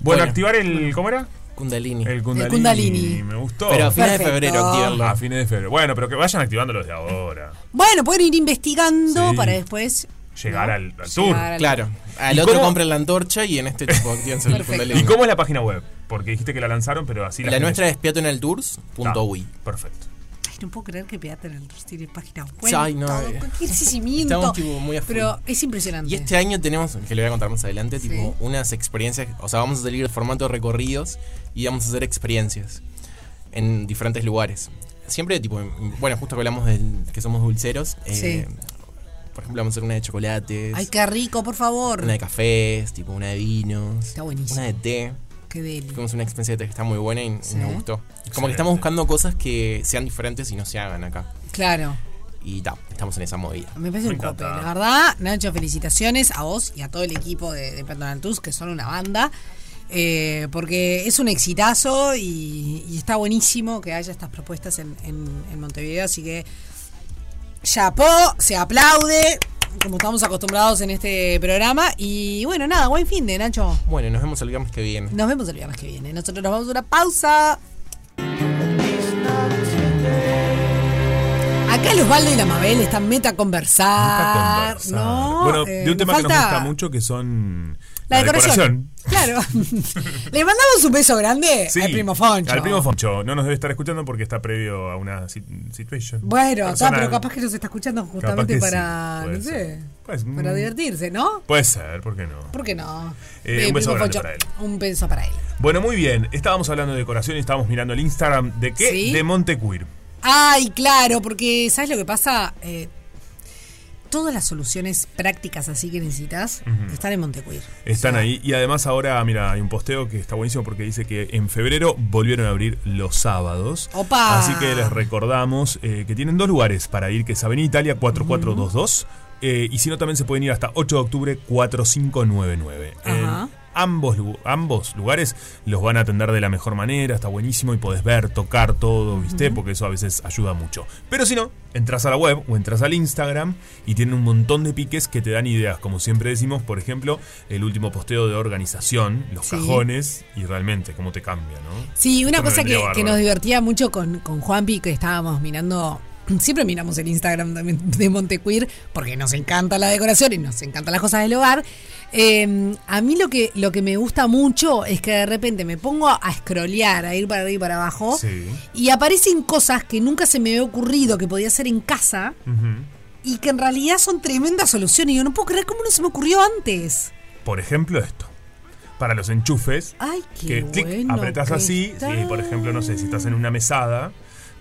Speaker 4: Bueno,
Speaker 14: Bueno.
Speaker 4: activar el. ¿Cómo era?
Speaker 14: Kundalini.
Speaker 4: El Ah, Kundalini.
Speaker 3: Kundalini.
Speaker 4: Me gustó. Ah,
Speaker 14: Pero a fines de
Speaker 3: Perfecto.
Speaker 14: febrero, activarlo.
Speaker 4: A fines de febrero. Bueno, pero que vayan activándolo desde ahora.
Speaker 3: Bueno, pueden ir investigando
Speaker 4: Sí.
Speaker 3: para después.
Speaker 4: Llegar
Speaker 3: ¿no?
Speaker 4: al, al
Speaker 3: Llegar
Speaker 4: tour.
Speaker 3: al-
Speaker 14: Claro. Al
Speaker 4: ¿Y
Speaker 14: otro
Speaker 4: cómo-
Speaker 14: compren la antorcha y en este tipo activan el
Speaker 3: Perfecto.
Speaker 14: Kundalini.
Speaker 4: ¿Y cómo es la página web? Porque dijiste que la lanzaron, pero así la,
Speaker 14: La
Speaker 4: gente-
Speaker 14: nuestra es
Speaker 4: Ta,
Speaker 14: peatonaltours.ui.
Speaker 4: Perfecto.
Speaker 3: Ay, no puedo creer que Peatón en el tour tiene página web.
Speaker 14: Ay, no,
Speaker 3: todo,
Speaker 14: eh.
Speaker 3: qué crecimiento.
Speaker 14: Estamos, tipo, muy a full.
Speaker 3: Pero es impresionante.
Speaker 14: Y este año tenemos, que le voy a contar más adelante, tipo unas experiencias, o sea, vamos a salir del formato de recorridos y vamos a hacer experiencias en diferentes lugares. Siempre tipo, en- bueno, justo que hablamos de que somos dulceros, eh, por ejemplo, vamos a hacer una de chocolates,
Speaker 3: Ay, qué rico, por favor.
Speaker 14: una de cafés, tipo una de vinos,
Speaker 3: Está buenísimo.
Speaker 14: una de té.
Speaker 3: Qué deli.
Speaker 14: Tuvimos una experiencia de té que está muy buena y
Speaker 3: Sí.
Speaker 14: nos gustó. Como
Speaker 4: Excelente.
Speaker 14: que estamos buscando cosas que sean diferentes y no se hagan acá.
Speaker 3: Claro.
Speaker 14: Y ta, estamos en esa movida.
Speaker 3: Me parece
Speaker 4: Me
Speaker 3: un cope.
Speaker 4: encanta.
Speaker 3: La verdad, Nacho, felicitaciones a vos y a todo el equipo de, de Peatonal Tours, que son una banda. eh, porque es un exitazo y, y está buenísimo que haya estas propuestas en, en- en Montevideo. Así que, chapó, se aplaude, como estamos acostumbrados en este programa. Y bueno, nada, buen fin de Nacho.
Speaker 14: Bueno, nos vemos el viernes que viene.
Speaker 3: Nos vemos el viernes que viene. Nosotros nos vamos a una pausa. Acá el Osvaldo y la Mabel están meta a
Speaker 4: Nunca
Speaker 3: conversar.
Speaker 4: conversar.
Speaker 3: Ah, No,
Speaker 4: bueno,
Speaker 3: eh,
Speaker 4: de un tema que nos
Speaker 3: falta
Speaker 4: gusta mucho que son.
Speaker 3: La decoración. Claro. Le mandamos un beso grande
Speaker 4: Sí,
Speaker 3: Eh, al primo Foncho.
Speaker 4: Al primo Foncho. No nos debe estar escuchando porque está previo a una sit- situation.
Speaker 3: Bueno, está,
Speaker 4: personal.
Speaker 3: pero capaz que nos está escuchando
Speaker 4: Capaz
Speaker 3: justamente
Speaker 4: que
Speaker 3: para,
Speaker 4: sí, puede
Speaker 3: no sé,
Speaker 4: ser. Pues, mm,
Speaker 3: para divertirse, ¿no?
Speaker 4: Puede ser, ¿por qué no?
Speaker 3: ¿Por qué no?
Speaker 4: Eh,
Speaker 3: Eh,
Speaker 4: un beso
Speaker 3: primo
Speaker 4: grande
Speaker 3: Foncho,
Speaker 4: para él.
Speaker 3: Un beso para él.
Speaker 4: Bueno, muy bien. Estábamos hablando de decoración y estábamos mirando el Instagram. ¿De qué?
Speaker 3: Sí.
Speaker 4: De Montecuir.
Speaker 3: Ay, claro, porque ¿sabes lo que pasa? Eh, todas las soluciones prácticas así que necesitas están en Montecuir.
Speaker 4: Están ahí. Y además ahora, mira, hay un posteo que está buenísimo porque dice que en febrero volvieron a abrir los sábados.
Speaker 3: ¡Opa!
Speaker 4: Así que les recordamos eh, que tienen dos lugares para ir, que es Avenida Italia 4422. eh, y si no, también se pueden ir hasta 8 de octubre 4599.
Speaker 3: Ajá.
Speaker 4: En ambos, lu- ambos lugares los van a atender de la mejor manera, está buenísimo y podés ver, tocar todo, ¿viste? Porque eso a veces ayuda mucho. Pero si no, entras a la web o entras al Instagram y tienen un montón de piques que te dan ideas. Como siempre decimos, por ejemplo, el último posteo de organización, los
Speaker 3: Sí.
Speaker 4: cajones y realmente cómo te cambia, ¿no?
Speaker 3: Sí, una
Speaker 4: Esto me
Speaker 3: cosa que,
Speaker 4: vendría
Speaker 3: que
Speaker 4: bárbaro.
Speaker 3: nos divertía mucho con, con Juanpi, que estábamos mirando siempre miramos el Instagram también de Montecuir porque nos encanta la decoración y nos encantan las cosas del hogar. Eh, a mí lo que, lo que me gusta mucho es que de repente me pongo a scrollear, a ir para arriba y para abajo y aparecen cosas que nunca se me había ocurrido que podía hacer en casa y que en realidad son tremendas soluciones. Y yo no puedo creer cómo no se me ocurrió antes.
Speaker 4: Por ejemplo, esto. Para los enchufes,
Speaker 3: Ay,
Speaker 4: que
Speaker 3: qué
Speaker 4: clic,
Speaker 3: bueno
Speaker 4: apretás
Speaker 3: que
Speaker 4: así,
Speaker 3: está.
Speaker 4: y, por ejemplo, no sé, si estás en una mesada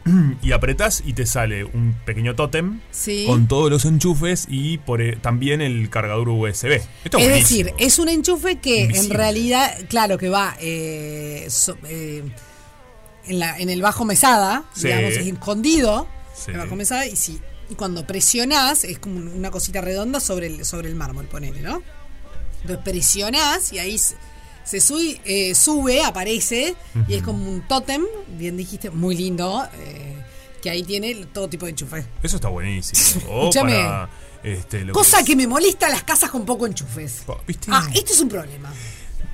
Speaker 4: y apretás y te sale un pequeño tótem
Speaker 3: Sí.
Speaker 4: con todos los enchufes y por, eh, también el cargador USB. Esto
Speaker 3: es
Speaker 4: es
Speaker 3: decir, es un enchufe que en
Speaker 4: Invisible.
Speaker 3: realidad, claro, que va eh, so- eh, en, la- en el bajo mesada,
Speaker 4: Sí.
Speaker 3: digamos, es escondido.
Speaker 4: Sí.
Speaker 3: El bajo mesada, y si y cuando presionás, es como un- una cosita redonda sobre el, sobre el mármol, ponele, ¿no? Entonces presionás y ahí se, se sui- eh, sube, aparece, y es
Speaker 4: Ujú.
Speaker 3: como un tótem, bien dijiste, muy lindo, eh, que ahí tiene todo tipo de enchufe.
Speaker 4: Eso está buenísimo. O
Speaker 3: Escúchame.
Speaker 4: para, este, lo que
Speaker 3: Cosa
Speaker 4: es-
Speaker 3: que me molesta las casas con poco enchufes. Ah, esto es un problema.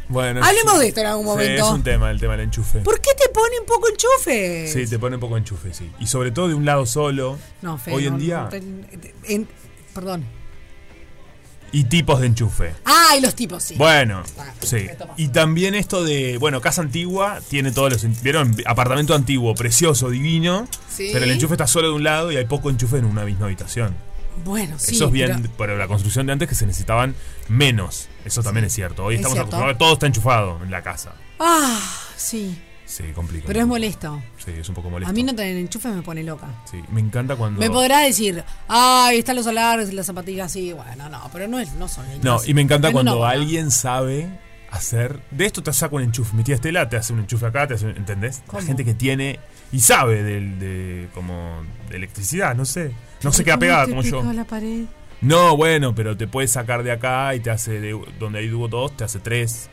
Speaker 4: Bueno,
Speaker 3: Hablemos
Speaker 4: sí.
Speaker 3: de esto en algún
Speaker 4: Sí,
Speaker 3: momento.
Speaker 4: es un tema, el tema del enchufe.
Speaker 3: ¿Por qué te ponen poco enchufe?
Speaker 4: Sí, te pone poco enchufe, sí. Y sobre todo de un lado solo.
Speaker 3: No, Fede,
Speaker 4: Hoy en
Speaker 3: no, no,
Speaker 4: día.
Speaker 3: no, te- en- perdón.
Speaker 4: Y tipos de enchufe.
Speaker 3: Ah, y los tipos, sí.
Speaker 4: Bueno,
Speaker 3: Ah,
Speaker 4: sí.
Speaker 3: me topa.
Speaker 4: Y también esto de, bueno, casa antigua tiene todos los, en- vieron, apartamento antiguo, precioso, divino,
Speaker 3: Sí.
Speaker 4: pero el enchufe está solo de un lado y hay poco enchufe en una misma habitación.
Speaker 3: Bueno, sí.
Speaker 4: eso es bien
Speaker 3: pero-
Speaker 4: por la construcción de antes que se necesitaban menos. Eso también es cierto. Hoy
Speaker 3: Es
Speaker 4: estamos
Speaker 3: cierto.
Speaker 4: acostumbrados, todo está enchufado en la casa.
Speaker 3: Ah, sí.
Speaker 4: Sí, complica.
Speaker 3: Pero es molesto.
Speaker 4: Sí, es un poco molesto.
Speaker 3: A mí no tener enchufes me pone loca.
Speaker 4: Sí, me encanta cuando
Speaker 3: Me podrás decir, ay, están los solares, las zapatillas, sí, bueno, no, pero no, es, no son
Speaker 4: No,
Speaker 3: lindas.
Speaker 4: y me encanta
Speaker 3: Bueno,
Speaker 4: cuando
Speaker 3: no.
Speaker 4: alguien sabe hacer. De esto te saca un enchufe. Mi tía Estela te hace un enchufe acá, te hace, un- ¿entendés?
Speaker 3: ¿Cómo?
Speaker 4: La gente que tiene y sabe del- de, como de electricidad, no sé. No se
Speaker 3: Pero
Speaker 4: queda
Speaker 3: ¿cómo
Speaker 4: pegada
Speaker 3: te
Speaker 4: como yo.
Speaker 3: pega la pared?
Speaker 4: No, bueno, pero te puede sacar de acá y te hace de- donde hay dúo dos, te hace tres.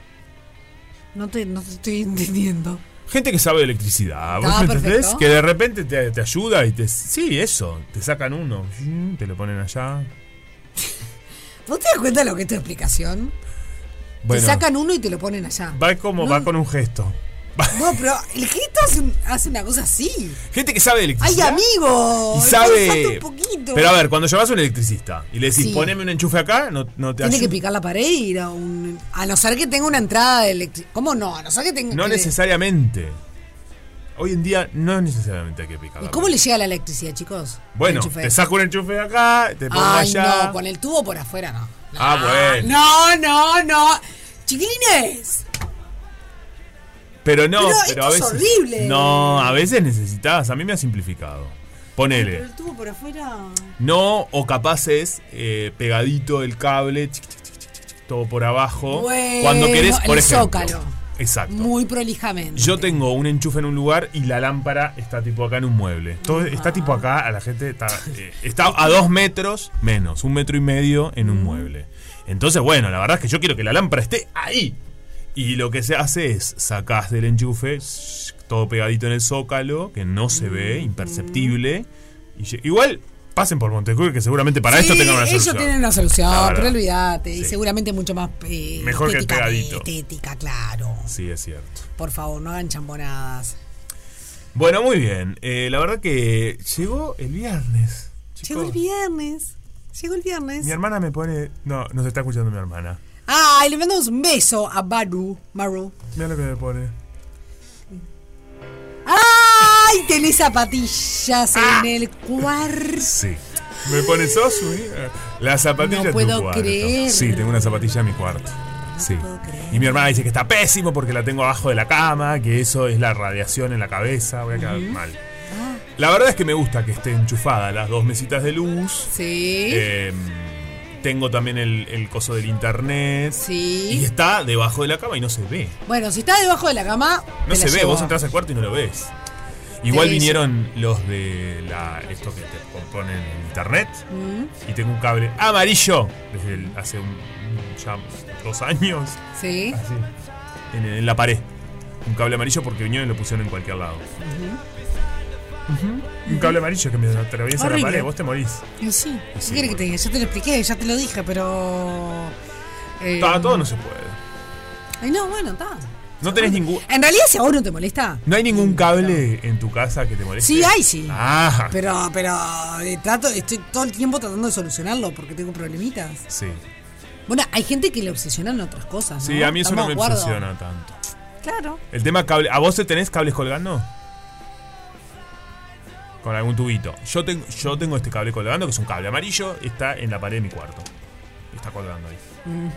Speaker 3: No te, no te estoy entendiendo.
Speaker 4: Gente que sabe de electricidad, ¿vos
Speaker 3: Está
Speaker 4: me entendés?
Speaker 3: Ah, perfecto.
Speaker 4: Que de repente te, te ayuda y te. Sí, eso. Te sacan uno, te lo ponen allá.
Speaker 3: ¿Vos te das cuenta de lo que es tu explicación?
Speaker 4: Bueno,
Speaker 3: Te sacan uno y te lo ponen allá.
Speaker 4: va como va con un gesto.
Speaker 3: No, pero el gesto hace, un- hace una cosa así.
Speaker 4: Gente que sabe de
Speaker 3: ¡Ay,
Speaker 4: electricidad.
Speaker 3: amigo!
Speaker 4: Y
Speaker 3: Estoy usando
Speaker 4: sabe.
Speaker 3: un poquito.
Speaker 4: Pero a ver, cuando llevas a un electricista y le decís,
Speaker 3: Sí.
Speaker 4: poneme un enchufe acá, no, no te
Speaker 3: Tiene que
Speaker 4: ayuda.
Speaker 3: picar la pared y ir a un. A no ser que tenga una entrada de electricidad. ¿Cómo no? A no ser que tenga. eh,
Speaker 4: No
Speaker 3: que-
Speaker 4: necesariamente. Hoy en día no necesariamente hay que picar.
Speaker 3: ¿Y
Speaker 4: la
Speaker 3: cómo
Speaker 4: pared.
Speaker 3: le llega la electricidad, chicos?
Speaker 4: Bueno,
Speaker 3: El enchufe.
Speaker 4: te saco un enchufe de acá, te pongo
Speaker 3: Ay,
Speaker 4: allá.
Speaker 3: no, con el tubo por afuera no.
Speaker 4: Ah, bueno.
Speaker 3: No, no, no. Chiquilines.
Speaker 4: Pero no,
Speaker 3: Pero esto
Speaker 4: pero, a
Speaker 3: es
Speaker 4: veces.
Speaker 3: horrible.
Speaker 4: No, a veces necesitas. A mí me ha simplificado. Ponele.
Speaker 3: Pero el tubo por afuera.
Speaker 4: No, o capaz es eh, pegadito el cable, chic, chic, chic, chic, chic, chic, todo por abajo.
Speaker 3: Bueno,
Speaker 4: cuando querés, por
Speaker 3: el
Speaker 4: ejemplo.
Speaker 3: zócalo.
Speaker 4: Exacto.
Speaker 3: Muy prolijamente.
Speaker 4: Yo tengo un enchufe en un lugar y la lámpara está tipo acá en un mueble. Todo
Speaker 3: Ah.
Speaker 4: está tipo acá, a la gente está, eh, está a dos metros menos, un metro y medio en
Speaker 3: Mm.
Speaker 4: un mueble. Entonces, bueno, la verdad es que yo quiero que la lámpara esté ahí. Y lo que se hace es sacás del enchufe, shh, todo pegadito en el zócalo, que no se
Speaker 3: Mm.
Speaker 4: ve, imperceptible. Y lle- igual, pasen por Montecur, que seguramente para esto
Speaker 3: Sí,
Speaker 4: tengan una
Speaker 3: ellos
Speaker 4: solución.
Speaker 3: tienen una solución,
Speaker 4: La verdad.
Speaker 3: pero olvídate. Y
Speaker 4: Sí.
Speaker 3: seguramente mucho más. eh,
Speaker 4: Mejor que el
Speaker 3: estéticamente-
Speaker 4: pegadito.
Speaker 3: Estética, claro.
Speaker 4: Sí, es cierto.
Speaker 3: Por favor, no hagan chambonadas.
Speaker 4: Bueno, muy bien. Eh, la verdad que llegó el viernes.
Speaker 3: Llegó el viernes. Llegó el viernes.
Speaker 4: Mi hermana me pone. No, nos está escuchando mi hermana.
Speaker 3: Ay, le mandamos un beso a Baru. Maru.
Speaker 4: Mira lo que me pone.
Speaker 3: ¡Ay! Tenés zapatillas
Speaker 4: Ah.
Speaker 3: en el cuarto.
Speaker 4: Sí. Me pone sos un- La zapatilla
Speaker 3: No
Speaker 4: en tu
Speaker 3: puedo
Speaker 4: cuarto.
Speaker 3: creer.
Speaker 4: Sí, tengo una zapatilla en mi cuarto. Sí. Y mi hermana dice que está pésimo porque la tengo abajo de la cama, que eso es la radiación en la cabeza, voy a quedar
Speaker 3: Ujú. Ah.
Speaker 4: mal. La verdad es que me gusta que esté enchufada las dos mesitas de luz.
Speaker 3: Sí.
Speaker 4: Eh, tengo también el, el coso del internet.
Speaker 3: Sí.
Speaker 4: Y está debajo de la cama y no se ve.
Speaker 3: Bueno, si está debajo de la cama.
Speaker 4: No
Speaker 3: me
Speaker 4: se
Speaker 3: la
Speaker 4: ve,
Speaker 3: llevo.
Speaker 4: vos entras al cuarto y no lo ves. Igual
Speaker 3: Sí, sí.
Speaker 4: vinieron los de la, esto que te componen en internet
Speaker 3: Mm,
Speaker 4: y tengo un cable amarillo desde el- hace un- ya dos años
Speaker 3: Sí.
Speaker 4: Así. en, en la pared. Un cable amarillo porque vinieron y lo pusieron en cualquier lado. Un cable amarillo que me atraviesa
Speaker 3: Horrible.
Speaker 4: la pared, vos te morís.
Speaker 3: Y sí. ¿Qué
Speaker 4: Sí,
Speaker 3: querés que te diga? Ya te lo expliqué, ya te lo dije, pero. eh,
Speaker 4: Ta, todo no se puede.
Speaker 3: Ay, no, bueno, está.
Speaker 4: No tenés ningún.
Speaker 3: En realidad, si a vos no te molesta.
Speaker 4: No hay ningún cable en tu casa que te moleste.
Speaker 3: Sí, hay, sí.
Speaker 4: Ah.
Speaker 3: Pero, pero eh, trato, estoy todo el tiempo tratando de solucionarlo porque tengo problemitas.
Speaker 4: Sí.
Speaker 3: Bueno, hay gente que le obsesionan otras cosas. ¿no?
Speaker 4: Sí, a mí eso no
Speaker 3: Estamos
Speaker 4: me
Speaker 3: de acuerdo.
Speaker 4: obsesiona tanto.
Speaker 3: Claro.
Speaker 4: El tema cable. ¿A vos te tenés cables colgando? Con algún tubito. Yo, tengo yo tengo este cable colgando, que es un cable amarillo, está en la pared de mi cuarto. Está colgando ahí.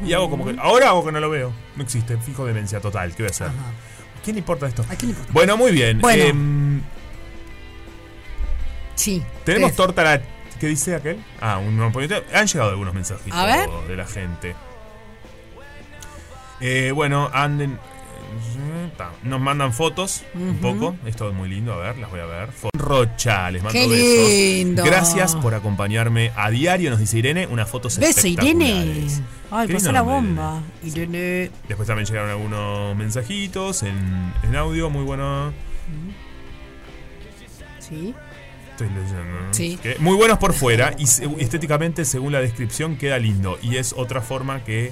Speaker 4: Y hago como que. Ahora hago que no lo veo. No existe. Fijo demencia total. ¿Qué voy a hacer? ¿A quién le importa esto?
Speaker 3: ¿A quién le importa?
Speaker 4: Bueno, muy bien.
Speaker 3: Bueno.
Speaker 4: Em,
Speaker 3: Sí.
Speaker 4: tenemos
Speaker 3: es.
Speaker 4: torta la. ¿Qué dice aquel? Ah, un no, porque Han llegado algunos mensajitos
Speaker 3: A ver.
Speaker 4: de la gente. Eh, bueno, anden. ta, Nos mandan fotos un
Speaker 3: Ujú.
Speaker 4: poco. Esto es muy lindo. A ver, las voy a ver. Fo- Rocha, les mando
Speaker 3: Qué
Speaker 4: besos.
Speaker 3: lindo.
Speaker 4: Gracias por acompañarme a diario, nos dice Irene. Unas fotos
Speaker 3: Beso, Irene. Ay, pasó
Speaker 4: Qué lindo
Speaker 3: la
Speaker 4: nombre,
Speaker 3: bomba. Irene.
Speaker 4: Después también llegaron algunos mensajitos en, en audio, muy bueno.
Speaker 3: Sí.
Speaker 4: Estoy leyendo. ¿no?
Speaker 3: Sí.
Speaker 4: Que- Muy buenos por fuera y se- estéticamente, según la descripción, queda lindo. Y es otra forma que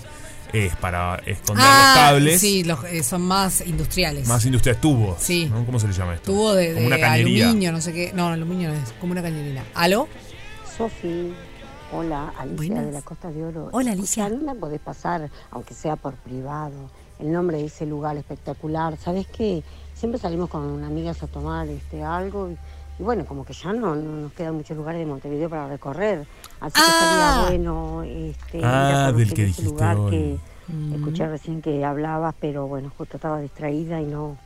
Speaker 4: es para esconder
Speaker 3: Ah,
Speaker 4: los cables.
Speaker 3: Sí, los, eh, son más industriales.
Speaker 4: Más industrial, tubos.
Speaker 3: Sí.
Speaker 4: ¿no? ¿Cómo se le llama esto?
Speaker 3: Tubo de,
Speaker 4: Como una
Speaker 3: de
Speaker 4: cañería.
Speaker 3: aluminio, no sé qué. No, aluminio no es, como una cañerina. ¿Aló?
Speaker 10: Sofi, hola, Alicia
Speaker 3: Buenas.
Speaker 10: de la Costa de Oro.
Speaker 3: Hola, Alicia.
Speaker 10: Escuchá, No la podés pasar, aunque sea por privado. El nombre de ese lugar espectacular. ¿Sabés qué? Siempre salimos con una amiga a tomar este, algo y, y bueno, como que ya no, no nos quedan muchos lugares de Montevideo para recorrer. Así que
Speaker 3: Ah.
Speaker 10: estaría bueno este, ir
Speaker 4: Ah,
Speaker 10: a conocer
Speaker 4: del que
Speaker 10: ese
Speaker 4: dijiste
Speaker 10: lugar
Speaker 4: hoy. Mm.
Speaker 10: que escuché recién que hablabas, pero bueno, justo estaba distraída y no,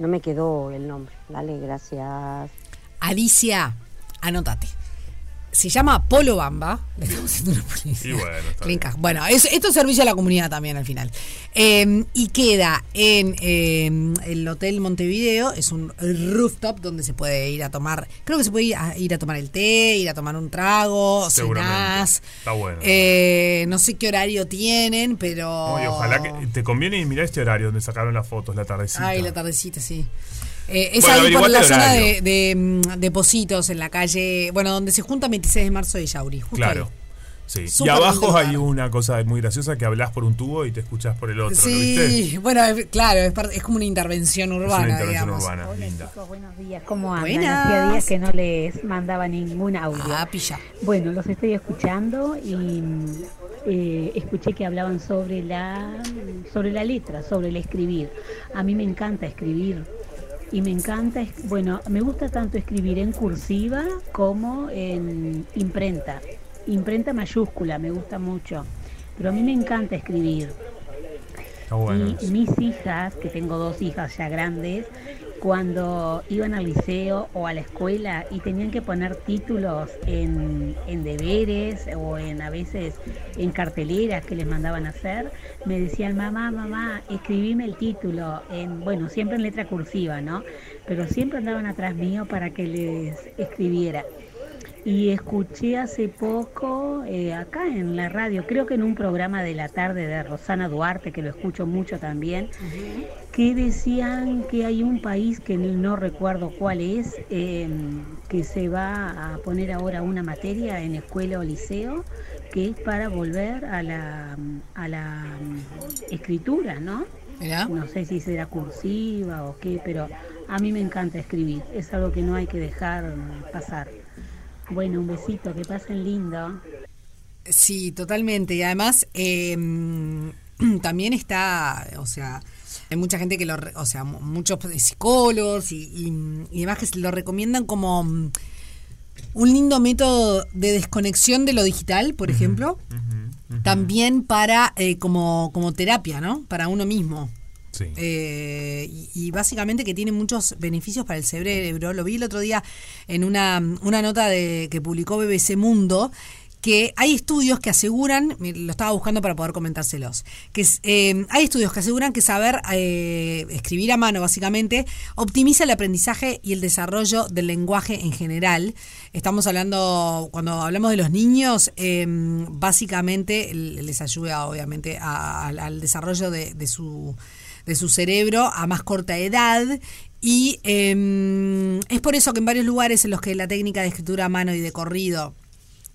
Speaker 10: no me quedó el nombre. Dale, gracias.
Speaker 3: Alicia, anótate. Se llama Polo Bamba. Le estamos haciendo una publicidad.
Speaker 4: Y bueno, está bien.
Speaker 3: Rinca. Bueno, es- esto es servicio a la comunidad también al final. Eh, y queda en eh, el Hotel Montevideo, es un rooftop donde se puede ir a tomar, creo que se puede ir a, ir a tomar el té, ir a tomar un trago,
Speaker 4: Seguramente.
Speaker 3: cenás.
Speaker 4: Está bueno.
Speaker 3: Eh, no sé qué horario tienen, pero...
Speaker 4: Ay, ojalá que te conviene y mirá este horario donde sacaron las fotos la tardecita.
Speaker 3: Ay, la tardecita, sí. Eh, es
Speaker 4: Bueno,
Speaker 3: ahí por
Speaker 4: averiguate
Speaker 3: la
Speaker 4: el
Speaker 3: zona de,
Speaker 4: horario.
Speaker 3: de, mm, de Positos, en la calle, bueno, donde se junta 26 de marzo de Yauri. Justo
Speaker 4: Claro.
Speaker 3: ahí.
Speaker 4: Sí. Y
Speaker 3: Súper lindo
Speaker 4: abajo
Speaker 3: lugar.
Speaker 4: hay una cosa muy graciosa que hablas por un tubo y te escuchas por el otro. ¿lo viste?
Speaker 3: Sí, bueno, es- claro, es, parte- es como una intervención urbana,
Speaker 4: es una intervención
Speaker 3: digamos.
Speaker 4: urbana, linda.
Speaker 12: Buenos días, ¿cómo andan?
Speaker 3: Buenas.
Speaker 12: Hacía días que no les mandaba ningún audio.
Speaker 3: Ah, pilla.
Speaker 12: Bueno, los estoy escuchando y mm, eh, escuché que hablaban sobre la, sobre la letra, sobre el escribir. A mí me encanta escribir y me encanta, es- bueno, me gusta tanto escribir en cursiva como en imprenta. Imprenta mayúscula, me gusta mucho. Pero a mí me encanta escribir.
Speaker 4: Está bueno.
Speaker 12: Y mis hijas, que tengo dos hijas ya grandes, cuando iban al liceo o a la escuela y tenían que poner títulos en, en deberes o en a veces en carteleras que les mandaban a hacer, me decían, mamá, mamá, escribime el título, en, bueno, siempre en letra cursiva, ¿no? Pero siempre andaban atrás mío para que les escribiera. Y escuché hace poco, eh, acá en la radio, creo que en un programa de la tarde de Rosana Duarte, que lo escucho mucho también, que decían que hay un país que no recuerdo cuál es, eh, que se va a poner ahora una materia en escuela o liceo, que es para volver a la, a la mm, escritura, ¿no? No sé si será cursiva o qué, pero a mí me encanta escribir, es algo que no hay que dejar pasar. Bueno, un besito, que pasen lindo.
Speaker 3: Sí, totalmente. Y además, eh, también está, o sea, hay mucha gente que lo, re- o sea, mu- muchos psicólogos y, y- y demás que se lo recomiendan como mm, un lindo método de desconexión de lo digital, por ejemplo. También para, eh, como, como terapia, ¿no? Para uno mismo.
Speaker 4: Sí.
Speaker 3: Eh, y, y básicamente que tiene muchos beneficios para el cerebro. Lo vi el otro día en una, una nota de, que publicó BBC Mundo que hay estudios que aseguran, mir- lo estaba buscando para poder comentárselos, que es, eh, hay estudios que aseguran que saber eh, escribir a mano básicamente optimiza el aprendizaje y el desarrollo del lenguaje en general. Estamos hablando, cuando hablamos de los niños, eh, básicamente l- les ayuda obviamente a- al- al desarrollo de- de su de su cerebro a más corta edad. Y em, eh, es por eso que en varios lugares en los que la técnica de escritura a mano y de corrido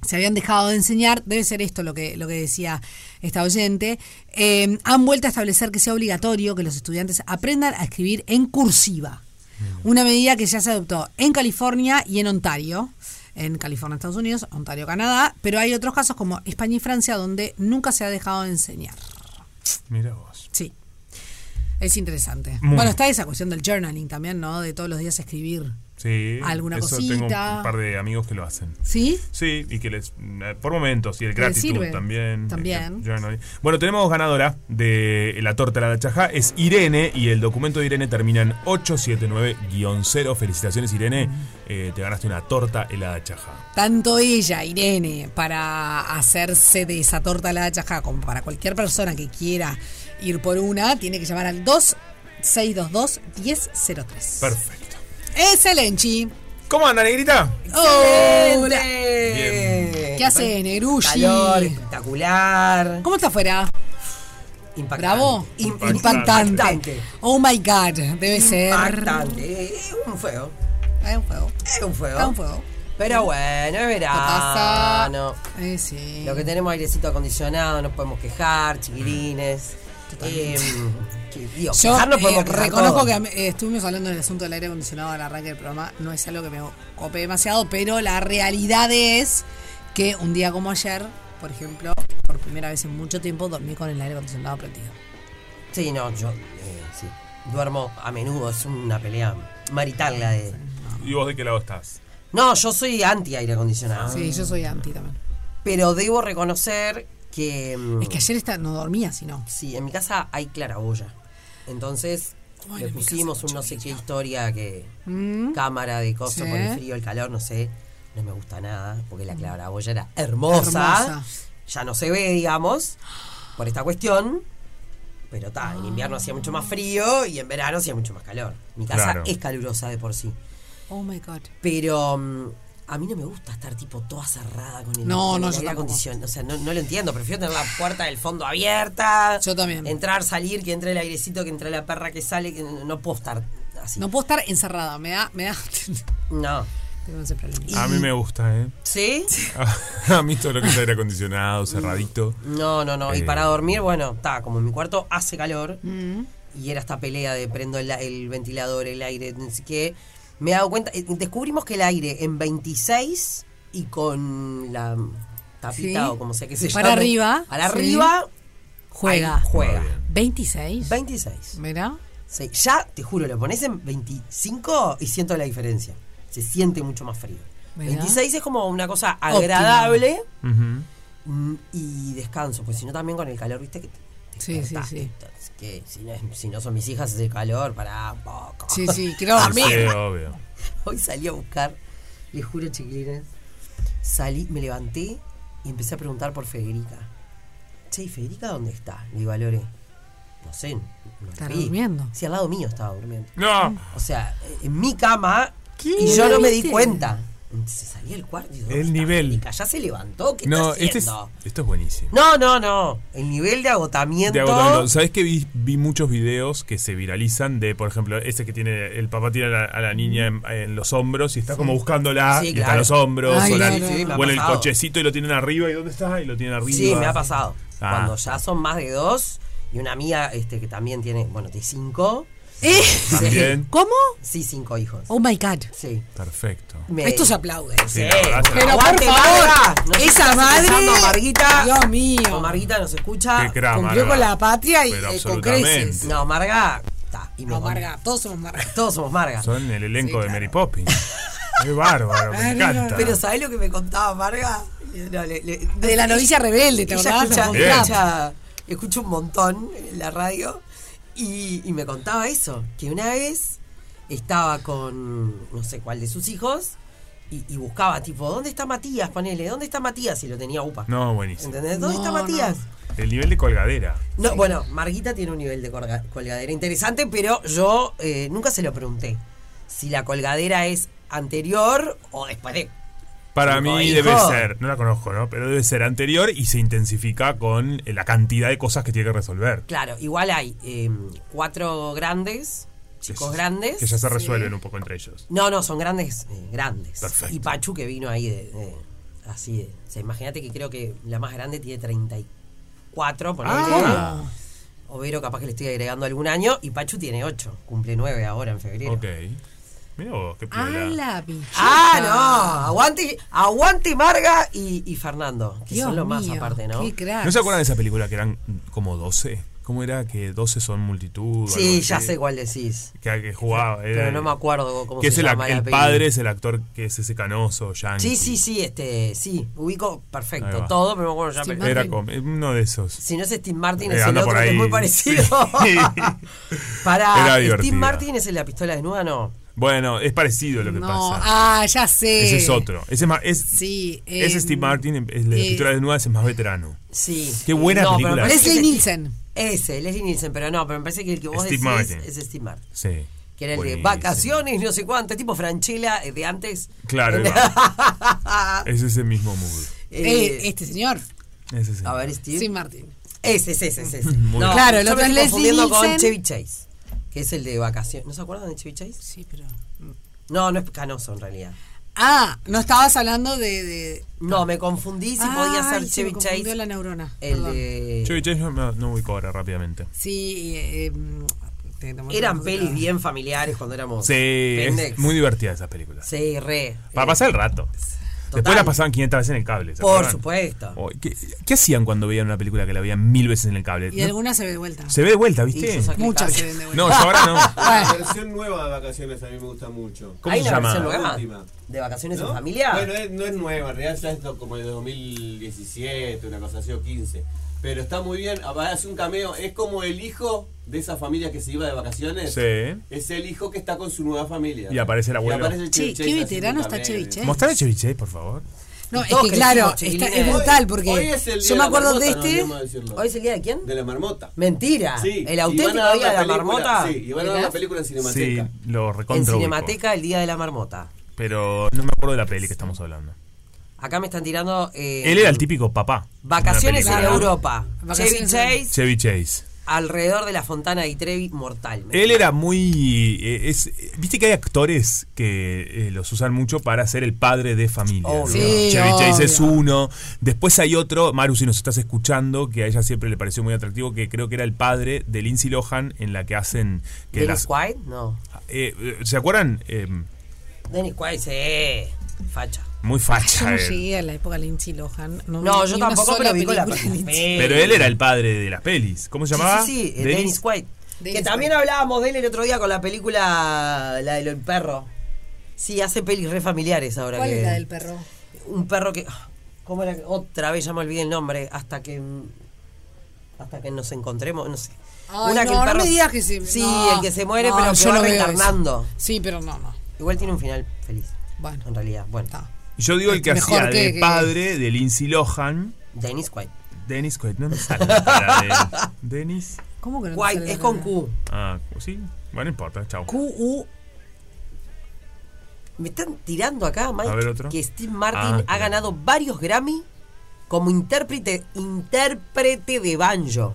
Speaker 3: se habían dejado de enseñar, debe ser esto lo que, lo que decía esta oyente, eh, han vuelto a establecer que sea obligatorio que los estudiantes aprendan a escribir en cursiva, una medida que ya se adoptó en California y en Ontario, en California, Estados Unidos, Ontario, Canadá, pero hay otros casos como España y Francia donde nunca se ha dejado de enseñar.
Speaker 4: Mira vos.
Speaker 3: Sí. Es interesante.
Speaker 4: Muy.
Speaker 3: Bueno, está esa cuestión del journaling también, ¿no? De todos los días escribir.
Speaker 4: Sí.
Speaker 3: Alguna
Speaker 4: eso
Speaker 3: cosita.
Speaker 4: Tengo un par de amigos que lo hacen.
Speaker 3: ¿Sí?
Speaker 4: Sí, y que les. eh, Por momentos, y el
Speaker 3: Les
Speaker 4: gratitud
Speaker 3: sirve.
Speaker 4: también.
Speaker 3: También.
Speaker 4: eh, journal. Bueno, tenemos ganadora de la torta la chajá. Es Irene, y el documento de Irene termina en 879-0. Felicitaciones, Irene. Eh, te ganaste una torta helada chajá.
Speaker 3: Tanto ella, Irene, para hacerse de esa torta la chajá, como para cualquier persona que quiera ir por una, tiene que llamar al 2622-1003.
Speaker 4: Perfecto.
Speaker 3: Excelente.
Speaker 4: ¿Cómo anda, negrita?
Speaker 3: ¡Hola!
Speaker 15: Bien.
Speaker 3: ¿Qué haces, Negrulli?
Speaker 15: Calor, espectacular.
Speaker 3: ¿Cómo está afuera?
Speaker 15: Impactante.
Speaker 3: ¿Bravo?
Speaker 15: Impactante.
Speaker 3: Impactante. Oh my God, debe ser.
Speaker 15: Impactante. Es un fuego.
Speaker 3: Es un fuego.
Speaker 15: Es un fuego.
Speaker 3: Es un fuego.
Speaker 15: Pero bueno, es
Speaker 3: pasa?
Speaker 15: verano.
Speaker 3: Eh,
Speaker 15: Lo que tenemos airecito acondicionado, no podemos quejar, chiquilines. Em, que, digo,
Speaker 3: Yo
Speaker 15: quejar no podemos
Speaker 3: eh,
Speaker 15: quejar
Speaker 3: reconozco
Speaker 15: todo.
Speaker 3: que a mí- eh, estuvimos hablando del asunto del aire acondicionado al arranque del programa, no es algo que me cope demasiado, pero la realidad es que un día como ayer, por ejemplo, por primera vez en mucho tiempo dormí con el aire acondicionado prendido.
Speaker 15: Sí, no, yo eh, sí. duermo a menudo, es una pelea marital la de.
Speaker 4: ¿Y vos de qué lado estás?
Speaker 15: No, yo soy anti aire acondicionado.
Speaker 3: Sí, yo soy anti también.
Speaker 15: Pero debo reconocer que. mm,
Speaker 3: Es que ayer esta- no dormía, sino.
Speaker 15: Sí, en mi casa hay claraboya. Entonces,
Speaker 3: Bueno,
Speaker 15: le
Speaker 3: en mi
Speaker 15: pusimos un no sé qué historia que. Cámara de cosas
Speaker 3: Mm. Sí. Mm.
Speaker 15: por el frío, el calor, no sé. No me gusta nada, porque la claraboya era hermosa.
Speaker 3: Hermosa.
Speaker 15: Ya no se ve, digamos, por esta cuestión. Pero está, en invierno hacía mucho más frío y en verano hacía mucho más calor. Mi casa
Speaker 3: Claro.
Speaker 15: es calurosa de por sí.
Speaker 3: Oh my God.
Speaker 15: Pero mm, a mí no me gusta estar tipo toda cerrada con el,
Speaker 3: No,
Speaker 15: con
Speaker 3: no,
Speaker 15: el
Speaker 3: yo
Speaker 15: aire
Speaker 3: tampoco.
Speaker 15: acondicionado. O sea, no, no lo entiendo. Prefiero tener la puerta del fondo abierta.
Speaker 3: Yo también.
Speaker 15: Entrar, salir, que entre el airecito, que entre la perra que sale. Que no no puedo estar así.
Speaker 3: No puedo estar encerrada, me da, me da.
Speaker 15: No.
Speaker 3: Tengo ese problema.
Speaker 4: A mí me gusta, ¿eh?
Speaker 15: ¿Sí?
Speaker 4: A mí todo lo que es aire acondicionado, cerradito.
Speaker 15: No, no, no. Y
Speaker 4: Eh.
Speaker 15: para dormir, bueno, está, como en mi cuarto hace calor.
Speaker 3: Mm.
Speaker 15: Y era esta pelea de prendo el, el ventilador, el aire, no sé qué. Me he dado cuenta, eh, descubrimos que el aire en 26 y con la tapita
Speaker 3: Sí.
Speaker 15: o como sea que se
Speaker 3: Para
Speaker 15: llame,
Speaker 3: arriba,
Speaker 15: Para
Speaker 3: sí.
Speaker 15: arriba.
Speaker 3: Juega.
Speaker 15: ahí juega.
Speaker 3: ¿26?
Speaker 15: 26.
Speaker 3: ¿Mirá?
Speaker 15: Sí, ya, te juro, lo pones en 25 y siento la diferencia. Se siente mucho más frío.
Speaker 3: Mirá.
Speaker 15: 26 es como una cosa
Speaker 3: Óptima.
Speaker 15: agradable. Mm, y descanso, pues si no también con el calor, viste que
Speaker 3: Sí, sí,
Speaker 15: despertás,
Speaker 3: sí.
Speaker 15: entonces, que si no, es- si no son mis hijas es el calor, para un poco.
Speaker 3: Sí, sí, quiero
Speaker 15: Ah,
Speaker 3: dormir.
Speaker 4: Sí, obvio.
Speaker 15: Hoy salí a buscar, les juro chiquilines, salí, me levanté y empecé a preguntar por Federica. Che, ¿y Federica dónde está? Le digo a Lore, no sé. No
Speaker 3: Está
Speaker 15: la vi".
Speaker 3: durmiendo.
Speaker 15: Sí, al lado mío estaba durmiendo.
Speaker 4: No.
Speaker 15: O sea, en mi cama y
Speaker 3: ¿No
Speaker 15: yo
Speaker 3: la
Speaker 15: no me di
Speaker 3: viste?
Speaker 15: cuenta. Entonces salí del cuarto y digo,
Speaker 4: El nivel.
Speaker 15: "Federica, ya se levantó, ¿qué
Speaker 4: No,
Speaker 15: está
Speaker 4: este es,
Speaker 15: haciendo?".
Speaker 4: esto es buenísimo.
Speaker 15: No, no, no. El nivel de agotamiento.
Speaker 4: De agotamiento. ¿Sabes que vi, vi muchos videos que se viralizan de, por ejemplo, ese que tiene el papá tiene a la, a la niña en, en los hombros y está como buscándola
Speaker 15: Sí,
Speaker 4: y
Speaker 15: claro.
Speaker 4: está en los hombros
Speaker 15: Ay,
Speaker 4: o, la-
Speaker 15: sí, sí, me ha
Speaker 4: o en el
Speaker 15: pasado.
Speaker 4: cochecito y lo tienen arriba y dónde está y lo tienen arriba.
Speaker 15: Sí, me ha pasado.
Speaker 4: Ah.
Speaker 15: Cuando ya son más de dos y una amiga este, que también tiene, bueno, tiene cinco.
Speaker 3: ¿Eh?
Speaker 15: Sí.
Speaker 4: También.
Speaker 3: ¿Cómo?
Speaker 15: Sí, cinco hijos.
Speaker 3: Oh my God.
Speaker 15: Sí.
Speaker 4: Perfecto.
Speaker 15: Me-
Speaker 3: Esto se aplaude.
Speaker 15: Sí,
Speaker 4: la verdad es que-
Speaker 3: Eh, Pero por
Speaker 15: Aguante,
Speaker 3: favor,
Speaker 15: Marga. Nos
Speaker 3: esa
Speaker 15: estás
Speaker 3: madre.
Speaker 15: escuchando, Marguita.
Speaker 3: Dios mío.
Speaker 15: Como Marguita nos escucha.
Speaker 4: Qué cra,
Speaker 3: cumplió
Speaker 4: Marga.
Speaker 3: con la patria y
Speaker 4: Pero
Speaker 3: eh, con
Speaker 4: absolutamente.
Speaker 3: creces.
Speaker 15: No, Marga. ta, y me
Speaker 3: No,
Speaker 15: con-
Speaker 3: Marga, todos somos Marga.
Speaker 15: Todos somos Marga.
Speaker 4: Son el elenco de Mary Poppins. Qué bárbaro, me encanta.
Speaker 15: Pero ¿sabés lo que me contaba Marga? No, le- le-
Speaker 3: De la novicia rebelde, ¿te
Speaker 15: ella
Speaker 3: acordás?
Speaker 15: escucha,
Speaker 3: Nos contaba.
Speaker 15: escucha- escucha un montón en la radio y, y me contaba eso, que una vez estaba con no sé cuál de sus hijos y, y buscaba tipo, ¿dónde está Matías? Ponele, ¿dónde está Matías? Y lo tenía UPA.
Speaker 4: No, buenísimo.
Speaker 15: ¿Entendés? ¿Dónde
Speaker 3: No,
Speaker 15: está
Speaker 3: no.
Speaker 15: Matías?
Speaker 4: El nivel de colgadera.
Speaker 15: No, bueno, Marguita tiene un nivel de colga- colgadera interesante, pero yo eh, nunca se lo pregunté. Si la colgadera es anterior o después de.
Speaker 4: Para
Speaker 15: Cinco
Speaker 4: mí
Speaker 15: hijos.
Speaker 4: debe ser, no la conozco, ¿no? Pero debe ser anterior y se intensifica con eh, la cantidad de cosas que tiene que resolver.
Speaker 15: Claro, igual hay eh, cuatro grandes, chicos
Speaker 4: Que-
Speaker 15: grandes.
Speaker 4: Que ya se resuelven un poco entre ellos.
Speaker 15: No, no, son grandes, eh, grandes.
Speaker 4: Perfecto.
Speaker 15: Y Pachu que vino ahí de, de- así. de- o sea, imagínate que creo que la más grande tiene 34, por
Speaker 4: Ah.
Speaker 15: Overo capaz que le estoy agregando algún año y Pachu tiene 8, cumple 9 ahora en febrero.
Speaker 4: Ok. Mira vos, qué piola.
Speaker 3: la
Speaker 15: Ah, no, aguante, aguante Marga y, y Fernando, que
Speaker 3: Dios
Speaker 15: son lo más
Speaker 3: mío,
Speaker 15: aparte, ¿no?
Speaker 4: ¿No se acuerdan de esa película que eran como 12? ¿Cómo era que 12 son multitud?
Speaker 15: Sí,
Speaker 4: algo
Speaker 15: ya
Speaker 4: así?
Speaker 15: sé cuál decís.
Speaker 4: Que, que jugaba.
Speaker 15: Pero no me acuerdo cómo
Speaker 4: Eh, que
Speaker 15: se
Speaker 4: es el,
Speaker 15: llama
Speaker 4: ac-
Speaker 15: la
Speaker 4: el
Speaker 15: peli.
Speaker 4: padre es el actor que es ese canoso, yankee.
Speaker 15: Sí, sí, sí, este, sí, ubico
Speaker 4: Ahí
Speaker 15: perfecto
Speaker 4: va.
Speaker 15: todo, pero no me acuerdo ya. pero-
Speaker 4: Era com- uno de esos.
Speaker 15: Si no es Steve Martin,
Speaker 4: Eh,
Speaker 15: es el
Speaker 4: anda
Speaker 15: otro
Speaker 4: por
Speaker 15: que es
Speaker 4: ahí.
Speaker 15: muy parecido.
Speaker 4: Sí. Era
Speaker 15: Para Steve
Speaker 4: divertida.
Speaker 15: Martin es el de la pistola desnuda, no.
Speaker 4: Bueno, es parecido lo que
Speaker 3: No,
Speaker 4: pasa.
Speaker 3: ah, ya sé.
Speaker 15: eh.
Speaker 4: Ese es otro. Ese es, más- es,
Speaker 3: Sí.
Speaker 4: ese
Speaker 3: em,
Speaker 4: Steve Martin, es la
Speaker 3: eh,
Speaker 4: escritura desnuda, ese es más veterano.
Speaker 15: Sí.
Speaker 4: Qué buena
Speaker 15: No, pero me
Speaker 4: película.
Speaker 15: parece que
Speaker 3: Leslie
Speaker 15: es-
Speaker 3: Nielsen.
Speaker 15: Ese, Leslie Nielsen, pero no, pero me parece que el que vos
Speaker 4: Steve
Speaker 15: decís
Speaker 4: Martin.
Speaker 15: es Steve Martin.
Speaker 4: Sí.
Speaker 15: Que era el
Speaker 4: Buenísimo.
Speaker 15: de vacaciones, no sé cuánto, es tipo Franchella eh, de antes.
Speaker 4: Claro, ahí va. es ese mismo mood.
Speaker 3: eh,
Speaker 15: Eh,
Speaker 3: este señor.
Speaker 4: Es ese.
Speaker 15: a ver, eh. Steve.
Speaker 3: Steve Martin.
Speaker 15: Ese, ese, ese, ese.
Speaker 4: Muy bien.
Speaker 3: Claro, el
Speaker 15: yo me
Speaker 3: otro es
Speaker 15: estoy
Speaker 3: Leslie
Speaker 15: confundiendo con
Speaker 3: Nielsen.
Speaker 15: Chevy Chase, que es el de vacaciones. ¿No se acuerdan de Chevy Chase?
Speaker 3: Sí, pero.
Speaker 15: No, no es canoso en realidad.
Speaker 3: Ah, no estabas hablando de. de-
Speaker 15: No, me confundí si podía ser
Speaker 3: Ay, se
Speaker 15: Chevy
Speaker 3: me
Speaker 15: Chase.
Speaker 3: confundió la neurona.
Speaker 15: El
Speaker 3: perdón.
Speaker 15: de.
Speaker 4: Chevy Chase no, no, no ubico ahora rápidamente.
Speaker 3: Sí, eh, em, te- te-
Speaker 15: Eran pelis bien familiares cuando éramos.
Speaker 4: Sí, es
Speaker 15: pendex.
Speaker 4: muy divertida esa película.
Speaker 15: Sí, re.
Speaker 4: Para pasar el rato. Después la pasaban 500 veces en el cable. ¿se
Speaker 15: Por
Speaker 4: acuerdan?
Speaker 15: supuesto.
Speaker 4: Oh, ¿Qué, qué hacían cuando veían una película que la veían mil veces en el cable?
Speaker 3: Y
Speaker 4: ¿No?
Speaker 3: algunas se ve de vuelta.
Speaker 4: Se ve de vuelta, ¿viste?
Speaker 3: Muchas se ven de vuelta.
Speaker 4: No, yo ahora no.
Speaker 16: La versión nueva de vacaciones a mí me gusta mucho.
Speaker 4: ¿Cómo Hay se una llama? versión
Speaker 16: La
Speaker 4: nueva.
Speaker 16: última.
Speaker 15: ¿De vacaciones
Speaker 16: ¿No?
Speaker 15: en familia?
Speaker 16: Bueno, es- no es nueva, en realidad ya es do- como de 2017, Este, una cosa así o 15. Pero está muy bien, ah, va, hace un cameo, es como el hijo de esa familia que se iba de vacaciones.
Speaker 4: Sí.
Speaker 16: Es el hijo que está con su nueva familia.
Speaker 4: Y aparece el abuelo.
Speaker 16: aparece el
Speaker 3: Che, qué
Speaker 16: Chevy Chase eh. haciendo
Speaker 3: veterano
Speaker 16: un
Speaker 3: está
Speaker 16: cameo.
Speaker 3: Chevy Chase.
Speaker 4: Mostrar a Chevy Chase, por favor.
Speaker 3: No, es
Speaker 15: Todos
Speaker 3: que claro,
Speaker 15: crecimos,
Speaker 3: está-
Speaker 15: chiquilines.
Speaker 3: es brutal
Speaker 16: Hoy
Speaker 3: porque
Speaker 16: es el
Speaker 3: yo
Speaker 16: día de
Speaker 3: me
Speaker 16: la
Speaker 3: acuerdo de
Speaker 16: marmota, no
Speaker 3: este.
Speaker 16: olvidemos decirlo.
Speaker 15: ¿Hoy es el día de quién?
Speaker 16: De la marmota.
Speaker 15: Mentira.
Speaker 16: Sí, y van
Speaker 15: El
Speaker 16: a
Speaker 15: auténtico
Speaker 16: dar
Speaker 15: día de la
Speaker 16: película,
Speaker 15: marmota.
Speaker 16: Sí, y van a dar
Speaker 15: Mirá.
Speaker 16: la película en
Speaker 4: Sí,
Speaker 16: Cinemateca.
Speaker 4: lo
Speaker 15: En
Speaker 4: recontra ubico.
Speaker 15: Cinemateca, el día de la marmota.
Speaker 4: Pero no me acuerdo de la peli que estamos hablando.
Speaker 15: Acá me están tirando. eh,
Speaker 4: Él era el típico papá. de una
Speaker 15: Vacaciones en
Speaker 4: película.
Speaker 15: Europa. Chevy
Speaker 3: Vacaciones en-
Speaker 15: Chase,
Speaker 4: Chevy Chase.
Speaker 15: alrededor de la fontana de Trevi, mortal.
Speaker 4: Él era muy. eh, es, eh, Viste que hay actores que eh, los usan mucho para ser el padre de familia.
Speaker 15: Obvio.
Speaker 4: ¿no?
Speaker 15: Sí,
Speaker 4: Chevy Chase es
Speaker 15: obvio.
Speaker 4: uno. Después hay otro, Maru, si nos estás escuchando, que a ella siempre le pareció muy atractivo, que creo que era el padre de Lindsay Lohan en la que hacen. Que
Speaker 15: ¿Dennis
Speaker 4: las-
Speaker 15: Quaid? No.
Speaker 4: eh, eh, ¿Se acuerdan? Eh,
Speaker 15: Dennis Quaid, sí. Facha.
Speaker 4: muy
Speaker 3: Yo
Speaker 4: facha.
Speaker 3: no
Speaker 4: él.
Speaker 3: llegué a la época de Lindsay Lohan. No,
Speaker 15: No,
Speaker 3: vi
Speaker 15: yo
Speaker 3: ni una
Speaker 15: tampoco,
Speaker 3: sola
Speaker 15: pero vi con la
Speaker 3: película de Lindsay.
Speaker 4: Pero él era el padre de las pelis. ¿Cómo se llamaba?
Speaker 15: Sí, sí, sí, eh,
Speaker 4: Dennis-
Speaker 15: Dennis, Quaid.
Speaker 3: Dennis
Speaker 15: que también hablábamos de él el otro día con la película La del perro. Sí, hace pelis re familiares ahora.
Speaker 3: ¿Cuál
Speaker 15: que-
Speaker 3: es la del perro?
Speaker 15: Un perro que. ah, ¿Cómo era? Otra vez ya me olvidé el nombre. Hasta que. Hasta que nos encontremos, no sé.
Speaker 3: Ay,
Speaker 15: Una
Speaker 3: no,
Speaker 15: que el
Speaker 3: no
Speaker 15: perro-
Speaker 3: me digas que se...
Speaker 15: Sí,
Speaker 3: no.
Speaker 15: el que se muere,
Speaker 3: No,
Speaker 15: pero que
Speaker 3: yo
Speaker 15: va
Speaker 3: no veo eso.
Speaker 15: reencarnando.
Speaker 3: Sí, pero no, no.
Speaker 15: Igual tiene un final feliz.
Speaker 3: Bueno.
Speaker 15: En realidad, bueno.
Speaker 4: Yo digo el que
Speaker 3: Mejor
Speaker 4: hacía
Speaker 3: que-
Speaker 4: de
Speaker 3: que-
Speaker 4: padre de Lindsay Lohan.
Speaker 15: Dennis Quaid.
Speaker 4: Dennis Quaid, no me sale la cara de Dennis.
Speaker 3: ¿Cómo que no te
Speaker 15: Quaid,
Speaker 3: sale la
Speaker 15: es con
Speaker 3: cara?
Speaker 15: Q.
Speaker 4: Ah, sí. Bueno, no importa, chao.
Speaker 3: Q, U.
Speaker 15: Me están tirando acá, Mike,
Speaker 4: ver, otro.
Speaker 15: que Steve Martin
Speaker 4: Ah,
Speaker 15: ha
Speaker 4: claro.
Speaker 15: ganado varios Grammy como intérprete, intérprete de banjo.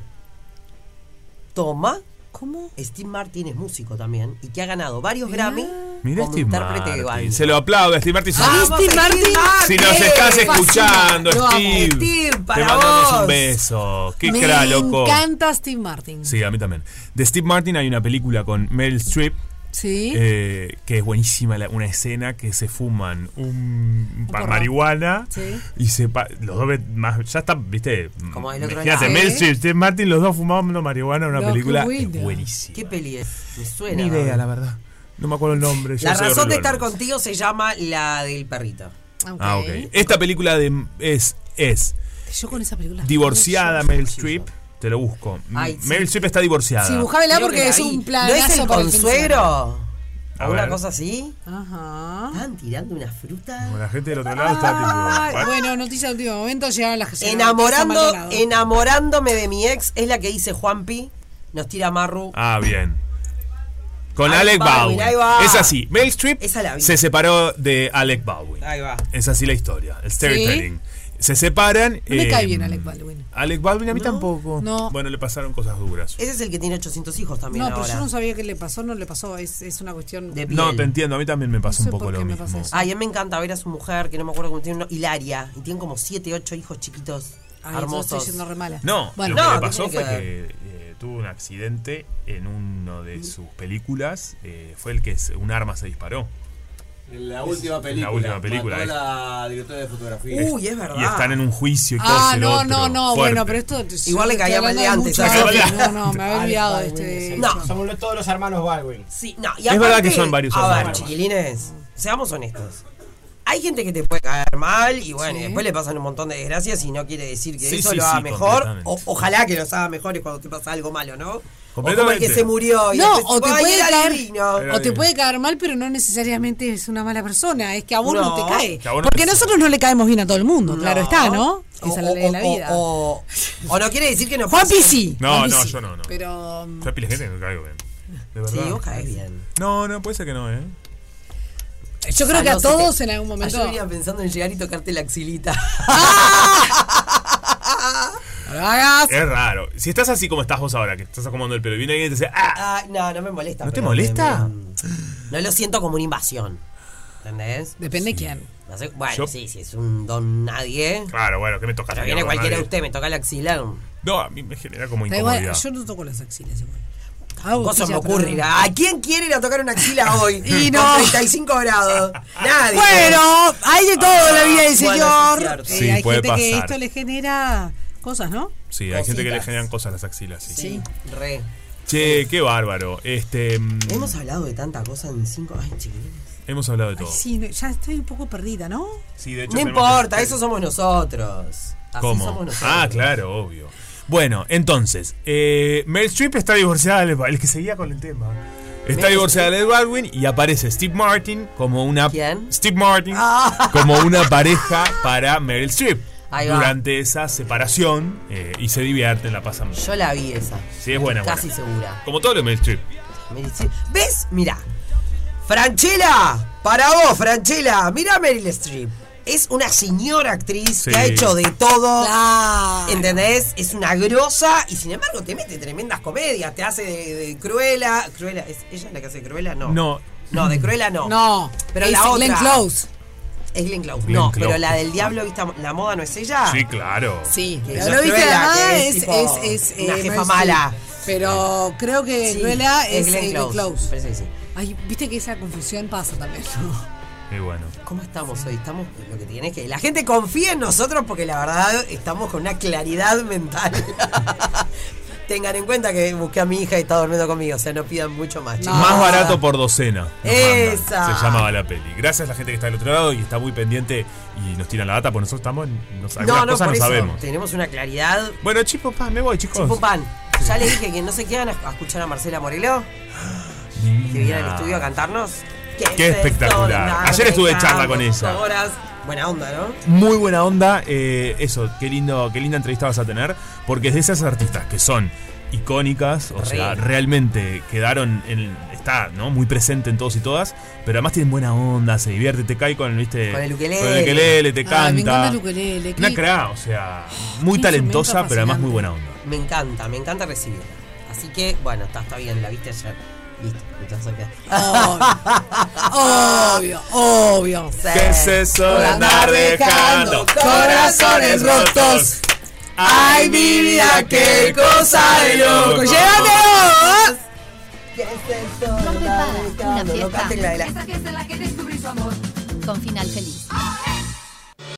Speaker 15: Toma,
Speaker 3: ¿Cómo?
Speaker 15: Steve Martin es músico también y que ha ganado varios Grammy
Speaker 4: Mira este
Speaker 15: como
Speaker 4: Steve
Speaker 15: intérprete de Ah,
Speaker 4: Martin.
Speaker 15: banjo.
Speaker 4: Se lo aplaudo a Steve Martin.
Speaker 15: ¡Vamos, Steve Martin!
Speaker 4: Si nos estás escuchando,
Speaker 3: Lo amo.
Speaker 4: Steve.
Speaker 15: Steve,
Speaker 4: te
Speaker 15: para
Speaker 4: mandamos
Speaker 15: vos.
Speaker 4: un beso. Qué
Speaker 3: me
Speaker 4: cra, loco.
Speaker 3: encanta Steve Martin.
Speaker 4: Sí, a mí también. De Steve Martin hay una película con Meryl Streep.
Speaker 3: Sí.
Speaker 4: eh, que es buenísima la- una escena que se fuman un, pa-
Speaker 3: porro.
Speaker 4: marihuana
Speaker 3: Sí.
Speaker 4: y se pa- los dos ven- más ya está viste
Speaker 15: Como el otro
Speaker 4: imagínate
Speaker 15: lado.
Speaker 4: Meryl
Speaker 15: Sí.
Speaker 4: Streep Steve Martin los dos fumando marihuana en una
Speaker 3: No, qué
Speaker 4: película es
Speaker 3: buena.
Speaker 4: buenísima
Speaker 15: ¿Qué peli es? Me suena.
Speaker 4: ni idea la verdad no me acuerdo el nombre yo
Speaker 15: La
Speaker 4: soy
Speaker 15: razón de
Speaker 4: horroroso.
Speaker 15: estar contigo se llama la del perrito.
Speaker 4: Ah, ok. Esta película de, es, es
Speaker 3: Yo con esa película.
Speaker 4: divorciada Meryl Streep. Te lo busco.
Speaker 15: Ay, sí.
Speaker 4: Meryl Streep está divorciada.
Speaker 3: Sí, buscábela
Speaker 15: Creo
Speaker 3: porque
Speaker 15: que
Speaker 3: es
Speaker 15: la vi.
Speaker 3: un
Speaker 15: ¿No es
Speaker 3: planazo
Speaker 15: el
Speaker 3: para el fin de semana.
Speaker 15: consuelo?
Speaker 4: A
Speaker 15: ¿O una
Speaker 4: ver.
Speaker 15: cosa así?
Speaker 3: Ajá.
Speaker 15: Estaban tirando una fruta.
Speaker 4: Como la gente del otro lado está tipo.
Speaker 3: Ay,
Speaker 4: "What?".
Speaker 3: bueno, noticia de último momento llegaron las que se
Speaker 15: Enamorando,
Speaker 3: San Maldonado.
Speaker 15: enamorándome de mi ex es la que dice Juanpi. Nos tira Marru.
Speaker 4: Ah, bien. Con
Speaker 15: Ahí
Speaker 4: Alec
Speaker 15: va,
Speaker 4: Baldwin.
Speaker 15: mirá, ahí va.
Speaker 4: Es así. Meryl Streep
Speaker 15: Esa la vi.
Speaker 4: se separó de Alec Baldwin.
Speaker 15: Ahí va.
Speaker 4: Es así la historia, el storytelling. Se separan.
Speaker 3: No me cae
Speaker 4: eh,
Speaker 3: bien Alec Baldwin.
Speaker 4: Alec Baldwin a mí tampoco.
Speaker 3: No.
Speaker 4: Bueno, le pasaron cosas duras.
Speaker 15: Ese es el que tiene 800 hijos también
Speaker 3: No,
Speaker 15: ahora.
Speaker 3: pero yo no sabía qué le pasó, no le pasó. Es, es una cuestión
Speaker 15: De
Speaker 4: No, te entiendo, a mí también me pasó
Speaker 3: No sé
Speaker 4: un poco
Speaker 3: por
Speaker 4: lo
Speaker 3: qué me
Speaker 4: mismo. Ah,
Speaker 3: pasa eso.
Speaker 15: Ay, a mí me encanta ver a su mujer, que no me acuerdo cómo tiene uno, Hilaria. Y tiene como 7, 8 hijos chiquitos,
Speaker 3: Ay, yo
Speaker 15: hermosos.
Speaker 3: estoy siendo re mala.
Speaker 4: No,
Speaker 3: Bueno.
Speaker 4: lo que
Speaker 3: No,
Speaker 4: le
Speaker 3: ¿qué
Speaker 4: pasó
Speaker 3: tiene
Speaker 4: fue
Speaker 3: que
Speaker 4: que eh, tuvo un accidente en una de sus películas. eh, fue el que se- un arma se disparó.
Speaker 16: En la última
Speaker 4: En la
Speaker 16: película.
Speaker 4: última película,
Speaker 16: mató
Speaker 4: es-
Speaker 16: a la directora de fotografía.
Speaker 15: Uy, es verdad.
Speaker 4: Y están en un juicio y
Speaker 3: Ah,
Speaker 4: todo
Speaker 3: no, no, no, bueno, pero esto.
Speaker 15: Igual le
Speaker 3: estoy
Speaker 15: caía mal
Speaker 3: hablando
Speaker 15: de antes.
Speaker 3: mucho
Speaker 15: ¿sabes?
Speaker 3: antes. No, no, me había olvidado de este.
Speaker 15: No.
Speaker 3: hecho.
Speaker 15: Son todos los hermanos Baldwin. Sí, no. Y
Speaker 4: Es
Speaker 15: aparte,
Speaker 4: verdad que son varios
Speaker 15: A ver,
Speaker 4: hermanos.
Speaker 15: chiquilines, seamos honestos. Hay gente que te puede caer mal y bueno, y después le pasan un montón de desgracias y no quiere decir que
Speaker 4: Sí,
Speaker 15: eso
Speaker 4: sí,
Speaker 15: lo
Speaker 4: sí,
Speaker 15: haga mejor.
Speaker 4: completamente.
Speaker 15: O- ojalá que los haga mejores cuando te pasa algo malo, ¿no? O como el
Speaker 4: Completamente.
Speaker 15: que se murió y
Speaker 3: No,
Speaker 15: después,
Speaker 3: o te,
Speaker 15: "Ay,
Speaker 3: puede
Speaker 15: era
Speaker 3: caer,
Speaker 15: divino".
Speaker 3: o te puede caer mal, pero no necesariamente es una mala persona. Es que a vos no,
Speaker 15: No.
Speaker 3: te cae.
Speaker 15: Que a vos no
Speaker 3: Porque
Speaker 15: te-
Speaker 3: nosotros no le caemos bien a todo el mundo, claro está, ¿no? Esa es la ley de la
Speaker 15: o-
Speaker 3: vida.
Speaker 15: O, o no quiere decir que no
Speaker 3: Juanpi
Speaker 15: pase.
Speaker 3: sí.
Speaker 4: No,
Speaker 3: Juanpi
Speaker 4: no,
Speaker 3: sí.
Speaker 4: yo no, no.
Speaker 3: Pero.
Speaker 4: Yo a pila de gente que me caigo bien. De verdad.
Speaker 15: Sí, vos caes bien.
Speaker 4: No, no, puede ser que no, ¿eh?
Speaker 3: Yo creo
Speaker 15: Ah,
Speaker 3: que a
Speaker 15: no, se
Speaker 3: todos
Speaker 15: te-
Speaker 3: en algún momento.
Speaker 15: Ah, Yo venía pensando en llegar y tocarte la axilita.
Speaker 4: Es raro. Si estás así como estás vos ahora, que estás acomodando el pelo y viene alguien y te dice, ¡ah!
Speaker 15: Ah, no, no me molesta.
Speaker 4: ¿No te
Speaker 15: pero
Speaker 4: molesta?
Speaker 15: me- No lo siento como una invasión. ¿Entendés?
Speaker 3: Depende quién.
Speaker 15: No sé- Bueno,
Speaker 4: Yo-
Speaker 15: sí, sí, es un don nadie.
Speaker 4: Claro, bueno, ¿qué me toca?
Speaker 15: Pero viene cualquiera de usted, me toca la axila.
Speaker 4: No, a mí me genera como
Speaker 3: Da igual,
Speaker 4: incomodidad.
Speaker 3: yo no toco las axilas igual. Ah,
Speaker 15: Vos
Speaker 3: sí,
Speaker 15: se me
Speaker 3: ya,
Speaker 15: ocurre
Speaker 3: pero-
Speaker 15: ir a- ¿A quién quiere ir a tocar una axila hoy?
Speaker 3: Y
Speaker 15: Con
Speaker 3: no.
Speaker 15: 35 grados. Nadie.
Speaker 3: Bueno, hay de todo en la vida del
Speaker 15: Bueno,
Speaker 3: señor. Eh,
Speaker 15: es cierto.
Speaker 4: Sí,
Speaker 3: hay
Speaker 4: puede
Speaker 3: gente que
Speaker 4: pasar.
Speaker 3: esto le genera cosas, ¿no?
Speaker 4: Sí, hay gente que le
Speaker 15: Cositas.
Speaker 4: generan cosas a las axilas. Sí.
Speaker 15: Re.
Speaker 4: Che, qué bárbaro. Este, mm,
Speaker 15: Hemos hablado de tanta cosa en 5. Ay, chiquilines.
Speaker 4: hemos hablado de todo.
Speaker 3: Sí, no, ya estoy un poco perdida, ¿no?
Speaker 4: Sí, de hecho,
Speaker 15: No
Speaker 4: tenemos
Speaker 15: importa,
Speaker 4: que-
Speaker 15: eso somos nosotros. Así somos
Speaker 4: ¿Cómo?
Speaker 15: nosotros.
Speaker 4: Ah, claro, obvio. Bueno, entonces, eh, Meryl Streep está divorciada del el que seguía con el tema. Está
Speaker 15: Meryl
Speaker 4: divorciada de Baldwin y aparece Steve Martin como una
Speaker 15: ¿Quién? Ah.
Speaker 4: Steve Martin como una pareja para Meryl Streep
Speaker 15: Ahí va.
Speaker 4: durante esa separación eh, y se divierten, la pasan bien.
Speaker 15: Yo la vi esa.
Speaker 4: Sí, es buena,
Speaker 15: Casi
Speaker 4: buena.
Speaker 15: segura.
Speaker 4: Como todo lo de Meryl Streep.
Speaker 15: Me dice, ¿Ves? Mirá. Franchella, para vos, Franchella. Mirá a Meryl Streep. Es una señora actriz
Speaker 4: Sí.
Speaker 15: que ha hecho de todo.
Speaker 3: Claro.
Speaker 15: ¿Entendés? Es una grosa y sin embargo te mete tremendas comedias. Te hace de, de Cruella. Cruella, ¿es ella la que hace de Cruella? No.
Speaker 4: No.
Speaker 15: No, de Cruella no.
Speaker 3: No,
Speaker 15: Pero
Speaker 3: es
Speaker 15: la otra.
Speaker 3: Glenn Close.
Speaker 15: Es Glenn Close.
Speaker 4: Glenn
Speaker 15: no,
Speaker 4: Close.
Speaker 15: pero la del diablo, ¿viste? La moda no es ella.
Speaker 4: Sí, claro.
Speaker 3: Sí,
Speaker 15: Que
Speaker 3: pero
Speaker 15: ella
Speaker 3: lo viste
Speaker 15: Cruella,
Speaker 3: además
Speaker 15: que es
Speaker 3: es,
Speaker 15: tipo
Speaker 3: es, es,
Speaker 15: una
Speaker 3: eh,
Speaker 15: jefa
Speaker 3: Meryl
Speaker 15: mala.
Speaker 3: Streep. Pero creo que
Speaker 15: Sí,
Speaker 3: Cruella es, eh, Glenn Close.
Speaker 15: Me parece que sí.
Speaker 3: Ay, viste que esa confusión pasa también.
Speaker 4: Y bueno.
Speaker 15: ¿Cómo estamos hoy? Estamos lo que tiene es que la gente confía en nosotros porque la verdad estamos con una claridad mental. Tengan en cuenta que busqué a mi hija y está durmiendo conmigo, o sea, no pidan mucho más. chicos.
Speaker 4: Más barato por docena. nos
Speaker 15: Esa.
Speaker 4: mandan. Se llamaba la peli. Gracias a la gente que está del otro lado y está muy pendiente y nos tiran la data, porque nosotros estamos en. Nos, algunas
Speaker 15: No, no,
Speaker 4: cosas
Speaker 15: por
Speaker 4: no
Speaker 15: eso
Speaker 4: sabemos.
Speaker 15: tenemos una claridad.
Speaker 4: Bueno, chipo, pa, me voy, chicos.
Speaker 15: Pupán, ya le dije que no se quedan a a escuchar a Marcela Morelo, que viene al estudio a cantarnos.
Speaker 4: Qué espectacular. Ayer estuve de charla con ella.
Speaker 15: Horas. Buena onda, ¿no?
Speaker 4: Muy buena onda. eh, eso, qué lindo, qué linda entrevista vas a tener. Porque es de esas artistas que son icónicas, o
Speaker 15: Re.
Speaker 4: sea, realmente quedaron en. Está, ¿no? Muy presente en todos y todas. Pero además tienen buena onda, se divierte, te cae con, ¿viste?
Speaker 15: Con el ukelele.
Speaker 4: Con el ukelele, te
Speaker 3: Ay, me
Speaker 4: canta.
Speaker 3: encanta el ukelele,
Speaker 4: Una
Speaker 3: qué-
Speaker 4: cra, o sea, muy
Speaker 3: Qué
Speaker 4: talentosa,
Speaker 3: instrumento
Speaker 4: pero además muy
Speaker 3: fascinante.
Speaker 4: buena onda.
Speaker 15: Me encanta, me encanta recibirla. Así que, bueno, está, está bien, la viste ayer. Listo, entonces quedaste.
Speaker 3: obvio, obvio.
Speaker 4: Que se suele andar dejando corazones rotos.
Speaker 15: Ay, mi vida, qué cosa de loco. Llévate
Speaker 4: ¿eh?
Speaker 15: vos.
Speaker 8: Rompe Paga, una
Speaker 15: No
Speaker 8: fiesta
Speaker 15: canten la de la-
Speaker 9: Esa fiesta en la que descubrí su amor.
Speaker 8: con final feliz.